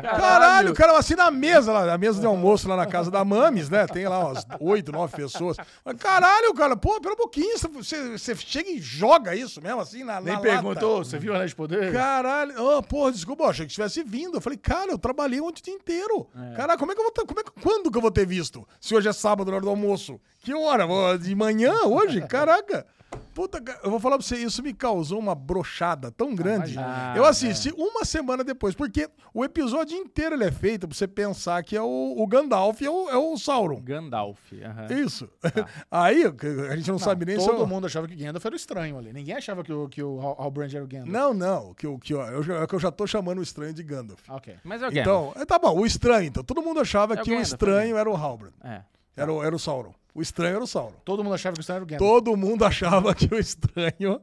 C: Caralho, o cara assim na mesa, lá, na mesa de almoço lá na casa da Mames, né? Tem lá umas oito, nove pessoas. Falei, Caralho, cara, pô, pelo pouquinho, você, você chega e joga isso mesmo assim na, na
A: Nem
C: lata.
A: perguntou, você viu o Anéis de Poder?
C: Caralho, Ah, porra, desculpa, eu achei que tivesse vindo. Eu falei, cara, eu trabalhei ontem o dia inteiro. Caralho, como é que eu vou ter, como é que- quando que eu vou ter visto? Se hoje é sábado, na hora do almoço. Que hora? Vou- De manhã, hoje? Caraca. Puta, ca- eu vou falar pra você, isso me causou uma brochada tão grande.
B: imagina.
C: eu assisti uma semana depois, porque o episódio inteiro ele é feito pra você pensar que é o, o Gandalf e é o, é o Sauron.
B: Gandalf. aham.
C: Isso. Aí a gente não, sabe nem se é
A: Todo
C: o-
A: mundo achava que o Gandalf era o estranho ali. Ninguém achava que o, que o Hal- Halbrand era o Gandalf.
C: Não, não, que, o- que, ó, eu, já- é que eu já tô chamando o estranho de Gandalf.
A: Ah, Ok.
B: Mas é o Gandalf.
C: Então, é, tá bom, o estranho, então. Todo mundo achava
B: É o
C: que o
B: Gandalf,
C: estranho era o Halbrand.
A: Então,
B: É.
C: Era o, era o Sauron. O estranho era o Sauron.
A: Todo mundo achava que o estranho era o Gandalf.
C: Todo mundo achava que o estranho.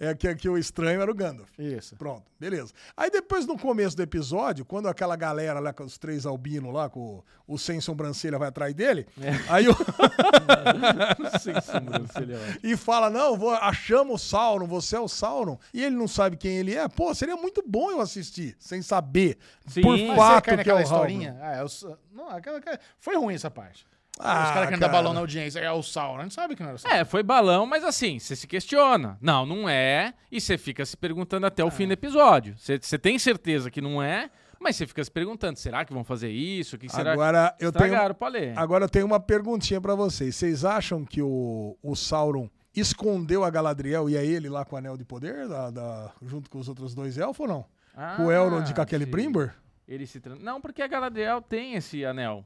C: É que, que o estranho era o Gandalf.
A: Isso.
C: Pronto, beleza. Aí depois, no começo do episódio, quando aquela galera lá, com os três albinos lá, com o, o sem sobrancelha vai atrás dele,
B: É.
C: aí o,
B: Sem sobrancelha, é eu acho.
C: e fala: Não, vou, achamos o Sauron, você é o Sauron, e ele não sabe quem ele é. Pô, seria muito bom eu assistir, sem saber.
B: Sim.
C: Por
B: Mas você
A: Mas você cai
C: fato que é o
A: naquela
C: historinha.
A: historinha. Ah, é o Sa- Não, aquela... aquela- Foi ruim essa parte.
C: Ah,
A: Os caras querendo dar
C: cara.
A: balão na audiência. É o Sauron. A gente sabe que não era o Sauron.
B: É, foi balão, mas assim, você se questiona. Não, não é. E você fica se perguntando até o fim
C: É.
B: do episódio. Você você tem certeza que não é, mas você fica se perguntando: será que vão fazer isso? O que que será
C: Agora eu tenho.
B: Estragaram pra ler.
A: É.
C: Agora eu tenho uma perguntinha pra vocês. Vocês acham que o, o Sauron escondeu a Galadriel e a ele lá com o Anel de Poder, da- da- junto com os outros dois elfos ou não? com
A: Ah,
C: o Elrond e com aquele
B: Ah, sim.
C: Brimbor?
B: Ele se tran- Não, porque a Galadriel tem esse anel,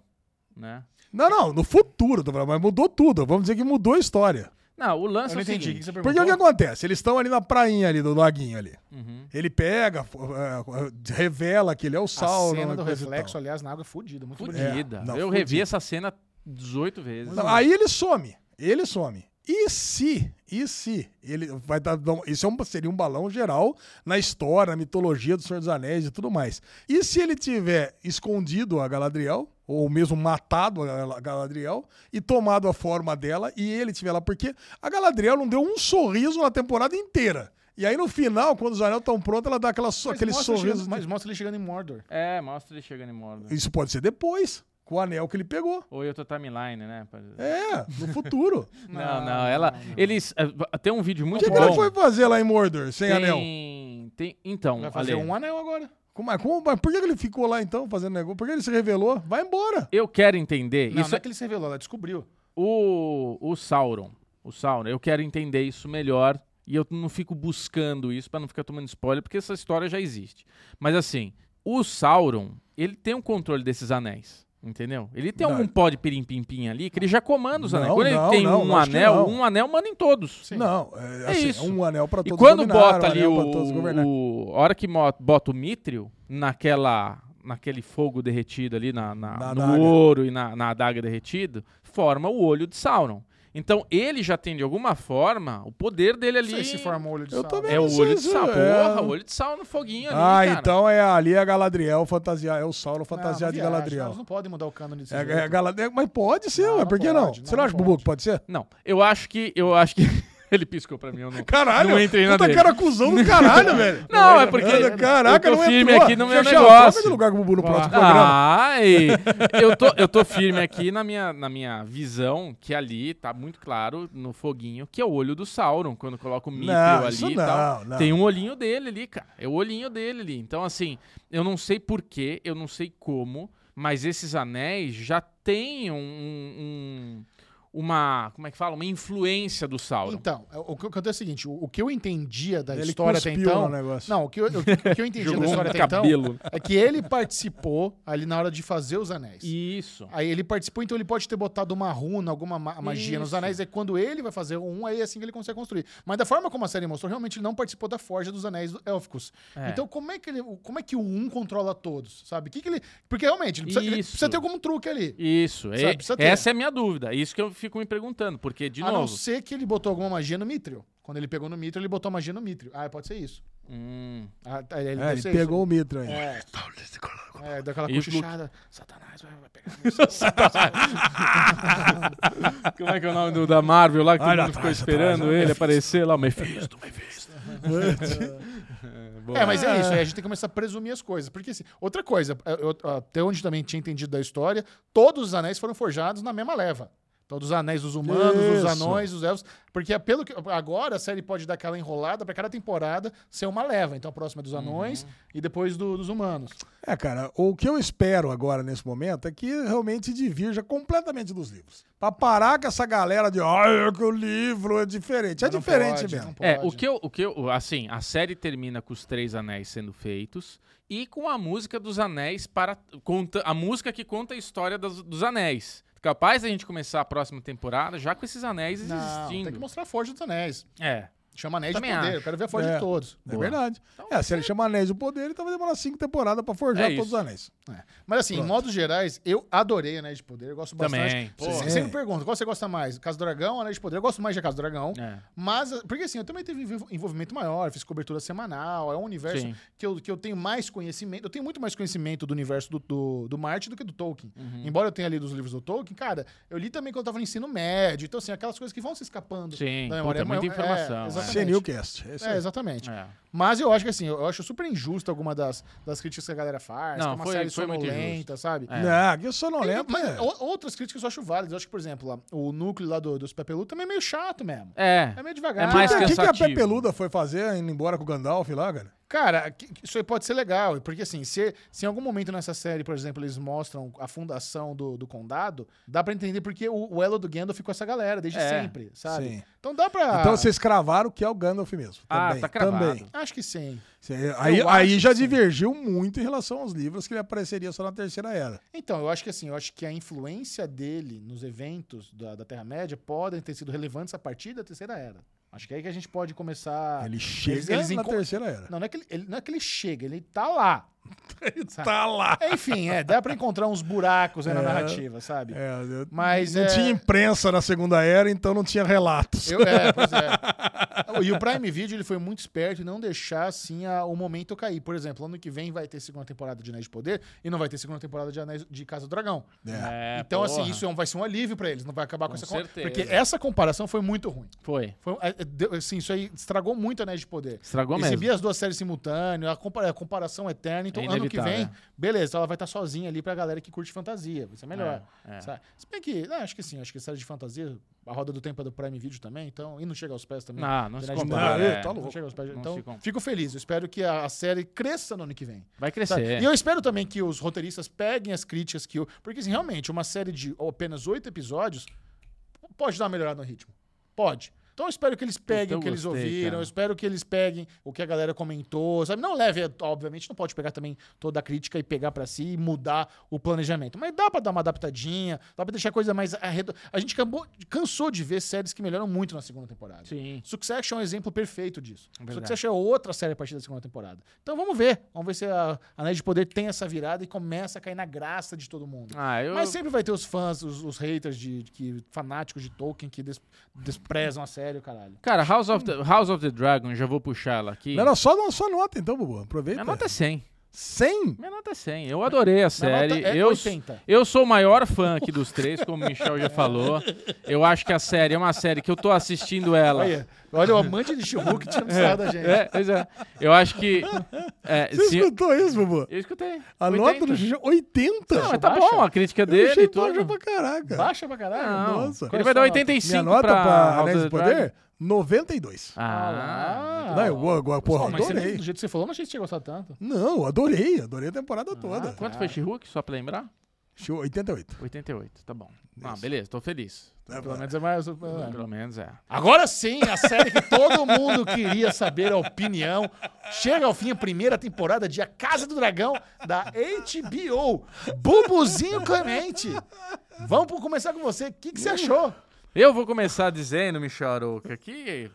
B: né?
C: Não, não, no futuro, tô falando, mas mudou tudo. Vamos dizer que mudou a história.
B: Não, o
A: Eu
B: lance
A: não entendi
B: é o
A: o que
B: seguinte.
A: você
C: Porque o que
A: perguntou.
C: acontece? Eles estão ali na prainha ali do laguinho ali.
B: Uhum.
C: Ele pega, f- eh, revela que ele é o
A: A
C: Sauron.
A: cena
C: e
A: do
C: coisa e tal.
A: reflexo, aliás, na água é fodida. Muito bonita.
B: Fudida.
C: É, não,
B: Eu revi essa cena 18 vezes.
A: Uhum.
C: Não, Então, aí ele some. Ele some. E se, e se ele vai dar. bom, Isso é um- seria um balão geral na história, na mitologia do Senhor dos Anéis e tudo mais. E se ele tiver escondido a Galadriel, ou mesmo matado a Gal- Galadriel, e tomado a forma dela, e ele tiver lá? Porque a Galadriel não deu um sorriso na temporada inteira. E aí no final, quando os anéis estão prontos, ela dá aquela, so-
A: Mas
C: aquele
A: mostra ele
C: sorriso.
A: chegando- Mas mostra ele chegando em Mordor.
B: É, mostra ele chegando em Mordor.
C: Isso pode ser depois. com o anel que ele pegou.
B: Ou eu tô timeline, né? pra-
C: É, no futuro.
B: Não, não, ela. Eles. eh, Tem um vídeo
C: O
B: muito
C: que, que
B: bom.
C: ele foi fazer lá em Mordor, sem anel?
B: tem, tem- então,
A: Vai fazer
B: Ale,
A: um anel agora.
B: É
C: Como, mas como- mas por que que ele ficou lá então fazendo negócio? Por que ele se revelou? Vai embora.
B: eu quero entender.
A: Não,
B: isso
C: né?
A: não é que ele se revelou, ela descobriu.
B: o, o Sauron. O Sauron, eu quero entender isso melhor. E eu não fico buscando isso pra não ficar tomando spoiler, porque essa história já existe. Mas assim, o Sauron, ele tem um controle desses anéis. Entendeu? Ele tem
C: Não.
B: algum pó de pirim-pim-pim ali que ele já comanda os anéis.
C: Não,
B: Quando ele
C: não,
B: tem
C: não,
B: um
C: não, acho que
B: anel,
C: não.
B: um anel manda em todos.
A: Sim.
C: Não, é,
B: É
C: assim,
B: isso.
C: um anel pra
B: E
C: todos
B: quando
C: dominar, um
B: bota ali
C: anel
B: o,
C: pra todos governar.
B: o- A hora que mo- bota o Mithril naquela, naquele fogo derretido ali, na, na-
C: Na
B: no
C: adaga.
B: ouro e na, na adaga derretido, forma o olho de Sauron. Então ele já tem, de alguma forma, o poder dele
A: Não sei
B: ali.
A: se forma olho de
C: Eu
A: sal.
C: também.
B: É o
C: Não sei
B: olho de
C: se-
B: Sauron.
C: é.
B: Porra, o olho de Sauron no foguinho ali.
C: Ah,
B: cara.
C: então é ali a Galadriel fantasiada, é o Saulo
A: Não,
C: fantasiado
A: não
C: de
A: viaja,
C: Galadriel.
A: Elas não podem mudar o cânone desse
C: É,
A: jeito.
C: é Galadriel, mas pode ser,
A: Não,
C: ué,
A: não
C: por que
A: pode,
C: não?
A: não,
C: Você não
A: não
C: acha,
A: pode.
C: Bubu, que pode ser?
B: Não, eu acho que. Eu acho que. ele piscou pra mim, eu não.
C: Caralho,
B: Não entrei na
C: puta
B: dele.
C: cara cuzão do caralho, velho.
B: Não, é porque.
C: Olha, Caraca,
B: eu tô
C: não é
B: firme
C: entrou.
B: aqui no meu
C: Xaxá,
B: negócio.
C: troca de lugar com o Bubu no próximo programa.
B: Ah, e eu tô, eu tô firme aqui na minha, na minha visão, que ali tá muito claro no foguinho, que é o olho do Sauron, quando coloca o Mithril
C: Não,
B: ali
C: isso
B: e tal.
C: não, não.
B: Tem um olhinho dele ali, cara. É o olhinho dele ali. Então, assim, eu não sei porquê, eu não sei como, mas esses anéis já têm um... um- uma, como é que fala? Uma influência do Sauron.
A: Então, o que eu canto é o seguinte: o, o que eu entendia da
C: Ele
A: história até
C: cuspiu
A: então.
C: no negócio.
A: Não, o que eu, eu- o que eu entendia da
B: Jogou
A: história
B: um
A: até então
B: cabelo.
A: é que ele participou ali na hora de fazer os anéis.
B: Isso.
A: Aí ele participou, então ele pode ter botado uma runa, alguma ma- magia nos
B: Isso.
A: anéis. É quando ele vai fazer um, aí é assim que ele consegue construir. Mas da forma como a série mostrou, realmente ele não participou da forja dos anéis élficos.
B: É.
A: Então como é que ele, como é que o um controla todos, sabe? Que que ele, porque realmente ele precisa, ele
B: Isso.
A: precisa ter algum truque ali.
B: Isso. é-
A: Sabe, precisa ter.
B: essa é a minha dúvida. É isso que eu fico me perguntando, porque, de
A: a não
B: novo...
A: ser que ele botou alguma magia no Mithril. Quando ele pegou no Mithril, ele botou magia no Mithril. Ah, pode ser isso.
B: hum,
A: Ah, tá, ele,
C: É,
A: deve
C: ele
A: ser
C: pegou o Mitra aí.
A: É. É, deu aquela
B: E o Luke?
A: cochichada. Satanás vai, vai pegar. meu Satanás.
B: Como é que é o nome do, da Marvel lá que
C: Olha
B: todo mundo
C: atrás,
B: ficou
C: atrás,
B: esperando
C: olha,
B: ele
C: Mephisto.
B: aparecer lá? O Mephisto, Mephisto.
A: É, mas é isso, aí a gente tem que começar a presumir as coisas. Porque, assim, outra coisa, eu- eu- até onde também tinha entendido da história, todos os anéis foram forjados na mesma leva. Todos os anéis dos humanos, os
C: Isso.
A: anões, os elfos. Porque é pelo que. Agora a série pode dar aquela enrolada pra cada temporada ser uma leva. Então a próxima é dos
B: Uhum.
A: anões e depois do- dos humanos.
C: É, cara, o que eu espero agora nesse momento é que realmente divirja completamente dos livros. Pra parar com essa galera de, ai, é que o livro é diferente. É
A: Mas não
C: diferente
A: pode,
C: mesmo.
A: não
B: É, o
A: pode.
B: que eu, o que eu, assim, a série termina com os três anéis sendo feitos e com a música dos anéis para conta a música que conta a história dos, dos anéis. Capaz da gente começar a próxima temporada já com esses anéis
A: Não,
B: tá existindo.
A: tem que mostrar a Forja dos Anéis.
B: É.
A: Chama Anéis
B: Também
A: de Poder.
B: acho.
A: Eu quero ver a Forja
C: É.
A: de todos.
C: É
B: Boa.
C: verdade. é, se ele chama Anéis do Poder, então vai demorar cinco temporadas pra
B: É
C: forjar
B: isso.
C: todos os anéis.
A: Mas assim, em
C: Pronto.
A: modos gerais, eu adorei Anéis de Poder. Eu gosto bastante.
B: Também.
A: Você
C: Pô.
A: você
C: É.
A: me pergunta, qual você gosta mais? Casa do Dragão ou Anéis de Poder? Eu gosto mais de Casa do Dragão.
B: É.
A: Mas, porque assim, eu também teve envol- envolvimento maior, fiz cobertura semanal, é um universo
B: Sim.
A: que eu, que eu tenho mais conhecimento, eu tenho muito mais conhecimento do universo do, do, do Martin do que do Tolkien.
B: Uhum.
A: Embora eu tenha lido os livros do Tolkien, cara, eu li também quando eu tava no ensino médio, então assim, aquelas coisas que vão se escapando
B: Sim,
A: da
B: puta,
A: memória.
B: muita
A: É,
B: informação, é.
A: exatamente.
C: Senilcast. É isso
A: É,
C: aí.
A: exatamente.
B: É.
A: Mas eu acho que assim, eu acho super injusto alguma das, das críticas que a galera faz,
B: Não,
A: que é uma
B: foi-
A: série
B: foi muito
A: sonolenta, sabe?
B: É.
C: Não, É. aqui eu só não
A: Tem-
C: lembro.
A: mas o- outras críticas eu acho válidas. Eu acho que, por exemplo, lá, o núcleo lá do, dos Pepelu também é meio chato mesmo.
B: É.
A: É meio devagar.
B: mais
C: o que, que a
B: cansativo.
C: Pepeluda foi fazer indo embora com o Gandalf lá, cara?
A: Cara, que- que isso aí pode ser legal, porque assim, se, se em algum momento nessa série, por exemplo, eles mostram a fundação do, do condado, dá pra entender porque o, o elo do Gandalf ficou essa galera desde
B: É,
A: sempre, sabe?
C: sim.
A: Então dá pra.
C: Então vocês cravaram que é o Gandalf mesmo.
B: Ah,
C: Também,
B: tá cravado.
C: Também.
A: Acho que sim.
C: Cê- Aí,
A: Eu acho
C: aí
A: que
C: já
A: sim.
C: divergiu muito em relação aos livros que ele apareceria só na Terceira Era.
A: Então, eu acho que assim, eu acho que a influência dele nos eventos da, da Terra-média podem ter sido relevantes a partir da Terceira Era. Acho que é aí que a gente pode começar.
C: Ele chega
A: eles
C: na
A: encon-
C: Terceira Era.
A: Não, não é que ele, ele- não é que ele chega, ele tá lá. sabe?
C: Tá lá.
A: Enfim, é, dá pra encontrar uns buracos aí na
C: É.
A: narrativa, sabe?
C: É, eu-
A: Mas
C: não
A: é-
C: tinha imprensa na Segunda Era, então não tinha relatos.
A: Eu, é, pois é. E o Prime Video ele foi muito esperto em não deixar assim a- o momento cair. Por exemplo, ano que vem vai ter segunda temporada de Anéis de Poder e não vai ter segunda temporada de Anéis de Casa do Dragão.
C: É.
B: É,
A: então, assim,
B: porra.
A: isso é um- vai ser um alívio pra eles, não vai acabar com,
B: Com
A: essa comparação.
B: certeza.
A: Porque essa comparação foi muito ruim.
B: Foi.
A: Foi, é, é, deu- assim, isso aí estragou muito Anéis de Poder.
B: Estragou mesmo.
A: Exibir as duas séries simultâneo, a, compa- a comparação eterna. Então,
B: É
A: ano que
B: inevitável,
A: vem,
B: é.
A: beleza, então ela vai estar sozinha ali pra galera que curte fantasia. Vai ser melhor.
B: É, é.
A: sabe? Se bem que, né, acho que sim, acho que série de fantasia, a roda do tempo é do Prime Video também, então. E não chega aos pés também.
B: Não, não se
A: Anéis de
B: compara.
A: Poder,
C: é, tá louco.
A: não chega aos pés.
B: Não
A: Então,
B: se compara.
A: fico feliz. Eu espero que a, a série cresça no ano que vem.
B: Vai
A: sabe?
B: crescer.
A: E eu espero também que os roteiristas peguem as críticas que eu. Porque, assim, realmente, uma série de apenas oito episódios pode dar uma melhorada no ritmo. Pode. Então eu espero que eles peguem
B: eu
A: o que eles
B: gostei,
A: ouviram,
B: cara.
A: eu espero que eles peguem o que a galera comentou, sabe? Não leve, obviamente, não pode pegar também toda a crítica e pegar pra si e mudar o planejamento. Mas dá pra dar uma adaptadinha, dá pra deixar a coisa mais arredo... A gente acabou, cansou de ver séries que melhoram muito na segunda temporada.
B: Sim.
A: Succession é um exemplo perfeito disso.
B: Verdade.
A: Succession é outra série a partir da segunda temporada. Então vamos ver. Vamos ver se a Anéis de Poder tem essa virada e começa a cair na graça de todo mundo.
B: Ah, eu...
A: Mas sempre vai ter os fãs, os, os haters de, de que fanáticos de Tolkien que des- desprezam a série, caralho.
B: Cara, House of, the, House of the Dragon, já vou puxar ela aqui.
C: Não, não, só dá uma sua nota então, Bubu. Aproveita.
B: Minha nota é 100.
C: 100?
B: Minha nota é 100. Eu adorei a série.
A: nota é
B: eu,
A: 80.
B: eu sou o maior fã aqui dos três, como o Michel já falou. Eu acho que a série é uma série que eu tô assistindo ela.
A: Olha, olha o amante de She-Hulk tirando sarro da gente.
B: É, pois é. Eu acho que. é,
C: Você
B: se-
C: escutou isso, Bubu?
B: Eu escutei.
C: A nota
B: 80.
C: do Xuxa 80?
B: Não, mas tá
A: Baixa.
B: bom, a crítica
C: eu
B: dele
C: achei
B: e tudo.
C: baixo pra caraca.
A: Baixa pra caralho.
B: Não,
C: Nossa.
A: Qual é
B: Ele
A: a sua
B: vai dar
A: nota?
B: 85
C: Minha nota pra,
B: House
C: Anéis
B: of
C: do
B: the Dragon.
C: Poder? 92.
B: Ah,
A: Ah,
C: não, eu, eu, porra,
A: mas você,
C: adorei.
A: do jeito que você falou, não achei que você gostou tanto.
C: Não, eu adorei. Adorei a temporada toda.
B: Ah, quanto foi She-Hulk, só pra lembrar?
C: Show 88.
B: 88, tá bom. Ah, beleza, tô feliz.
A: Pelo menos é mais. é.
B: Pelo menos é.
A: Agora sim, a série que todo mundo queria saber a opinião. Chega ao fim a primeira temporada de A Casa do Dragão da HBO. Bubuzinho Clemente. Vamos por- começar com você. O que, que você
B: Hum.
A: achou?
B: Eu vou começar dizendo, Michel Aroca, que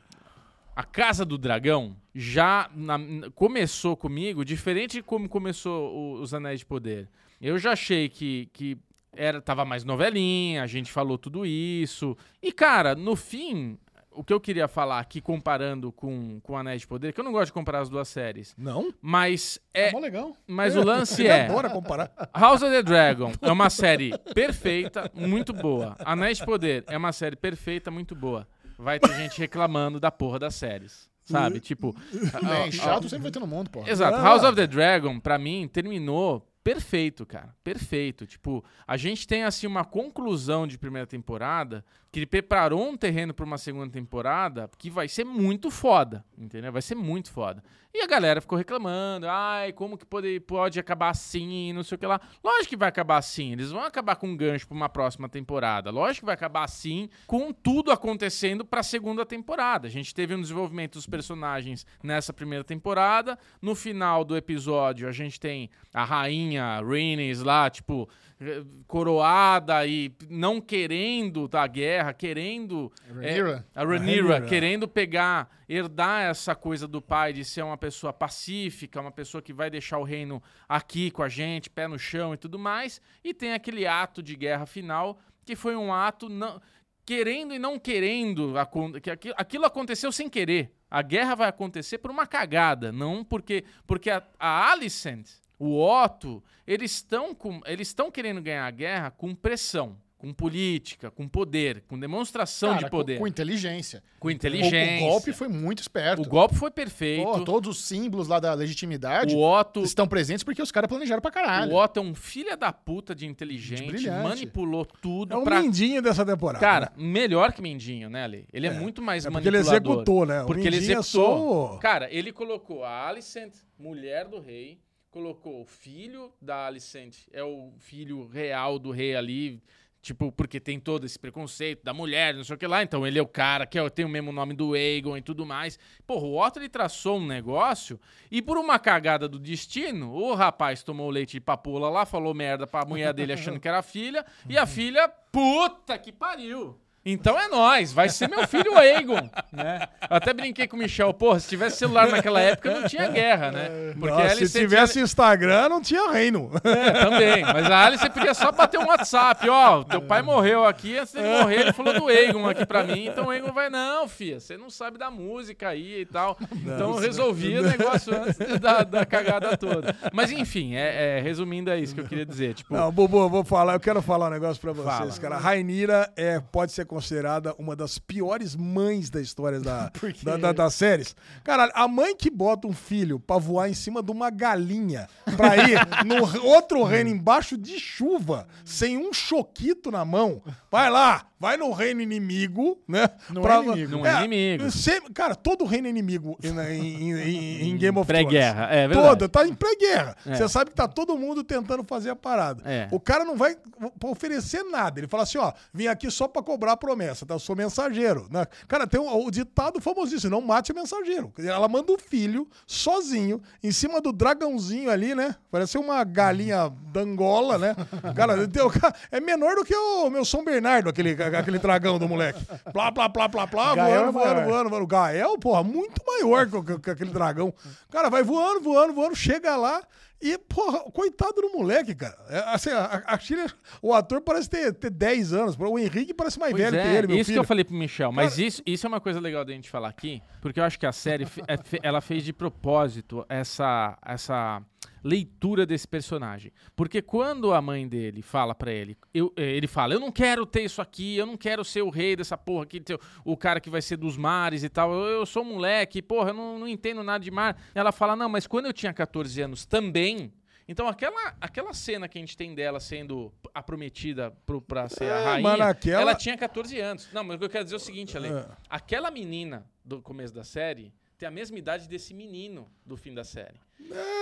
B: a Casa do Dragão já na- n- começou comigo, diferente de como começou o- os Anéis de Poder. Eu já achei que, que era, tava mais novelinha, a gente falou tudo isso. E, cara, no fim, o que eu queria falar aqui, comparando com, com Anéis de Poder, que eu não gosto de comparar as duas séries,
C: Não?
B: mas é...
A: Mó legal.
B: Mas o lance
C: Ele
B: é...
C: adora comparar.
B: House of the Dragon é uma série perfeita, muito boa. Anéis de Poder é uma série perfeita, muito boa. Vai ter gente reclamando da porra das séries. Sabe? Tipo.
A: Tudo
B: a-
A: bem,
B: a-
A: chato sempre vai ter no mundo, pô.
B: Exato. House of the Dragon, pra mim, terminou perfeito, cara. Perfeito. Tipo, a gente tem, assim, uma conclusão de primeira temporada que ele preparou um terreno pra uma segunda temporada que vai ser muito foda, entendeu? Vai ser muito foda. E a galera ficou reclamando, ai, como que pode, pode acabar assim, não sei o que lá. Lógico que vai acabar assim, eles vão acabar com um gancho pra uma próxima temporada. Lógico que vai acabar assim, com tudo acontecendo pra segunda temporada. A gente teve um desenvolvimento dos personagens nessa primeira temporada. No final do episódio, a gente tem a rainha Rhaenys lá, tipo, eh, coroada e não querendo da guerra, querendo... eh,
A: Rhaenyra.
B: A Rhaenyra,
C: Rhaenyra.
B: querendo pegar, herdar essa coisa do pai de ser uma pessoa pacífica, uma pessoa que vai deixar o reino aqui com a gente, pé no chão e tudo mais. E tem aquele ato de guerra final, que foi um ato não- querendo e não querendo. acon- que aqui- Aquilo aconteceu sem querer. A guerra vai acontecer por uma cagada, não porque. Porque a, a Alicent, o Otto, eles estão com- eles estão querendo ganhar a guerra com pressão. Com política, com poder, com demonstração
A: Cara,
B: de
A: com-
B: poder.
A: Com, inteligência.
B: Com
A: O,
B: inteligência.
A: o golpe foi muito esperto.
B: O golpe foi perfeito.
A: Pô, todos os símbolos lá da legitimidade
B: o Otto,
A: estão presentes porque os caras planejaram pra caralho.
B: o Otto é um filho da puta de inteligente,
A: Brilhante.
B: manipulou tudo
C: É o
B: pra
C: mindinho dessa temporada.
B: Cara, melhor que Mendinho, né, Ale? Ele é,
C: É.
B: muito mais
C: É porque ele
B: manipulador.
C: executou, né? O
B: Porque ele
C: Mindinho é
B: executou.
C: só o-
B: Cara, ele colocou a Alicent, mulher do rei, colocou o filho da Alicent, é o filho real do rei ali, tipo, porque tem todo esse preconceito da mulher, não sei o que lá, então ele é o cara que é o- tem o mesmo nome do Aegon e tudo mais. Porra, o Otto, ele traçou um negócio e por uma cagada do destino, o rapaz tomou leite de papoula lá, falou merda pra mulher dele achando que era a filha, e a filha, puta que pariu! Então é nós, vai ser meu filho o Aegon. Né? Eu até brinquei com o Michel, porra, se tivesse celular naquela época não tinha guerra, né? Porque
C: Nossa,
B: a LC
C: se
B: tinha-
C: tivesse Instagram, não tinha reino.
B: É, também. Mas a Alice podia só bater um WhatsApp, ó. Teu pai morreu aqui, antes dele morrer, ele falou do Egon aqui pra mim. Então o Egon vai, não, filha, você não sabe da música aí e tal. então eu resolvi o negócio antes da, da cagada toda. Mas enfim, é, é, resumindo, é isso que eu queria dizer. Tipo,
C: Não, Bubu, eu vou falar, eu quero falar um negócio pra vocês,
B: Fala.
C: cara. Rainira é, pode ser considerada uma das piores mães da história da, da- da- das séries. Caralho, a mãe que bota um filho pra voar em cima de uma galinha pra ir num re- outro reino embaixo de chuva, sem um choquito na mão, vai lá, vai no reino inimigo, né?
A: Não
C: pra-
A: é inimigo.
B: Não é inimigo.
C: sempre- cara, todo reino é inimigo em, em- em- em Game of Thrones.
B: Pré-guerra, é verdade.
C: Todo, tá em pré-guerra.
B: É.
C: Você sabe que tá todo mundo tentando fazer a parada.
B: É.
C: O cara não vai pra oferecer nada. Ele fala assim, ó, vim aqui só pra cobrar a promessa, tá? Eu sou mensageiro. né? Cara, tem um- o ditado famosíssimo, não mate o mensageiro. Ela manda o filho sozinho, em cima do dragãozinho ali, né? Parece uma galinha dangola, né? Cara, entendeu? é menor do que o meu São Bernardo, aquele, aquele dragão do moleque. Plá, plá, plá, plá, plá,
A: Gael
C: voando,
A: é maior.
C: voando, voando voando, voando. O Gael, porra, muito maior que, que- que aquele dragão. Cara, vai voando, voando, voando, chega lá e, porra, coitado do moleque, cara. É, assim, a, a Chile, o ator parece ter, ter 10 anos. O Henrique parece mais
B: Pois
C: velho
B: é,
C: que ele, meu
B: isso
C: filho.
B: que eu falei pro Michel, mas isso, isso é uma coisa legal da gente falar aqui, porque eu acho que a série fe- é fe- ela fez de propósito essa, essa leitura desse personagem. Porque quando a mãe dele fala pra ele, eu- eh, ele fala: Eu não quero ter isso aqui, eu não quero ser o rei dessa porra aqui, ter o- o cara que vai ser dos mares e tal. Eu, eu sou moleque, porra, eu não, não entendo nada de mar. Ela fala: Não, mas quando eu tinha 14 anos também. Então, aquela, aquela cena que a gente tem dela sendo a prometida pro, pra ser a
C: É,
B: rainha,
C: mas naquela-
B: ela tinha 14 anos. Não, mas o que eu quero dizer é o seguinte, Ale.
C: Ah.
B: Aquela menina do começo da série tem a mesma idade desse menino do fim da série.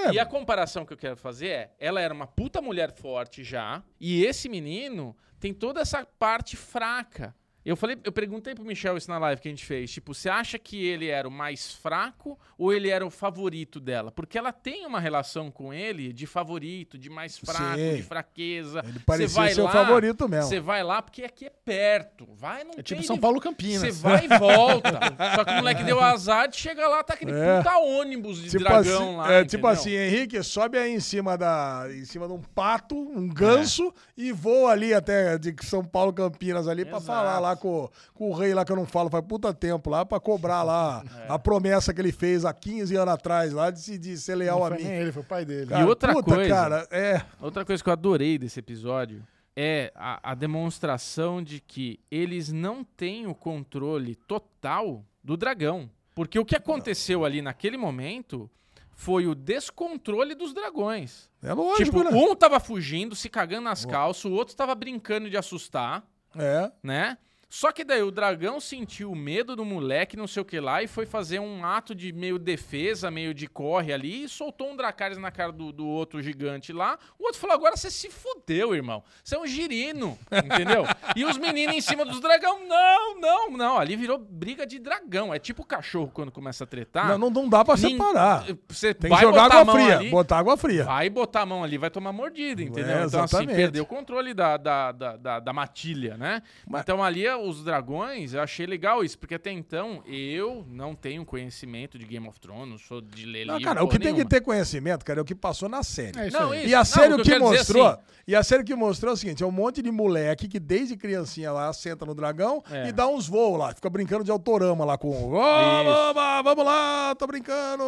C: É.
B: E a comparação que eu quero fazer é, ela era uma puta mulher forte já, e esse menino tem toda essa parte fraca. Eu falei, eu perguntei pro Michel isso na live que a gente fez, tipo, você acha que ele era o mais fraco ou ele era o favorito dela? Porque ela tem uma relação com ele de favorito, de mais fraco,
C: Sim.
B: de fraqueza. Você
C: Ele parecia
B: vai
C: ser o
B: lá,
C: favorito mesmo.
B: Você vai lá porque aqui é perto. Vai, não
A: É tipo
B: tem
A: São
B: de-
A: Paulo
B: você
C: assim.
A: Campinas.
B: vai e volta. Só que o moleque deu azar de chegar lá, tá aquele
C: É.
B: puta ônibus de
C: Tipo
B: dragão
C: assim,
B: lá.
C: é, tipo
B: entendeu?
C: assim, Henrique, sobe aí em cima, da, em cima de um pato, um
B: É.
C: ganso, e voa ali até de São Paulo, Campinas, ali, pra
B: Exato.
C: falar lá com, com o rei lá que eu não falo faz puta tempo lá, pra cobrar lá
B: É.
C: a promessa que ele fez há 15 anos atrás lá de, se- de ser leal
A: Não
C: a
A: foi
C: mim.
A: nem ele, foi o pai dele.
C: Cara,
B: outra
C: puta,
B: coisa-
C: cara, é.
B: Outra coisa que eu adorei desse episódio é a, a demonstração de que eles não têm o controle total do dragão. Porque o que aconteceu ali naquele momento foi o descontrole dos dragões.
C: É lógico,
B: tipo,
C: né?
B: um tava fugindo, se cagando nas calças, o outro tava brincando de assustar.
C: É.
B: né? Só que daí o dragão sentiu o medo do moleque, não sei o que lá, e foi fazer um ato de meio defesa, meio de corre ali, e soltou um Dracarys na cara do, do outro gigante lá. O outro falou: agora você se fudeu, irmão. Você é um girino, entendeu? e os meninos em cima dos dragão, não, não, não. Ali virou briga de dragão. É tipo o cachorro quando começa a tretar.
C: Não, não, não dá pra
B: Ah, Nin-
C: separar.
B: Você
C: Tem que
B: vai
C: jogar
B: botar a
C: água
B: mão
C: fria.
B: ali,
C: Botar água fria.
B: Vai botar a mão ali, vai tomar mordida, entendeu? então, assim,
C: É, exatamente.
B: perdeu o controle da, da, da, da, da matilha, né? Então, ali, os dragões, eu achei legal isso, porque até então eu não tenho conhecimento de Game of Thrones, não sou de ler
C: Não,
B: livro,
C: Ah, cara, o
B: porra
C: que tem que
B: nenhuma.
C: ter conhecimento, cara, é o que passou na série.
A: É isso
B: Não,
A: aí.
B: isso.
C: E a série
B: não,
C: o
B: eu
C: que,
B: quero dizer é
C: mostrou.
B: assim,
C: E a série que mostrou é o seguinte: é um monte de moleque que desde criancinha lá senta no dragão
B: É.
C: e dá uns voos lá, fica brincando de autorama lá com. o, "Ó, vamos, vamos lá, tô brincando.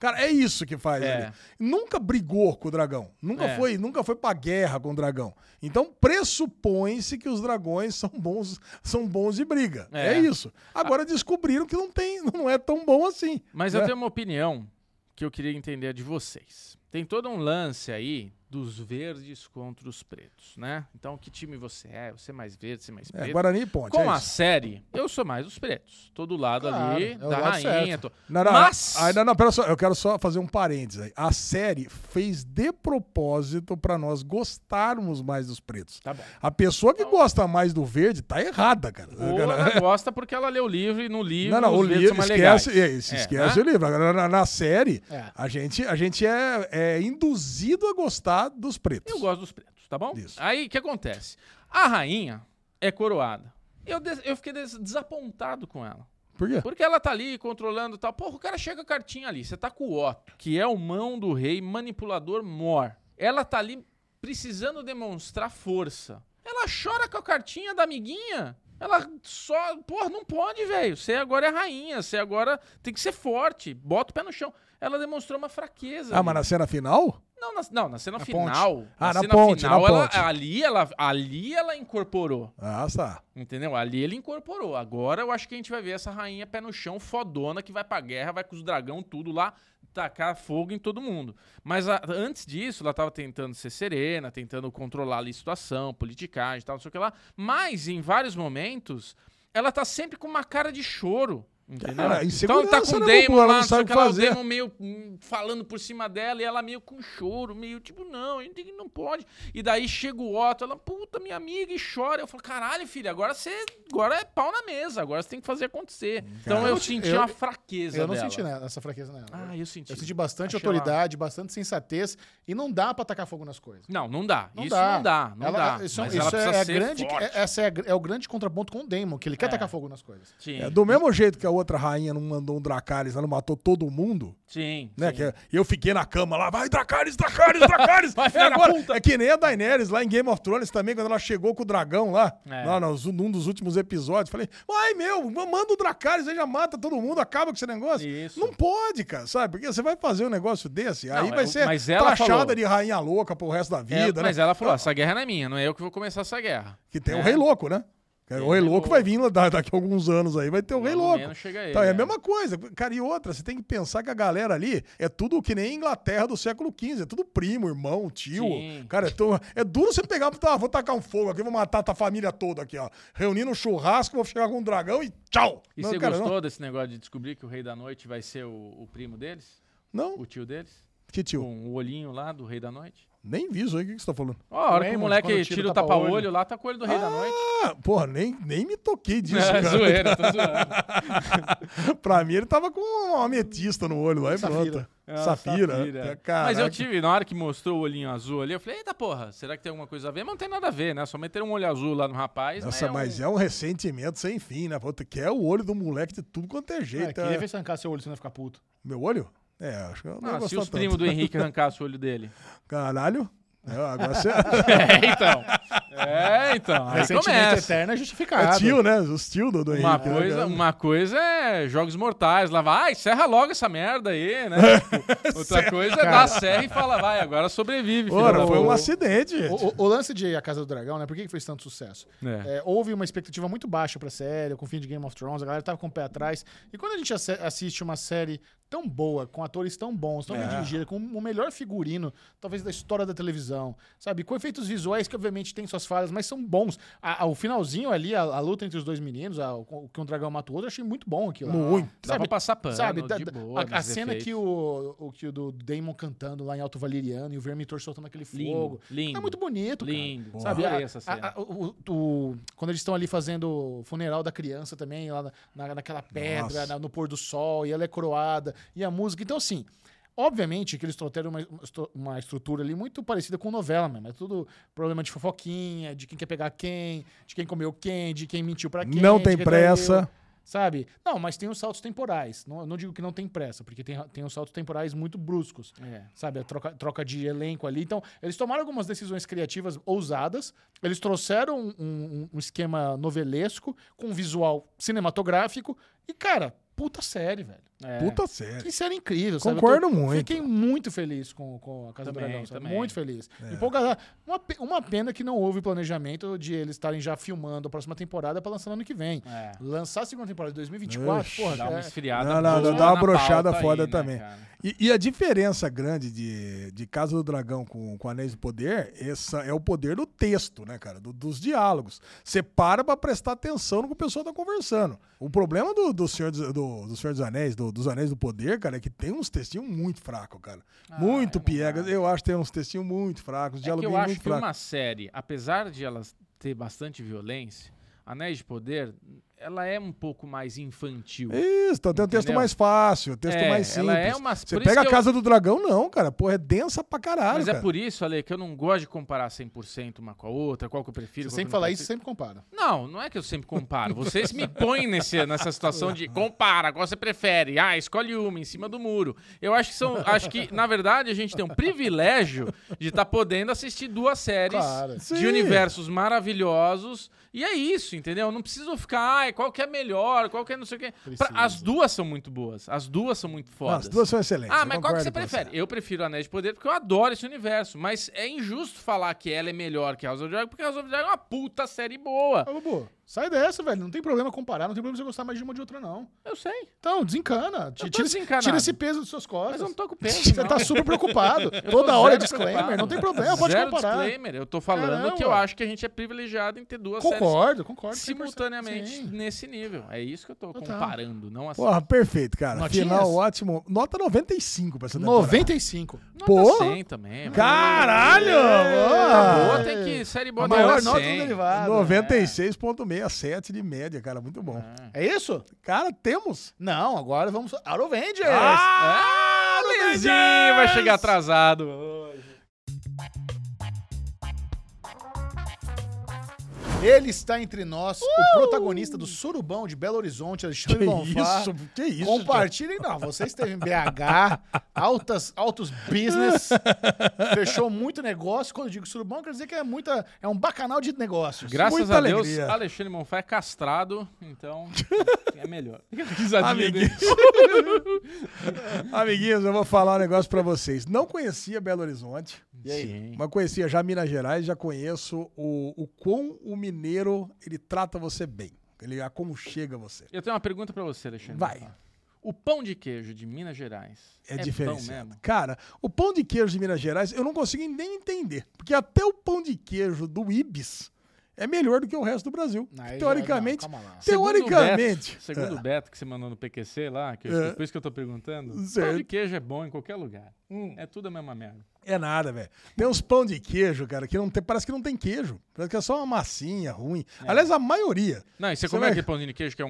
C: Cara, é isso que faz.
B: É.
C: ali. Nunca brigou com o dragão. Nunca
B: É.
C: foi, nunca foi pra guerra com o dragão. Então pressupõe-se que os dragões são bons, são bons de briga. É,
B: É.
C: isso. Agora descobriram que não tem, não é tão bom assim.
B: Mas
C: né?
B: eu tenho uma opinião que eu queria entender de vocês. Tem todo um lance aí dos verdes contra os pretos, né? Então, que time você é? Você é mais verde, você é mais
C: É,
B: preto?
C: Guarani e Ponte. é
B: Com a
C: isso.
B: série, eu sou mais os pretos. Todo lado
A: Claro,
B: ali,
A: é o
B: da
A: lado
B: rainha. tô-
C: Não, não,
B: Mas-
C: ah, não, não, pera só, eu quero só fazer um parênteses aí. A série fez de propósito pra nós gostarmos mais dos pretos.
B: Tá bom.
C: A pessoa que gosta mais do verde tá errada, cara.
B: Ou
C: Cara,
B: ela gosta porque ela lê o livro e no livro
C: Não, não, o
B: os verdes são
C: livro
B: mais
C: esquece, é,
B: legais.
C: se
B: É,
C: esquece
B: né?
C: o livro. Agora, na, na série,
A: É.
C: a gente, a gente é, é induzido a gostar dos pretos.
B: Eu gosto dos pretos, tá bom?
C: Isso.
B: Aí, o que acontece? A rainha é coroada. Eu, des- eu fiquei des- desapontado com ela.
C: Por quê?
B: Porque ela tá ali controlando e tal. Porra, o cara chega a cartinha ali. Você tá com o Otto, que é o mão do rei, manipulador mor. Ela tá ali precisando demonstrar força. Ela chora com a cartinha da amiguinha. Ela só. Porra, não pode, velho. Você agora é rainha. Você agora tem que ser forte. Bota o pé no chão. Ela demonstrou uma fraqueza.
C: Ah,
B: ali.
C: mas na cena final?
B: Não, na, não, na cena
C: Na ponte.
B: final.
C: Ah, na
B: cena
C: ponte, na
B: final, ela-
C: ponte.
B: ali, ela, ali ela incorporou.
C: Ah, tá.
B: Entendeu? Ali ele incorporou. Agora eu acho que a gente vai ver essa rainha pé no chão, fodona, que vai pra guerra, vai com os dragão, tudo lá, tacar fogo em todo mundo. Mas a- antes disso, ela tava tentando ser serena, tentando controlar ali a situação, politicagem e tal, não sei o que lá. Mas em vários momentos, ela tá sempre com uma cara de choro. Entendeu?
C: Cara,
B: então ele tá com
C: insegurança,
B: o
C: né, Bubu?
B: Damon
C: Ela
B: lá,
C: não
B: não sei o
C: sabe
B: que lá, o
C: fazer.
B: Damon meio hum, falando por cima dela e ela meio com choro, meio tipo, não, a gente tem que- não pode. E daí chega o Otto, ela, puta, minha amiga, e chora. Eu falo, caralho, filha, agora você. Agora é pau na mesa, agora você tem que fazer acontecer. então eu senti
A: eu-
B: uma fraqueza.
A: Eu não
B: dela.
A: senti nada- essa fraqueza nela.
B: Ah, eu senti.
A: Eu senti bastante
B: Achei ela-
A: autoridade, bastante sensatez e não dá pra tacar fogo nas coisas.
B: Não, não dá.
A: Não
B: isso
A: dá.
B: não dá. Ah, Não
A: Ela-
B: dá.
A: Isso,
B: Mas
A: isso
B: ela precisa
A: é, a
B: ser
A: grande,
B: forte.
A: é- essa é, a gr- é o grande contraponto com o Damon, que ele quer
B: É.
A: tacar fogo nas coisas.
B: Sim,
C: É, do mesmo jeito que a outra rainha não mandou um Dracarys, ela não matou todo mundo,
B: sim.
C: né?
B: sim.
A: é
C: Que eu fiquei na cama lá, vai Dracarys, Dracarys, Dracarys!
B: Vai,
C: é,
B: filha da
C: agora-
B: puta!
C: é que nem a Daenerys lá em Game of Thrones também, quando ela chegou com o dragão lá,
B: É.
C: lá nos- num dos últimos episódios, falei, ai meu, manda o Dracarys, aí já mata todo mundo, acaba com esse negócio.
B: Isso.
C: Não pode, cara, sabe? Porque você vai fazer um negócio desse, aí
B: Não,
C: vai
B: eu-
C: ser
B: mas ela
C: taxada
B: falou.
C: de rainha louca pro resto da
B: É,
C: vida, né?
B: mas ela falou: essa guerra não é minha, não é eu que vou começar essa guerra.
C: Que tem o
B: É. um
C: Rei Louco, né? o Rei
B: Rei
C: Louco
B: Louco.
C: vai vir lá da- daqui a alguns anos aí, vai ter o Rei
B: Lá no
C: Louco.
B: menos chega
C: Então
B: ele,
C: é a
B: é.
C: mesma coisa. Cara, e outra, você tem que pensar que a galera ali é tudo que nem a Inglaterra do século XV. É tudo primo, irmão, tio.
B: Sim.
C: Cara, é, tão- é duro você pegar, ah, vou tacar um fogo aqui, vou matar a tua família toda aqui, ó. Reunindo um churrasco, vou chegar com um dragão e tchau.
B: E
C: Não,
B: você
C: cara,
B: gostou desse negócio de descobrir que o rei da noite vai ser o- o primo deles?
C: Não, não.
B: O Hum. tio deles?
C: que tio?
B: Com o olhinho lá do Rei da Noite.
C: Nem vi isso aí, o que que você tá falando?
B: Ó, a hora que o
A: Raymond,
B: moleque
A: quando
B: tira o tapa-olho lá, tá com o olho do Rei da Noite.
C: Ah, porra, nem, nem me toquei disso,
B: É,
C: cara.
B: zoeira, tô zoando.
C: pra mim, ele tava com uma ametista no olho lá e
A: Safira.
C: pronto.
B: É,
C: Safira. Caraca.
B: Mas eu tive, na hora que mostrou o olhinho azul ali, eu falei, eita porra, será que tem alguma coisa a ver? Mas não tem nada a ver, né? Só meteram um olho azul lá no rapaz. né?
C: Nossa, mas
B: Ah,
C: é um ressentimento sem fim, né? Puta, que é o olho do moleque de tudo quanto
B: Ah,
C: é
A: Cara,
C: jeito.
A: queria
C: né?
A: ver se arrancar seu olho, você não ia ficar puto.
C: Meu olho? É, acho que eu não ia
B: Ah, se
C: gostar
B: os
C: tanto.
B: primos do Henrique arrancassem o olho dele.
C: Caralho. É, agora você
B: É, então. É, então. Aí
A: Ressentimento
B: começa.
A: eterno é
C: é
A: justificado.
C: tio, né? Os tio do, do
B: Uma
C: Henrique. né,
B: coisa,
C: cara?
B: uma coisa é jogos mortais, lá vai, ah, encerra logo essa merda aí, né? Tipo, outra coisa é dar a serra e fala, vai, agora sobrevive. filho
C: Ora,
B: da
C: foi um
B: puta."
C: acidente. gente.
A: O, o- o lance de A Casa do Dragão, né? Por que que fez tanto sucesso?
B: É.
A: É, houve uma expectativa muito baixa pra série, com o fim de Game of Thrones, a galera tava com o pé atrás. E quando a gente asse- assiste uma série tão boa, com atores tão bons,
B: É.
A: tão bem dirigida, com o melhor figurino, talvez da história da televisão, sabe? Com efeitos visuais que obviamente têm suas falhas, mas são bons. A- a- o finalzinho ali, a, a luta entre os dois meninos, a- o que um dragão mata o outro, eu achei muito bom aquilo. lá.
C: Muito.
B: Dá pra passar pano,
A: Sabe,
B: de
A: da- da-
B: boa,
A: a- a,
B: nos
A: cena que
B: efeitos.
A: o, o que o do Damon cantando lá em Alto Valeriano e o Vermitor soltando aquele fogo.
B: Lindo, lindo.
A: É muito bonito, cara.
B: Lindo.
A: Sabe,
B: Adorei
A: a-
B: essa
A: a-
B: cena.
A: a- o- o- o- quando eles estão ali fazendo o funeral da criança também, lá na, naquela pedra,
C: Nossa.
A: na- no pôr do sol, e ela é coroada, e a música. Então, assim, obviamente que eles trouxeram uma, uma estru- uma estrutura ali muito parecida com novela mesmo. É tudo problema de fofoquinha, de quem quer pegar quem, de quem comeu quem, de quem mentiu pra quem.
C: Não
A: de
C: tem
A: quem
C: pressa.
A: traiu, Sabe? Não, mas tem os saltos temporais. Não, eu não digo que não tem pressa, porque tem, tem os saltos temporais muito bruscos
B: É.
A: sabe? A troca, troca de elenco ali. Então, eles tomaram algumas decisões criativas ousadas. Eles trouxeram um, um- um esquema novelesco com um visual cinematográfico. E, cara, puta série, velho.
B: É.
C: Puta sério.
A: Que série incrível, sabe? Eu
C: Concordo
A: tô-
C: muito.
A: Fiquei muito feliz com, com a Casa do
B: Também,
A: Dragão, sabe?
B: também. É.
A: Muito feliz. Empolgada. Uma, pe- uma pena que não houve planejamento de eles estarem já filmando a próxima temporada pra lançar no ano que vem.
B: É.
A: Lançar a segunda temporada de 2024,
C: Oxe,
A: porra,
B: Dá uma
A: é-
B: esfriada.
C: Não, não,
B: boa
C: não, dá uma
B: na
C: brochada
B: pauta
C: foda
B: aí, né,
C: também.
B: cara?
C: E, e a diferença grande de, de Casa do Dragão com, com Anéis do Poder essa é o poder do texto, né, cara? Do- dos diálogos. Você para pra prestar atenção no que o pessoal tá conversando. O problema do, do, Senhor, dos- do, do Senhor dos Anéis, do- dos Anéis do Poder, cara, é que tem uns textinhos muito fracos, cara. muito piegas. Eu acho que tem uns textinhos muito
B: Ah, É
C: fracos,
B: que
C: diálogos
B: eu acho
C: muito
B: que
C: fracos.
B: uma série, apesar de ela ter bastante violência, Anéis de Poder, ela é um pouco mais infantil.
C: Isso, então tem um texto
B: Entendeu?
C: mais fácil, texto
B: É,
C: mais simples.
B: ela é uma-
C: Você
B: por isso
C: pega a
B: que eu-
C: Casa do Dragão, não, cara. Porra, é densa pra caralho,
B: Mas
C: cara.
B: é por isso, Ale, que eu não gosto de comparar 100% uma com a outra, qual que eu prefiro.
A: Você
B: qual que eu
A: sempre
B: não
A: fala
B: prefiro.
A: isso, sempre compara.
B: Não, não é que eu sempre comparo. Vocês me põem nesse, nessa situação de compara, qual você prefere? Ah, escolhe uma em cima do muro. Eu acho que são, acho que na verdade a gente tem um privilégio de estar podendo assistir duas séries
A: Claro.
C: Sim.
B: de universos maravilhosos. E é isso, entendeu? Não preciso ficar, ai, qual que é melhor, qual que é não sei o quê. Pra-
A: Precisa.
B: as duas são muito boas, as duas são muito
C: Não,
B: fodas.
C: as duas são excelentes.
B: Ah,
C: eu
B: mas qual que
C: concordo
B: você
C: com
B: prefere? Eu prefiro Anéis de Poder porque eu adoro esse universo. Mas é injusto falar que ela é melhor que House of Dragon, porque House of Dragon é uma puta série boa.
A: Ô, Bubu, sai dessa, velho. Não tem problema comparar, não tem problema você gostar mais de uma ou de outra, não.
B: Eu sei.
A: Então, desencana. Ti-
B: tô
A: Tira, esse-
B: desencanado.
A: tira esse peso das suas costas.
B: Mas eu não tô com peso.
A: Você
B: não.
A: tá super preocupado.
B: Eu tô
A: Toda hora é
B: zero
A: disclaimer,
B: preocupado.
A: não tem problema, pode
B: Zero
A: comparar.
B: disclaimer. Eu tô falando
A: Caramba.
B: que eu acho que a gente é privilegiado em ter duas
A: Concordo, concordo.
B: séries
A: 100%.
B: simultaneamente
A: Sim.
B: nesse nível. É isso que eu tô
A: Total.
B: comparando, não assim.
C: Porra, perfeito, cara.
A: Notinhas?
C: Final ótimo. Nota 95 pra essa temporada.
A: 95.
B: Nota
C: porra.
B: 100 tá também. mano.
C: Caralho!
B: Boa,
C: boa!
A: é.
B: tem que série boa
A: A
B: tem que
A: maior
B: ser
A: nota do
B: 100.
A: derivado.
C: 96,67 de média, cara. Muito bom.
A: né? É isso?
C: Cara, temos.
A: Não, agora vamos. Aurovengers!
B: Ah, É, Luizinho vai chegar atrasado hoje.
A: Ele está entre nós, o protagonista do Surubão de Belo Horizonte,
C: Uh! Que
A: Alexandre Bonfá.
C: isso, que isso.
A: Compartilhem, não. Você esteve em BH, altas, altos business, fechou muito negócio. Quando eu digo surubão, quer dizer que é muita, é um bacanal de negócios.
B: Graças
C: Muita
B: a Deus,
C: alegria.
B: Alexandre Monfá é castrado, então é melhor. Risadinha dele.
C: Amiguinhos. Amiguinhos, eu vou falar um negócio pra vocês. Não conhecia Belo Horizonte,
B: Sim.
C: mas conhecia já Minas Gerais, já conheço o, o quão o mineiro ele trata você bem. Ele aconchega você.
B: Eu tenho uma pergunta pra você, Alexandre.
C: Vai.
B: Bonfá. O pão de queijo de Minas Gerais
C: É,
B: Pão
C: diferenciado.
B: mesmo?
C: Cara, o pão de queijo de Minas Gerais eu não consigo nem entender. Porque até o pão de queijo do Ibis é melhor do que o resto do Brasil.
A: Aí já- é,
C: teoricamente.
A: não, calma lá.
C: teoricamente.
B: Segundo o Beto, segundo o Beto que você mandou no PQC lá, que eu-
C: É.
B: por isso que eu tô perguntando, pão de
C: Certo. Hum.
B: queijo é bom em qualquer lugar. É tudo a mesma merda.
C: É nada, velho. Tem uns pão de queijo, cara, que não tem, parece que não tem queijo. Parece que é só uma massinha ruim. Aliás, a maioria.
B: Não, e você,
C: Você
B: come
C: vai-
B: aquele pãozinho de queijo que é um,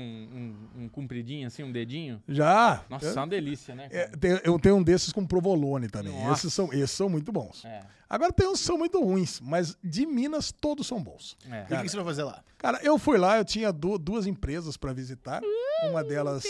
B: um, um compridinho, assim, um dedinho?
C: Já.
B: Nossa, é
C: eu,
B: uma delícia, né?
C: é,
B: cara?
C: tem- eu tenho um desses com provolone também.
B: Nossa.
C: Esses são, esses são muito bons.
B: É.
C: Agora tem uns que são muito ruins, mas de Minas todos são bons.
A: O
B: é.
A: que, que você vai fazer lá?
C: Cara, eu fui lá, eu tinha du- duas empresas para visitar. Uma delas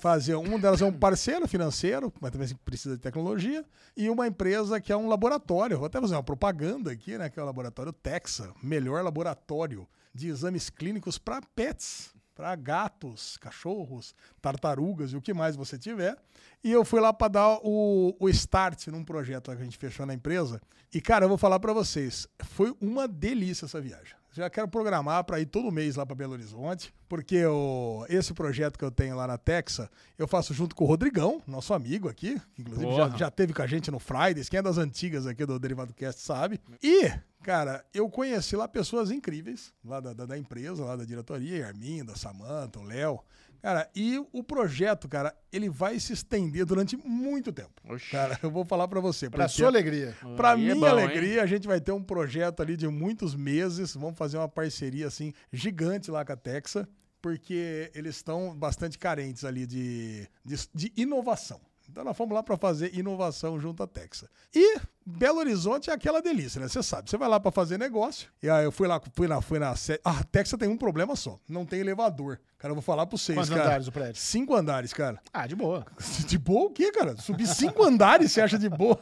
C: fazia, uma delas é um parceiro financeiro, mas também precisa de tecnologia, e uma empresa que é um laboratório. Vou até fazer uma propaganda aqui, né, que é o laboratório Texa, melhor laboratório de exames clínicos para pets, para gatos, cachorros, tartarugas e o que mais você tiver. E eu fui lá para dar o, o start num projeto lá que a gente fechou na empresa. E cara, eu vou falar para vocês, foi uma delícia essa viagem. Já quero programar para ir todo mês lá para Belo Horizonte, porque o- esse projeto que eu tenho lá na Texa, eu faço junto com o Rodrigão, nosso amigo aqui, que inclusive já,
B: Porra.
C: já teve com a gente no Fridays, quem é das antigas aqui do Derivado Cast sabe. E, cara, eu conheci lá pessoas incríveis, lá da, da- da empresa, lá da diretoria, a Arminda, a Samanta, o Léo. Cara, e o projeto, cara, ele vai se estender durante muito tempo.
B: Oxi.
C: Cara, eu vou falar para você.
A: Pra
C: porque-
A: sua alegria.
C: Pra
B: Aí é
C: minha
B: bom, hein?
C: alegria, a gente vai ter um projeto ali de muitos meses. Vamos fazer uma parceria assim gigante lá com a Texa, porque eles estão bastante carentes ali de, de, de inovação. Então nós fomos lá para fazer inovação junto à Texa. E Belo Horizonte é aquela delícia, né? Você sabe, você vai lá para fazer negócio. E aí eu fui lá, fui na, fui na sé- Ah, a Texa tem um problema só, não tem elevador. Cara, eu vou falar para vocês,
A: Quantos
C: cara.
A: andares o prédio?
C: Cinco andares, cara.
A: Ah, de boa.
C: De boa o quê, cara? Subir cinco andares, você acha de boa?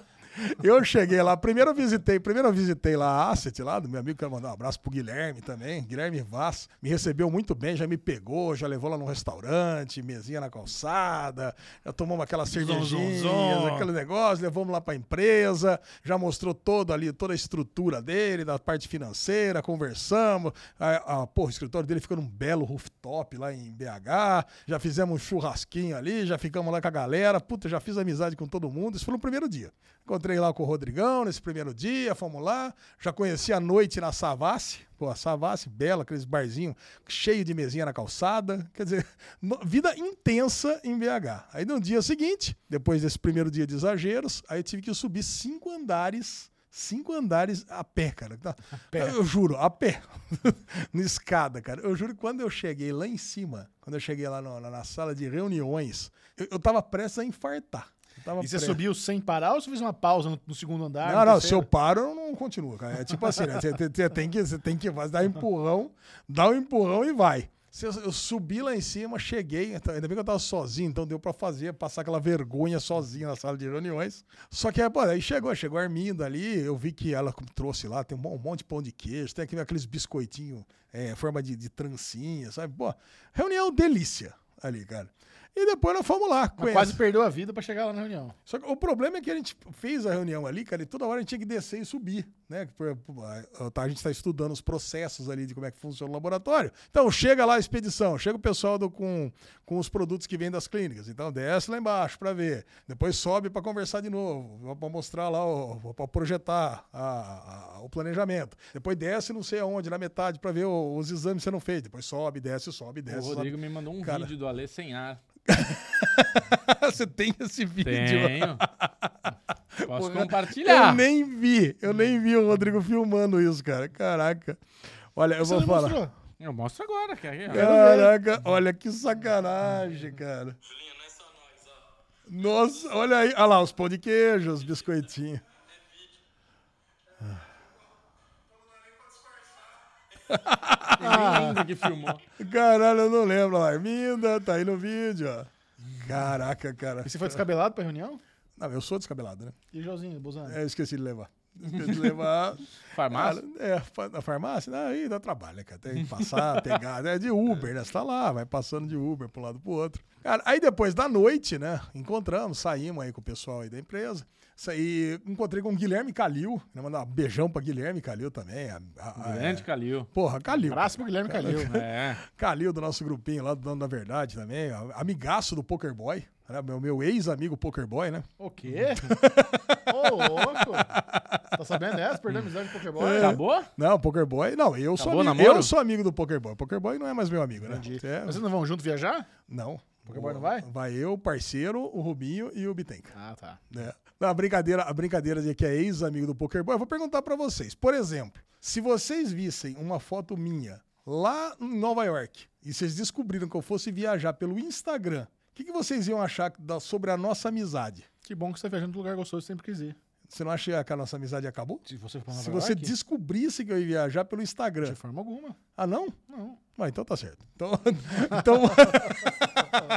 C: Eu cheguei lá, primeiro eu visitei, primeiro eu visitei lá a Asset lá, do meu amigo, quero mandar um abraço pro Guilherme também, Guilherme Vaz, me recebeu muito bem, já me pegou, já levou lá num restaurante, mesinha na calçada, já tomamos aquelas cervejinhas, aquele negócio, levamos lá pra empresa, já mostrou todo ali, toda a estrutura dele, da parte financeira, conversamos, a, a, pô, o escritório dele fica num belo rooftop lá em BH, já fizemos um churrasquinho ali, já ficamos lá com a galera, puta, já fiz amizade com todo mundo, isso foi no primeiro dia. Encontrei lá com o Rodrigão nesse primeiro dia, fomos lá, já conheci a noite na Savassi, pô, a Savassi, bela, aqueles barzinhos cheio de mesinha na calçada, quer dizer, no- vida intensa em BH. Aí no dia seguinte, depois desse primeiro dia de exageros, aí eu tive que subir cinco andares cinco andares a pé, cara. Tá- Eu, eu juro, a pé. na escada, cara. Eu juro que quando eu cheguei lá em cima, quando eu cheguei lá no- na, na sala de reuniões, eu, eu tava prestes a infartar. Eu tava
A: E você
C: prestes-
A: subiu sem parar ou você fez uma pausa no, no segundo andar?
C: Não,
A: no
C: não, se eu
A: terceiro?
C: paro, eu não continuo, cara. É tipo assim, né? Você tem- você tem que, você tem que dar um empurrão, dá um empurrão e vai. Se Eu, eu subi lá em cima, cheguei, então, ainda bem que eu tava sozinho, então deu pra fazer, passar aquela vergonha sozinho na sala de reuniões. Só que aí, pô, aí chegou, chegou a Arminda ali, eu vi que ela trouxe lá, tem um mon- um monte de pão de queijo, tem aquele- aqueles biscoitinhos, é, forma de, de trancinha, sabe? Pô, reunião delícia ali, cara. E depois nós fomos lá.
A: Mas
C: conhece-
A: quase perdeu a vida pra chegar lá na reunião.
C: só que o problema é que a gente fez a reunião ali, cara, e toda hora a gente tinha que descer e subir, né? Por- por- a- tá, A gente está estudando os processos ali de como é que funciona o laboratório. Então chega lá a expedição, chega o pessoal do- com, com os produtos que vêm das clínicas. Então desce lá embaixo para ver, depois sobe para conversar de novo, para mostrar lá, para projetar a- a- o planejamento. Depois desce não sei aonde, na metade, para ver o- os exames sendo feitos. Depois sobe, desce, sobe,
B: O
C: desce. sobe.
B: Rodrigo me mandou um
C: Cara.
B: vídeo do Alê sem ar.
C: Você tem esse vídeo?
B: Tenho. Posso
C: Porra,
B: compartilhar.
C: Eu nem vi, eu nem vi o Rodrigo filmando isso, cara. Caraca. Olha, eu vou
A: não
C: falar.
A: mostrou?
B: Eu mostro agora. é Quer ver?
C: Caraca, olha que sacanagem, cara. Nossa, olha aí. Olha lá, os pão de queijo, os biscoitinhos. Ah.
B: Eu nem lembro É que filmou.
C: Caralho, eu não lembro. Olha lá, Arminda, tá aí no vídeo, ó. Caraca, cara.
A: E você foi descabelado pra reunião?
C: Não, eu sou descabelado, né?
A: E o Joãozinho, Bolsonaro?
C: É, eu esqueci de levar. Esqueci de levar.
B: Farmácia?
C: Cara, é, fa- na farmácia, né, aí dá trabalho, né, cara? Tem que passar, pegar. É de Uber, né? Você tá lá, vai passando de Uber pra um lado pro outro. Cara, aí depois da noite, né? Encontramos, saímos aí com o pessoal aí da empresa. Saí, encontrei com o Guilherme Calil, né? Mandar um beijão pra Guilherme Calil também. a- a- a-
B: Grande Calil.
C: Porra, Calil.
A: Abraço pro Guilherme Ah, é. Calil. né?
B: É.
C: Calil do nosso grupinho lá do Dono da Verdade também. ó, Amigaço do Poker Boy. Era meu, meu ex-amigo Poker Boy, né?
A: O quê? Ô, louco! Tá sabendo dessa? Perdeu a amizade com o Pokémon?
C: É.
B: Acabou?
C: Não, Poker Boy. Não, eu sou,
B: Acabou o
C: amigo,
B: namoro?
C: eu sou amigo do Poker Boy. Poker Boy não é mais meu amigo, né? É,
A: Tá. Vocês não vão junto viajar?
C: Não.
A: Pokéboy
C: O-
A: não vai?
C: Vai eu, o parceiro, o Rubinho e o Bitenca.
A: Ah, tá.
C: Né? Não, a brincadeira, a brincadeira de que é ex-amigo do Pokerboy, eu vou perguntar pra vocês. Por exemplo, se vocês vissem uma foto minha lá em Nova York e vocês descobriram que eu fosse viajar pelo Instagram, o que, que vocês iam achar da- sobre a nossa amizade?
A: Que bom que você tá viajando pro lugar gostoso, sempre quis ir.
C: Você não acha que a nossa amizade acabou?
A: Se você for pra Nova
C: Se você
A: York,
C: descobrisse que eu ia viajar pelo Instagram.
A: de forma alguma.
C: Ah, não?
A: Não.
C: Ah, então tá certo. Então, então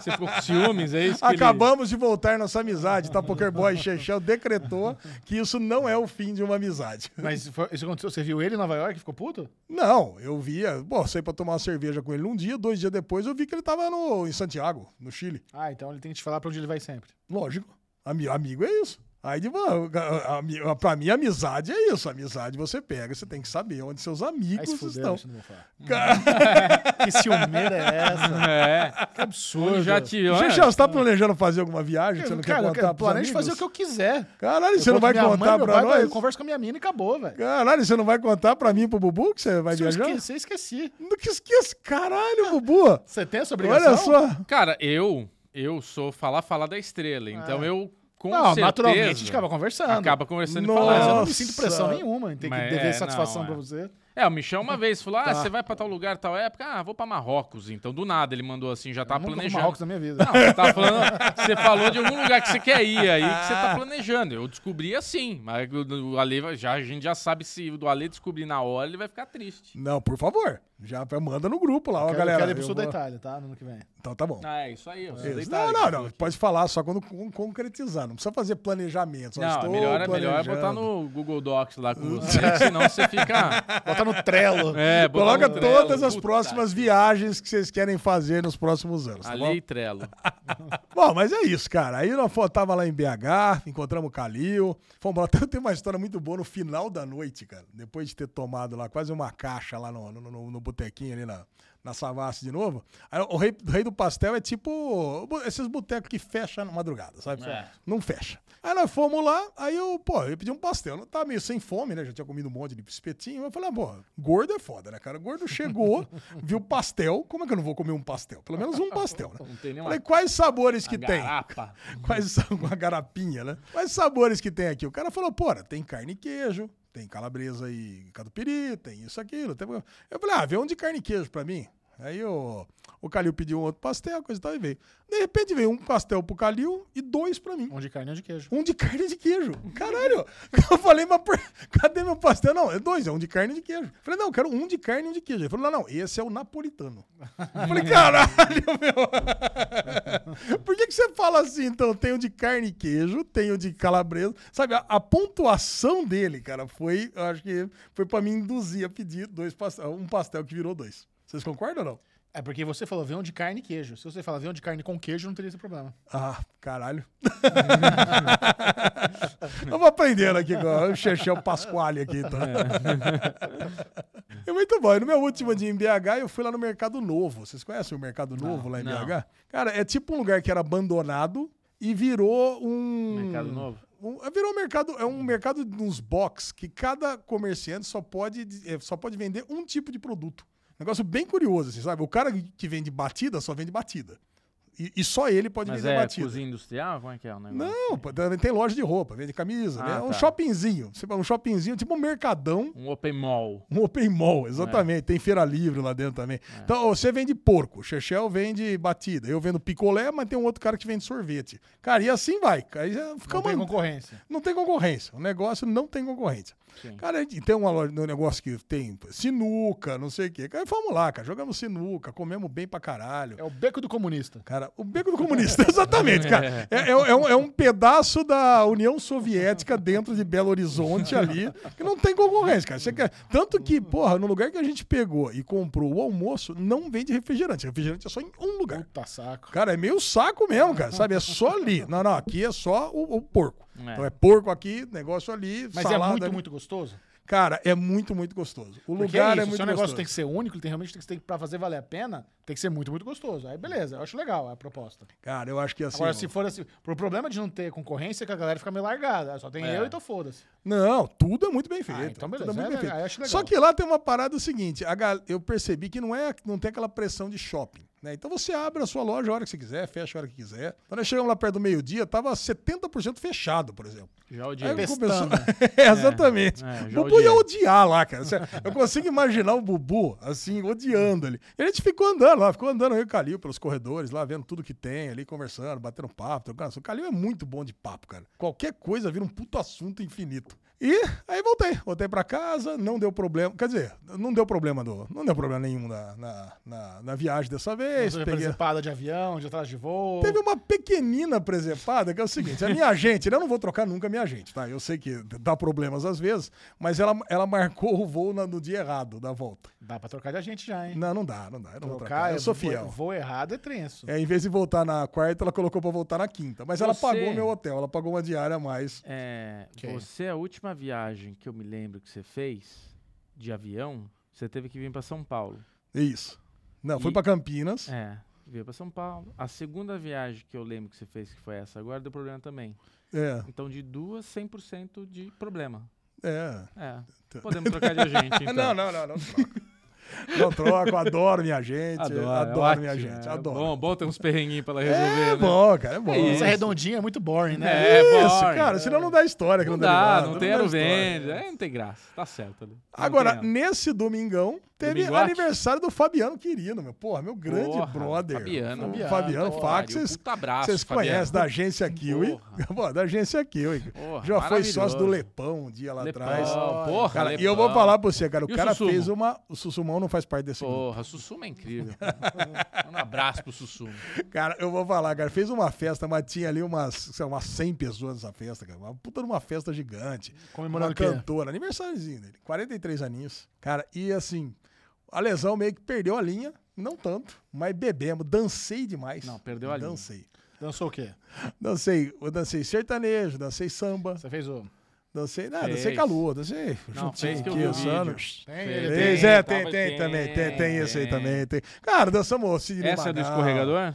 B: Você ficou com ciúmes, é isso? que ele-
C: Acabamos de voltar nossa amizade, tá? Pokerboy Chechel decretou que isso não é o fim de uma amizade.
A: Mas foi- isso aconteceu, você viu ele em Nova York e ficou puto?
C: Não, eu via, bom, saí pra tomar uma cerveja com ele um dia, dois dias depois eu vi que ele tava no, em Santiago, no Chile.
A: Ah, então ele tem que te falar pra onde ele vai sempre.
C: Lógico, ami- amigo é isso. Aí, de boa, a- a- a- pra mim, amizade é isso. Amizade você pega, você tem que saber onde seus
A: Aí se
C: amigos
A: fudeu,
C: estão.
A: isso eu não vou falar.
C: Cara,
A: Que ciúmeira é essa?
B: É.
A: Que absurdo.
B: Já te...
C: Chechel, você tá planejando fazer alguma viagem? Você não
A: Cara,
C: quer
A: eu
C: contar
A: quero-
C: pros
A: planejo
C: amigos?
A: fazer o que eu quiser.
C: Caralho, você
A: Eu
C: não
A: conto
C: vai
A: minha mãe,
C: contar
A: meu
C: pra
A: pai, Eu
C: nós?
A: converso com a minha mina e acabou, velho.
C: Caralho, você não vai contar pra mim e pro Bubu que você vai
A: Se eu
C: viajar?
A: esquecer, eu esqueci.
C: Não que esqueça, caralho, Bubu.
A: Você tem essa obrigação?
C: Olha só.
B: Cara, eu... Eu sou falar, falar da estrela. Então eu, com
A: É. Não,
B: certeza...
A: naturalmente a gente acaba conversando.
B: Acaba conversando
C: Nossa.
B: e
A: Mas eu
B: falando.
A: não me sinto pressão
C: Nossa.
A: nenhuma em ter que
B: Mas
A: dever
B: é,
A: satisfação
B: não,
A: pra
B: é.
A: você.
B: É, o Michel uma vez falou, ah,
A: Tá.
B: você vai pra tal lugar, tal época? Ah, vou pra Marrocos. Então, do nada, ele mandou assim, já
A: Eu
B: tava
A: nunca vou pra
B: planejando.
A: Marrocos né? na minha vida.
B: Não, você tava falando, você falou de algum lugar que você quer ir aí, que você tá planejando. Eu descobri assim, mas o o Ale vai- já a gente já sabe se o do Ale descobrir na hora, ele vai ficar triste.
C: Não, por favor. Já manda no grupo lá, ó,
A: quero,
C: galera.
A: quero ir pro
C: eu
A: sul da
C: vou-
A: Itália, tá? No ano que vem.
C: Então tá bom.
B: Ah, é isso aí. ó.
C: Isso.
B: Deitado
C: Não,
B: aqui,
C: não,
B: falou
C: não.
B: aqui.
C: Pode falar só quando con- concretizar. Não precisa fazer planejamento. Só
B: Não, é
C: estou
B: melhor, é melhor é
C: planejando.
B: botar no Google Docs lá com você, que senão você fica.
A: Botar no Trello.
B: É, botar
C: Coloca
B: no Trello.
C: todas as
B: Puta
C: próximas viagens que vocês querem fazer nos próximos anos, tá
B: Ali e Trello.
C: bom? Bom, mas é isso, cara. Aí nós fo- tava lá em BH, encontramos o Calil. Fomos lá. Tem uma história muito boa no final da noite, cara. Depois de ter tomado lá quase uma caixa lá no, no, no, no botequinho ali na, na Savassi de novo. Aí o rei, o rei do pastel é tipo bu- esses botecos que fecham na madrugada, sabe?
A: É.
C: Não fecha. Aí nós fomos lá, aí eu, pô, eu pedi um pastel. Eu tava meio sem fome, né? Já tinha comido um monte de espetinho. Eu falei, ah, pô, gordo é foda, né, cara? Gordo chegou, viu pastel. Como é que eu não vou comer um pastel? Pelo menos um pastel, né?
B: Não tem nenhuma
C: Falei, quais sabores que tem?
B: garapa.
C: Quais são uma garapinha, né? Quais sabores que tem aqui? O cara falou, porra, tem carne e queijo, tem calabresa e catupiry, tem isso, aquilo. tem- Eu falei, ah, vê um de carne e queijo pra mim. Aí o, o Calil pediu um outro pastel, coisa e tal, e veio. De repente veio um pastel pro Calil e dois pra mim.
A: Um de carne e um de queijo.
C: Um de carne e de queijo. Caralho! Eu falei, mas por... cadê meu pastel? Não, é dois, é um de carne e de queijo. Eu falei, não, eu quero um de carne e um de queijo. Ele falou, não, não, esse é o napolitano. Eu falei, caralho, meu. por que, que você fala assim, então? Tem um de carne e queijo, tem um de calabresa. Sabe, a, a pontuação dele, cara, foi, eu acho que foi pra me induzir a pedir dois pastel, um pastel que virou dois. Vocês concordam ou não?
A: É porque você falou avião de carne e queijo. Se você falar avião de carne com queijo, não teria esse problema.
C: Ah, caralho. Vamos aprendendo aqui com o Chechel Pasquale aqui, então. É muito bom. E no meu último dia em BH, eu fui lá no Mercado Novo. Vocês conhecem o Mercado Novo lá em
B: não.
C: BH? Cara, é tipo um lugar que era abandonado e virou um...
B: Mercado Novo.
C: Um- virou um mercado, é um mercado de uns box que cada comerciante só pode, eh, só pode vender um tipo de produto. Negócio bem curioso, assim, sabe? O cara que vende batida só vende batida. E, e só ele pode
B: Mas
C: vender
B: é
C: batida.
B: cozinha industrial? Como é que é o negócio?
C: Não, pô, também tem loja de roupa, vende camisa,
B: Ah,
C: né? Um
B: tá.
C: shoppingzinho. Você fala, Um shoppingzinho, tipo um mercadão,
B: Um open mall.
C: um open mall, exatamente. Tem feira livre lá dentro também.
B: É.
C: Então, ó, você vende porco, o Chechel vende batida, eu vendo picolé, mas tem um outro cara que vende sorvete. Cara, e assim vai. Aí já fica
A: Não tem
C: uma-
A: concorrência.
C: não tem concorrência. O negócio não tem concorrência.
B: Sim.
C: Cara, e tem uma loja- um negócio que tem sinuca, não sei o quê. Cara, vamos lá, cara. Jogamos sinuca, comemos bem pra caralho.
A: É o beco do comunista.
C: Cara, o beco do comunista, exatamente, cara. É, é- é um, é um pedaço da União Soviética dentro de Belo Horizonte ali, que não tem concorrência, cara. Você quer- Tanto que, porra, no lugar que a gente pegou e comprou o almoço, não vende refrigerante. Refrigerante é só em um lugar.
A: Puta Tá, saco.
C: Cara, é meio saco mesmo, cara, sabe? É só ali. Não, não, aqui é só o, o porco.
B: É.
C: Então é porco aqui, negócio ali,
A: Mas
C: salada
A: é muito,
C: ali.
A: muito gostoso.
C: Cara, é muito, muito gostoso. O
A: Porque
C: lugar
A: é isso.
C: é,
A: Se
C: muito
A: o negócio
C: gostoso.
A: tem que ser único, ele tem, realmente tem que ser, pra fazer valer a pena, tem que ser muito, muito gostoso. Aí beleza, eu acho legal a proposta.
C: Cara, eu acho que assim...
A: Agora,
C: ó,
A: se for assim, pro problema de não ter concorrência é que a galera fica meio largada. Só tem
B: É.
A: eu, então foda-se.
C: Não, tudo é muito bem feito.
A: Ah, então
C: tudo
A: beleza,
C: é muito
A: é
C: bem
A: legal,
C: feito.
A: eu acho legal.
C: Só que lá tem uma parada seguinte, a gal- eu percebi que não é, não tem aquela pressão de shopping, né? Então você abre a sua loja a hora que você quiser, fecha a hora que quiser. Quando nós chegamos lá perto do meio-dia, tava 70% fechado, por exemplo.
B: Já o
C: Aí
B: dia.
C: eu
A: Testando.
C: começou... é, exatamente.
B: é, já
C: Bubu ia
B: odiei.
C: odiar lá, cara. Você- Eu consigo imaginar o Bubu, assim, odiando ali. E a gente ficou andando lá, ficou andando eu e o Calil pelos corredores lá, vendo tudo que tem ali, conversando, batendo papo, trocando. O Calil é muito bom de papo, cara. Qualquer coisa vira um puto assunto infinito. E aí voltei. Voltei pra casa, não deu problema. Quer dizer, não deu problema do. Não deu problema nenhum na, na, na- na viagem dessa vez.
A: Você
C: Peguei,
A: presepada de avião, de atrás de voo.
C: Teve uma pequenina presepada, que é o seguinte, a minha gente, né, eu não vou trocar nunca a minha gente, tá? Eu sei que dá problemas às vezes, mas ela, ela marcou o voo na- no dia errado da volta.
A: Dá pra trocar de agente já, hein?
C: Não, não dá, não dá. Eu não vou trocar.
A: trocar,
C: Eu sou
A: voo-
C: fiel.
A: Voo errado é trenço.
C: É, em vez de voltar na quarta, ela colocou pra voltar na quinta. Mas ela
B: Você-
C: pagou meu hotel, ela pagou uma diária a mais.
B: É,
A: Ok.
B: Você, a última viagem que eu me lembro que você fez de avião, você teve que vir pra São Paulo.
C: É isso. Não, fui
B: E-
C: pra Campinas.
B: É, veio pra São Paulo. A segunda viagem que eu lembro que você fez, que foi essa agora, deu problema também.
C: É,
B: Então, de duas, 100% de problema.
C: é.
B: É.
C: Então-
B: Podemos trocar de agente, então.
C: Não, não, não, não troco. Não troco, adoro minha gente. Adoro,
B: Adoro, é
C: minha
B: ótimo,
C: gente,
B: é
C: adoro.
B: Bom, bom ter uns perrenguinhos pra ela resolver,
C: é
B: né?
C: bom, cara, é bom.
A: Essa redondinha é muito boring, né?
B: É,
C: isso,
B: boring.
C: cara. Senão não dá história. que
B: Não
C: dá,
B: dá,
C: nada,
B: não tem
C: dá
B: Aeruvend,
C: história.
B: é, não tem graça, tá certo ali. Não
C: Agora,
B: tem
C: nesse domingão, teve
B: Domingote?
C: aniversário do Fabiano Quirino, meu. Porra, meu grande
B: Porra,
C: brother.
B: Fabiano.
C: O
A: Fabiano,
C: Fabiano
A: porra,
C: Fax,
B: pariu,
C: vocês-
B: um puta abraço,
C: vocês
B: Fabiano.
C: conhecem da agência Kiwi. Pô, da agência Kiwi.
B: Porra,
C: Já foi sócio
B: maravilhoso.
C: do Lepão um dia lá
B: Lepão,
C: atrás.
B: porra,
C: Cara,
B: Lepão.
C: e eu vou falar pra você, cara. O
B: E o
C: cara
B: Sussumo?
C: fez uma. O Sussumão não faz parte desse grupo.
B: Porra, Sussuma é incrível. um abraço pro Sussuma.
C: Cara, eu vou falar, cara. Fez uma festa, mas tinha ali umas, sei lá, umas 100 pessoas nessa festa, cara. Uma puta numa festa gigante.
A: Comemorando
C: uma
A: o quê?
C: cantora, aniversáriozinho dele. 43 aninhos. Cara, e assim, a lesão meio que perdeu a linha. Não tanto, mas bebemos. Dancei demais.
B: Não, perdeu a linha.
C: Dancei.
A: Dançou o quê?
C: Dancei. Eu dancei sertanejo, dancei samba.
A: Você fez o...
C: Dancei, não, dancei
B: Fez.
C: calor, dancei
B: Não,
C: juntinho
B: fez que eu
C: aqui,
B: vi o
C: assando.
B: vídeo.
A: Tem,
B: Fez.
A: ele
C: Fez,
A: tem.
C: é,
B: tava-
C: tem, tem,
B: tem,
C: também, tem, tem esse aí
B: tem.
C: também, tem. Cara, dançamos o Sidney
B: Essa é do
C: Magal.
B: escorregador?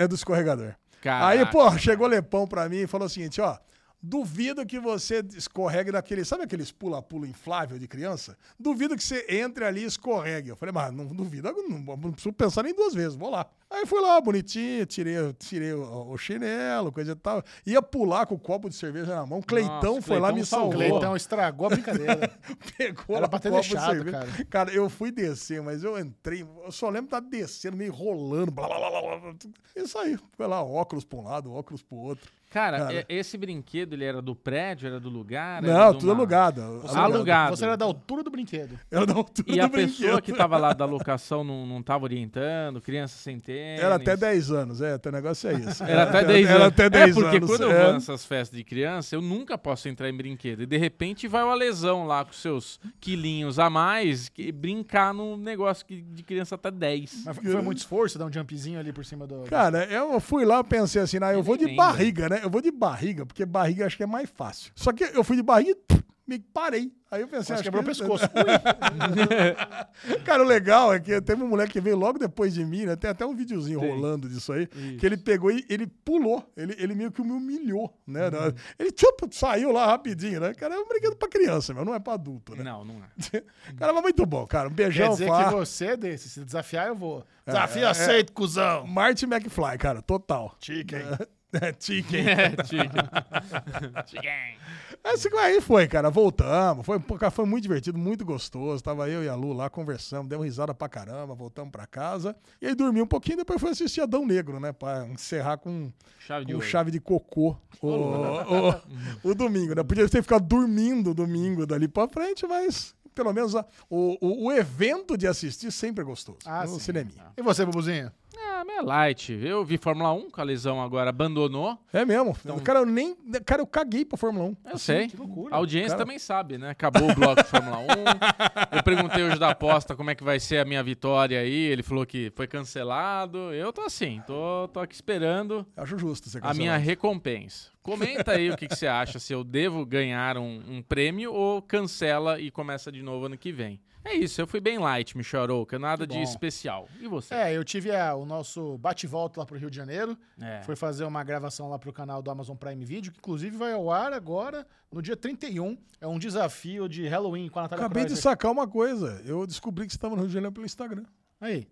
C: É do escorregador.
B: Caraca.
C: Aí, pô, chegou o Lepão pra mim e falou o seguinte, ó. Duvido que você escorregue daquele. Sabe aqueles pula-pula inflável de criança? Duvido que você entre ali e escorregue. Eu falei, mas não duvido, eu não, não preciso pensar nem duas vezes, vou lá. Aí fui lá, bonitinho, tirei, tirei o, o chinelo, coisa e tal. Ia pular com o copo de cerveja na mão. Cleitão
B: Nossa,
C: foi lá,
B: Cleitão
C: me salvou.
A: Cleitão estragou a brincadeira.
C: Pegou
A: Era
C: lá
A: pra ter
C: o copo de
A: deixado,
C: cerveja.
A: cara.
C: eu fui descer, mas eu entrei. Eu só lembro de estar descendo, meio rolando. Blá, blá, blá, blá, blá. Isso aí. Foi lá, óculos pra um lado, óculos pro outro.
B: Cara,
C: Cara.
B: e- esse brinquedo, ele era do prédio, era do lugar? era
C: Não,
B: de
C: tudo
B: uma-
C: alugado.
B: Alugado.
A: Você era da altura do brinquedo.
C: Era da altura
B: E
C: do
B: a pessoa
C: brinquedo.
B: que tava lá da locação não, não tava orientando, criança sem tênis.
C: Era até 10 anos, é. O negócio é isso.
B: Era até 10 anos.
C: Era até 10
B: é, porque
C: anos.
B: quando eu
C: é.
B: vou nessas festas de criança, eu nunca posso entrar em brinquedo. E de repente vai uma lesão lá com seus quilinhos a mais que brincar num negócio que- de criança até 10.
A: Mas foi muito esforço dar um jumpzinho ali por cima do.
C: Cara, eu fui lá, eu pensei assim, ah, eu
B: Eu
C: vou de
B: nem lembro.
C: barriga, né? Eu vou de barriga, porque barriga eu acho que é mais fácil. Só que eu fui de barriga e me parei. Aí eu pensei,
A: Quase
C: acho
A: quebrou o
C: que-
A: pescoço. Ui,
C: Cara, o legal é que teve um moleque que veio logo depois de mim, né? Tem até um videozinho
B: Tem.
C: rolando disso aí,
B: Isso.
C: que ele pegou e ele pulou. Ele, ele meio que me humilhou, né?
A: Hum.
C: Ele tchup, saiu lá rapidinho, né? Cara, é um brinquedo pra criança, meu, não é pra adulto, né?
B: Não, não é.
C: Cara, mas muito bom, cara. Um
A: Quer
C: beijão,
A: dizer
C: Fá.
A: que você é desse. Se desafiar, eu vou. Desafio aceito, cuzão.
C: Marty McFly, cara, total.
A: Chicken.
C: É, Chicken.
B: É, Chicken. Chicken.
C: Mas aí foi, cara. Voltamos. Foi, pô, cara, foi muito divertido, muito gostoso. Tava eu e a Lu lá conversamos, demos risada pra caramba, voltamos pra casa. E aí dormi um pouquinho, depois fui assistir Adão Negro, né? Pra encerrar com, um
B: Chave de
C: com
B: ouro.
C: chave de cocô o, o- o domingo, né? Podia ter ficado dormindo domingo dali pra frente, mas pelo menos a- o, o- o evento de assistir sempre é gostoso.
A: Ah,
C: no
A: sim.
C: cineminha.
A: E você, Bubuzinho?
B: Ah, mas é light. Eu vi Fórmula 1 com a lesão agora, abandonou.
C: É mesmo.
B: Então-
C: Cara, eu nem. Cara, eu caguei pra Fórmula 1.
B: Eu sei.
A: que loucura.
B: A audiência
C: Cara-
B: também sabe, né? Acabou o bloco de Fórmula 1. Eu perguntei hoje da aposta como é que vai ser a minha vitória aí. Ele falou que foi cancelado. Eu tô assim, tô, tô aqui esperando
C: Acho justo você
B: a
C: cancelar.
B: minha recompensa. Comenta aí o que, que você acha, se eu devo ganhar um, um prêmio ou cancela e começa de novo ano que vem. É isso, eu fui bem light, Michel Arouca, nada
A: Que
B: de
A: bom.
B: especial. E você?
A: É, eu tive ah, o nosso bate-volta lá pro Rio de Janeiro.
B: É.
A: Foi fazer uma gravação lá pro canal do Amazon Prime Video, que inclusive vai ao ar agora no dia 31. É um desafio de Halloween com a Natália
C: Acabei de
A: Kreuzer.
C: sacar uma coisa. Eu descobri que você estava no Rio de Janeiro pelo Instagram.
A: Aí.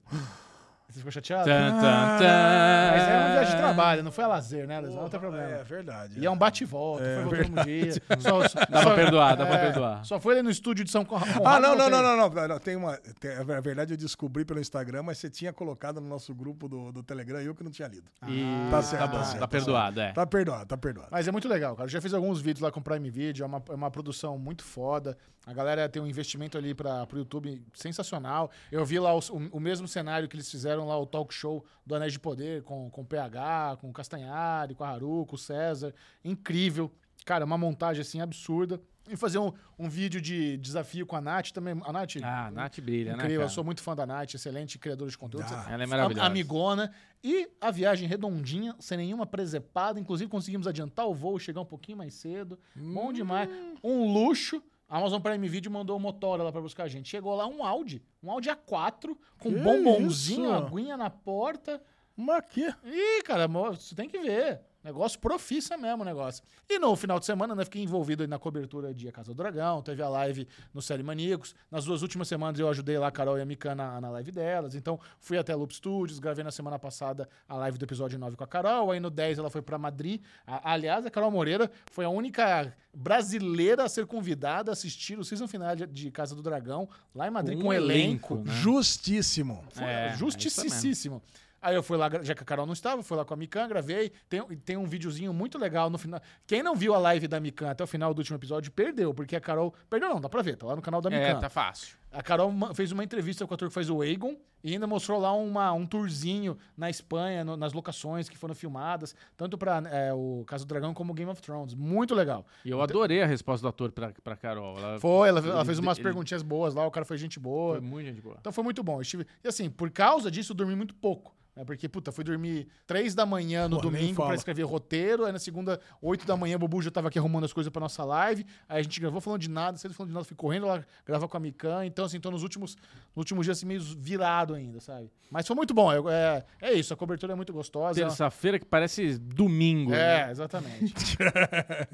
A: Você ficou chateado?
B: Tan, tan, tan.
A: Ah, Mas é uma viagem de trabalho, não foi a lazer, né, Luiz? Não tem problema.
C: É verdade.
A: E é um bate-volta, foi voltando um dia. Só, só,
B: Dá pra perdoar, dá pra
A: é,
B: perdoar.
A: Só foi ali no estúdio de São Conrado.
C: Ah, não, não, não, não, não, não, não, Tem uma. tem- na verdade, eu descobri pelo Instagram, mas você tinha colocado no nosso grupo do, do Telegram e eu que não tinha lido.
A: Ah.
B: E-
C: Tá certo,
B: tá
C: tá
B: bom, tá,
C: certo, tá
B: perdoado, é.
C: Tá perdoado, tá perdoado.
A: Mas é muito legal, cara. Eu já fiz alguns vídeos lá com o Prime Video, é uma, é uma produção muito foda. A galera tem um investimento ali para pro YouTube sensacional. Eu vi lá os- o, o mesmo cenário que eles fizeram lá, o talk show do Anéis de Poder, com, com o PH, com o Castanhari, com a Haru, com o César. Incrível. Cara, uma montagem assim absurda. E fazer um, um vídeo de desafio com a Nath também. A Nath.
B: Ah, a Nath brilha, né,
A: Incrível, eu
B: cara?
A: sou muito fã da Nath, excelente criadora de conteúdo.
C: Ah,
A: Você-
B: Ela é maravilhosa.
A: am- Amigona. E a viagem redondinha, sem nenhuma presepada. Inclusive, conseguimos adiantar o voo, chegar um pouquinho mais cedo.
C: Hum.
A: Bom demais. Um luxo. A Amazon Prime Video mandou o motora lá pra buscar a gente. Chegou lá um Audi, um Audi A4, com
C: Que
A: bombonzinho,
C: isso?
A: aguinha na porta.
C: Mas que?
A: Ih, cara, mo- você tem que ver. Negócio profissa mesmo, o negócio. E no final de semana, né, fiquei envolvido aí na cobertura de A Casa do Dragão, teve a live no Série Maníacos. Nas duas últimas semanas eu ajudei lá a Carol e a Mika na, na live delas. Então, fui até a Loop Studios, gravei na semana passada a live do episódio 9 com a Carol. Aí no 10 ela foi pra Madrid. A- aliás, a Carol Moreira foi a única brasileira a ser convidada a assistir o season final de, de Casa do Dragão, lá em Madrid,
B: Um
A: com um elenco.
B: elenco, né?
C: Justíssimo.
A: Foi
B: É, é isso
A: justicíssimo. Aí eu fui lá, gra- já que a Carol não estava, fui lá com a Mikan, gravei. Tem, tem um videozinho muito legal no final. Quem não viu a live da Mikan até o final do último episódio, perdeu, porque a Carol. Perdeu não, dá pra ver, tá lá no canal da
B: É,
A: Mikan.
B: tá fácil.
A: A Carol ma- fez uma entrevista com o ator que faz o Egon e ainda mostrou lá uma, um tourzinho na Espanha, no- nas locações que foram filmadas, tanto para o Caso do Dragão como Game of Thrones. Muito legal.
B: E eu adorei a resposta do ator pra, pra Carol. Ela foi,
A: Foi, ela, ela
B: Ele-
A: fez umas
B: ele-
A: perguntinhas boas lá, o cara foi gente boa.
B: muito gente boa.
A: Então foi muito bom. Eu estive- E assim, por causa disso, eu dormi muito pouco. Né? Porque, puta, fui dormir três da manhã no
C: Pô, nem
A: domingo
C: fala.
A: pra escrever roteiro. Aí na segunda, oito da manhã, o Bubu já tava aqui arrumando as coisas pra nossa live. Aí a gente gravou falando de nada, cedo falando de nada, fui correndo lá gravar com a Mikan. Então, assim, tô nos últimos, nos últimos dias assim, meio virado ainda, sabe? Mas foi muito bom. Eu- é, é isso, a cobertura é muito gostosa.
B: Terça-feira que parece domingo.
A: É,
B: né?
A: exatamente.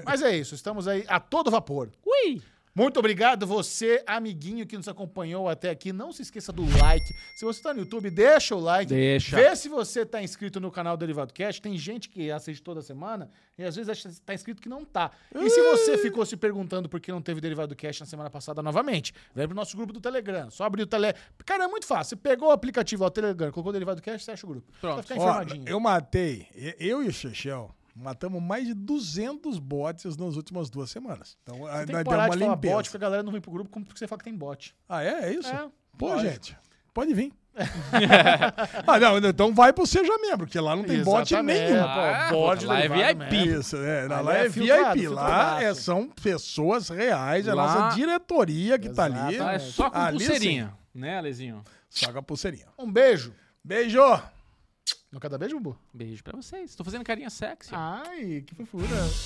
A: Mas é isso, estamos aí a todo vapor.
B: Ui!
A: Muito obrigado você, amiguinho que nos acompanhou até aqui. Não se esqueça do like. Se você tá no YouTube, deixa o like.
B: Deixa.
A: Vê se você tá inscrito no canal Derivado Cast. Tem gente que assiste toda semana e às vezes acha que tá inscrito que não tá. E se você ficou se perguntando por que não teve Derivado Cast na semana passada novamente, vem pro nosso grupo do Telegram. Só abrir o Telegram. Cara, é muito fácil. Você pegou o aplicativo lá, o Telegram, colocou Derivado Cast, você acha o grupo.
B: Pronto.
A: Vai ficar
C: Ó,
A: Tá informadinho.
C: eu matei, e- eu e o Chechel, matamos mais de 200 bots nas últimas duas semanas. Então,
A: Você
C: nós
A: tem que
C: demos
A: parar
C: uma
A: de falar
C: limpeza.
A: bot, porque a galera não vem pro grupo como porque você fala que tem bot.
C: Ah, é? É isso?
A: É,
C: Pô,
A: lógico.
C: gente, pode vir. ah, não, então vai pro Seja Membro, porque lá não tem bot um,
A: Exatamente.
C: nenhum.
B: Ah,
A: Pô, bot
B: puta, lá é
A: derivado
B: VIP.
A: mesmo.
C: Isso, é. Lá,
A: Ali
C: lá
A: é
C: é,
A: filtrado,
C: VIP. Lá é-
A: filtradaço.
C: são pessoas reais, é a
B: Lá-
C: nossa diretoria que tá ali.
A: Exatamente.
B: Tá, é só
A: Ah,
B: com
C: Ali,
B: pulseirinha, né, Alezinho?
C: Só com a pulseirinha.
A: Um beijo.
C: Beijo!
A: Não cada beijo, Bubu?
B: Beijo pra vocês. Tô fazendo carinha sexy.
A: Ai, que fofura.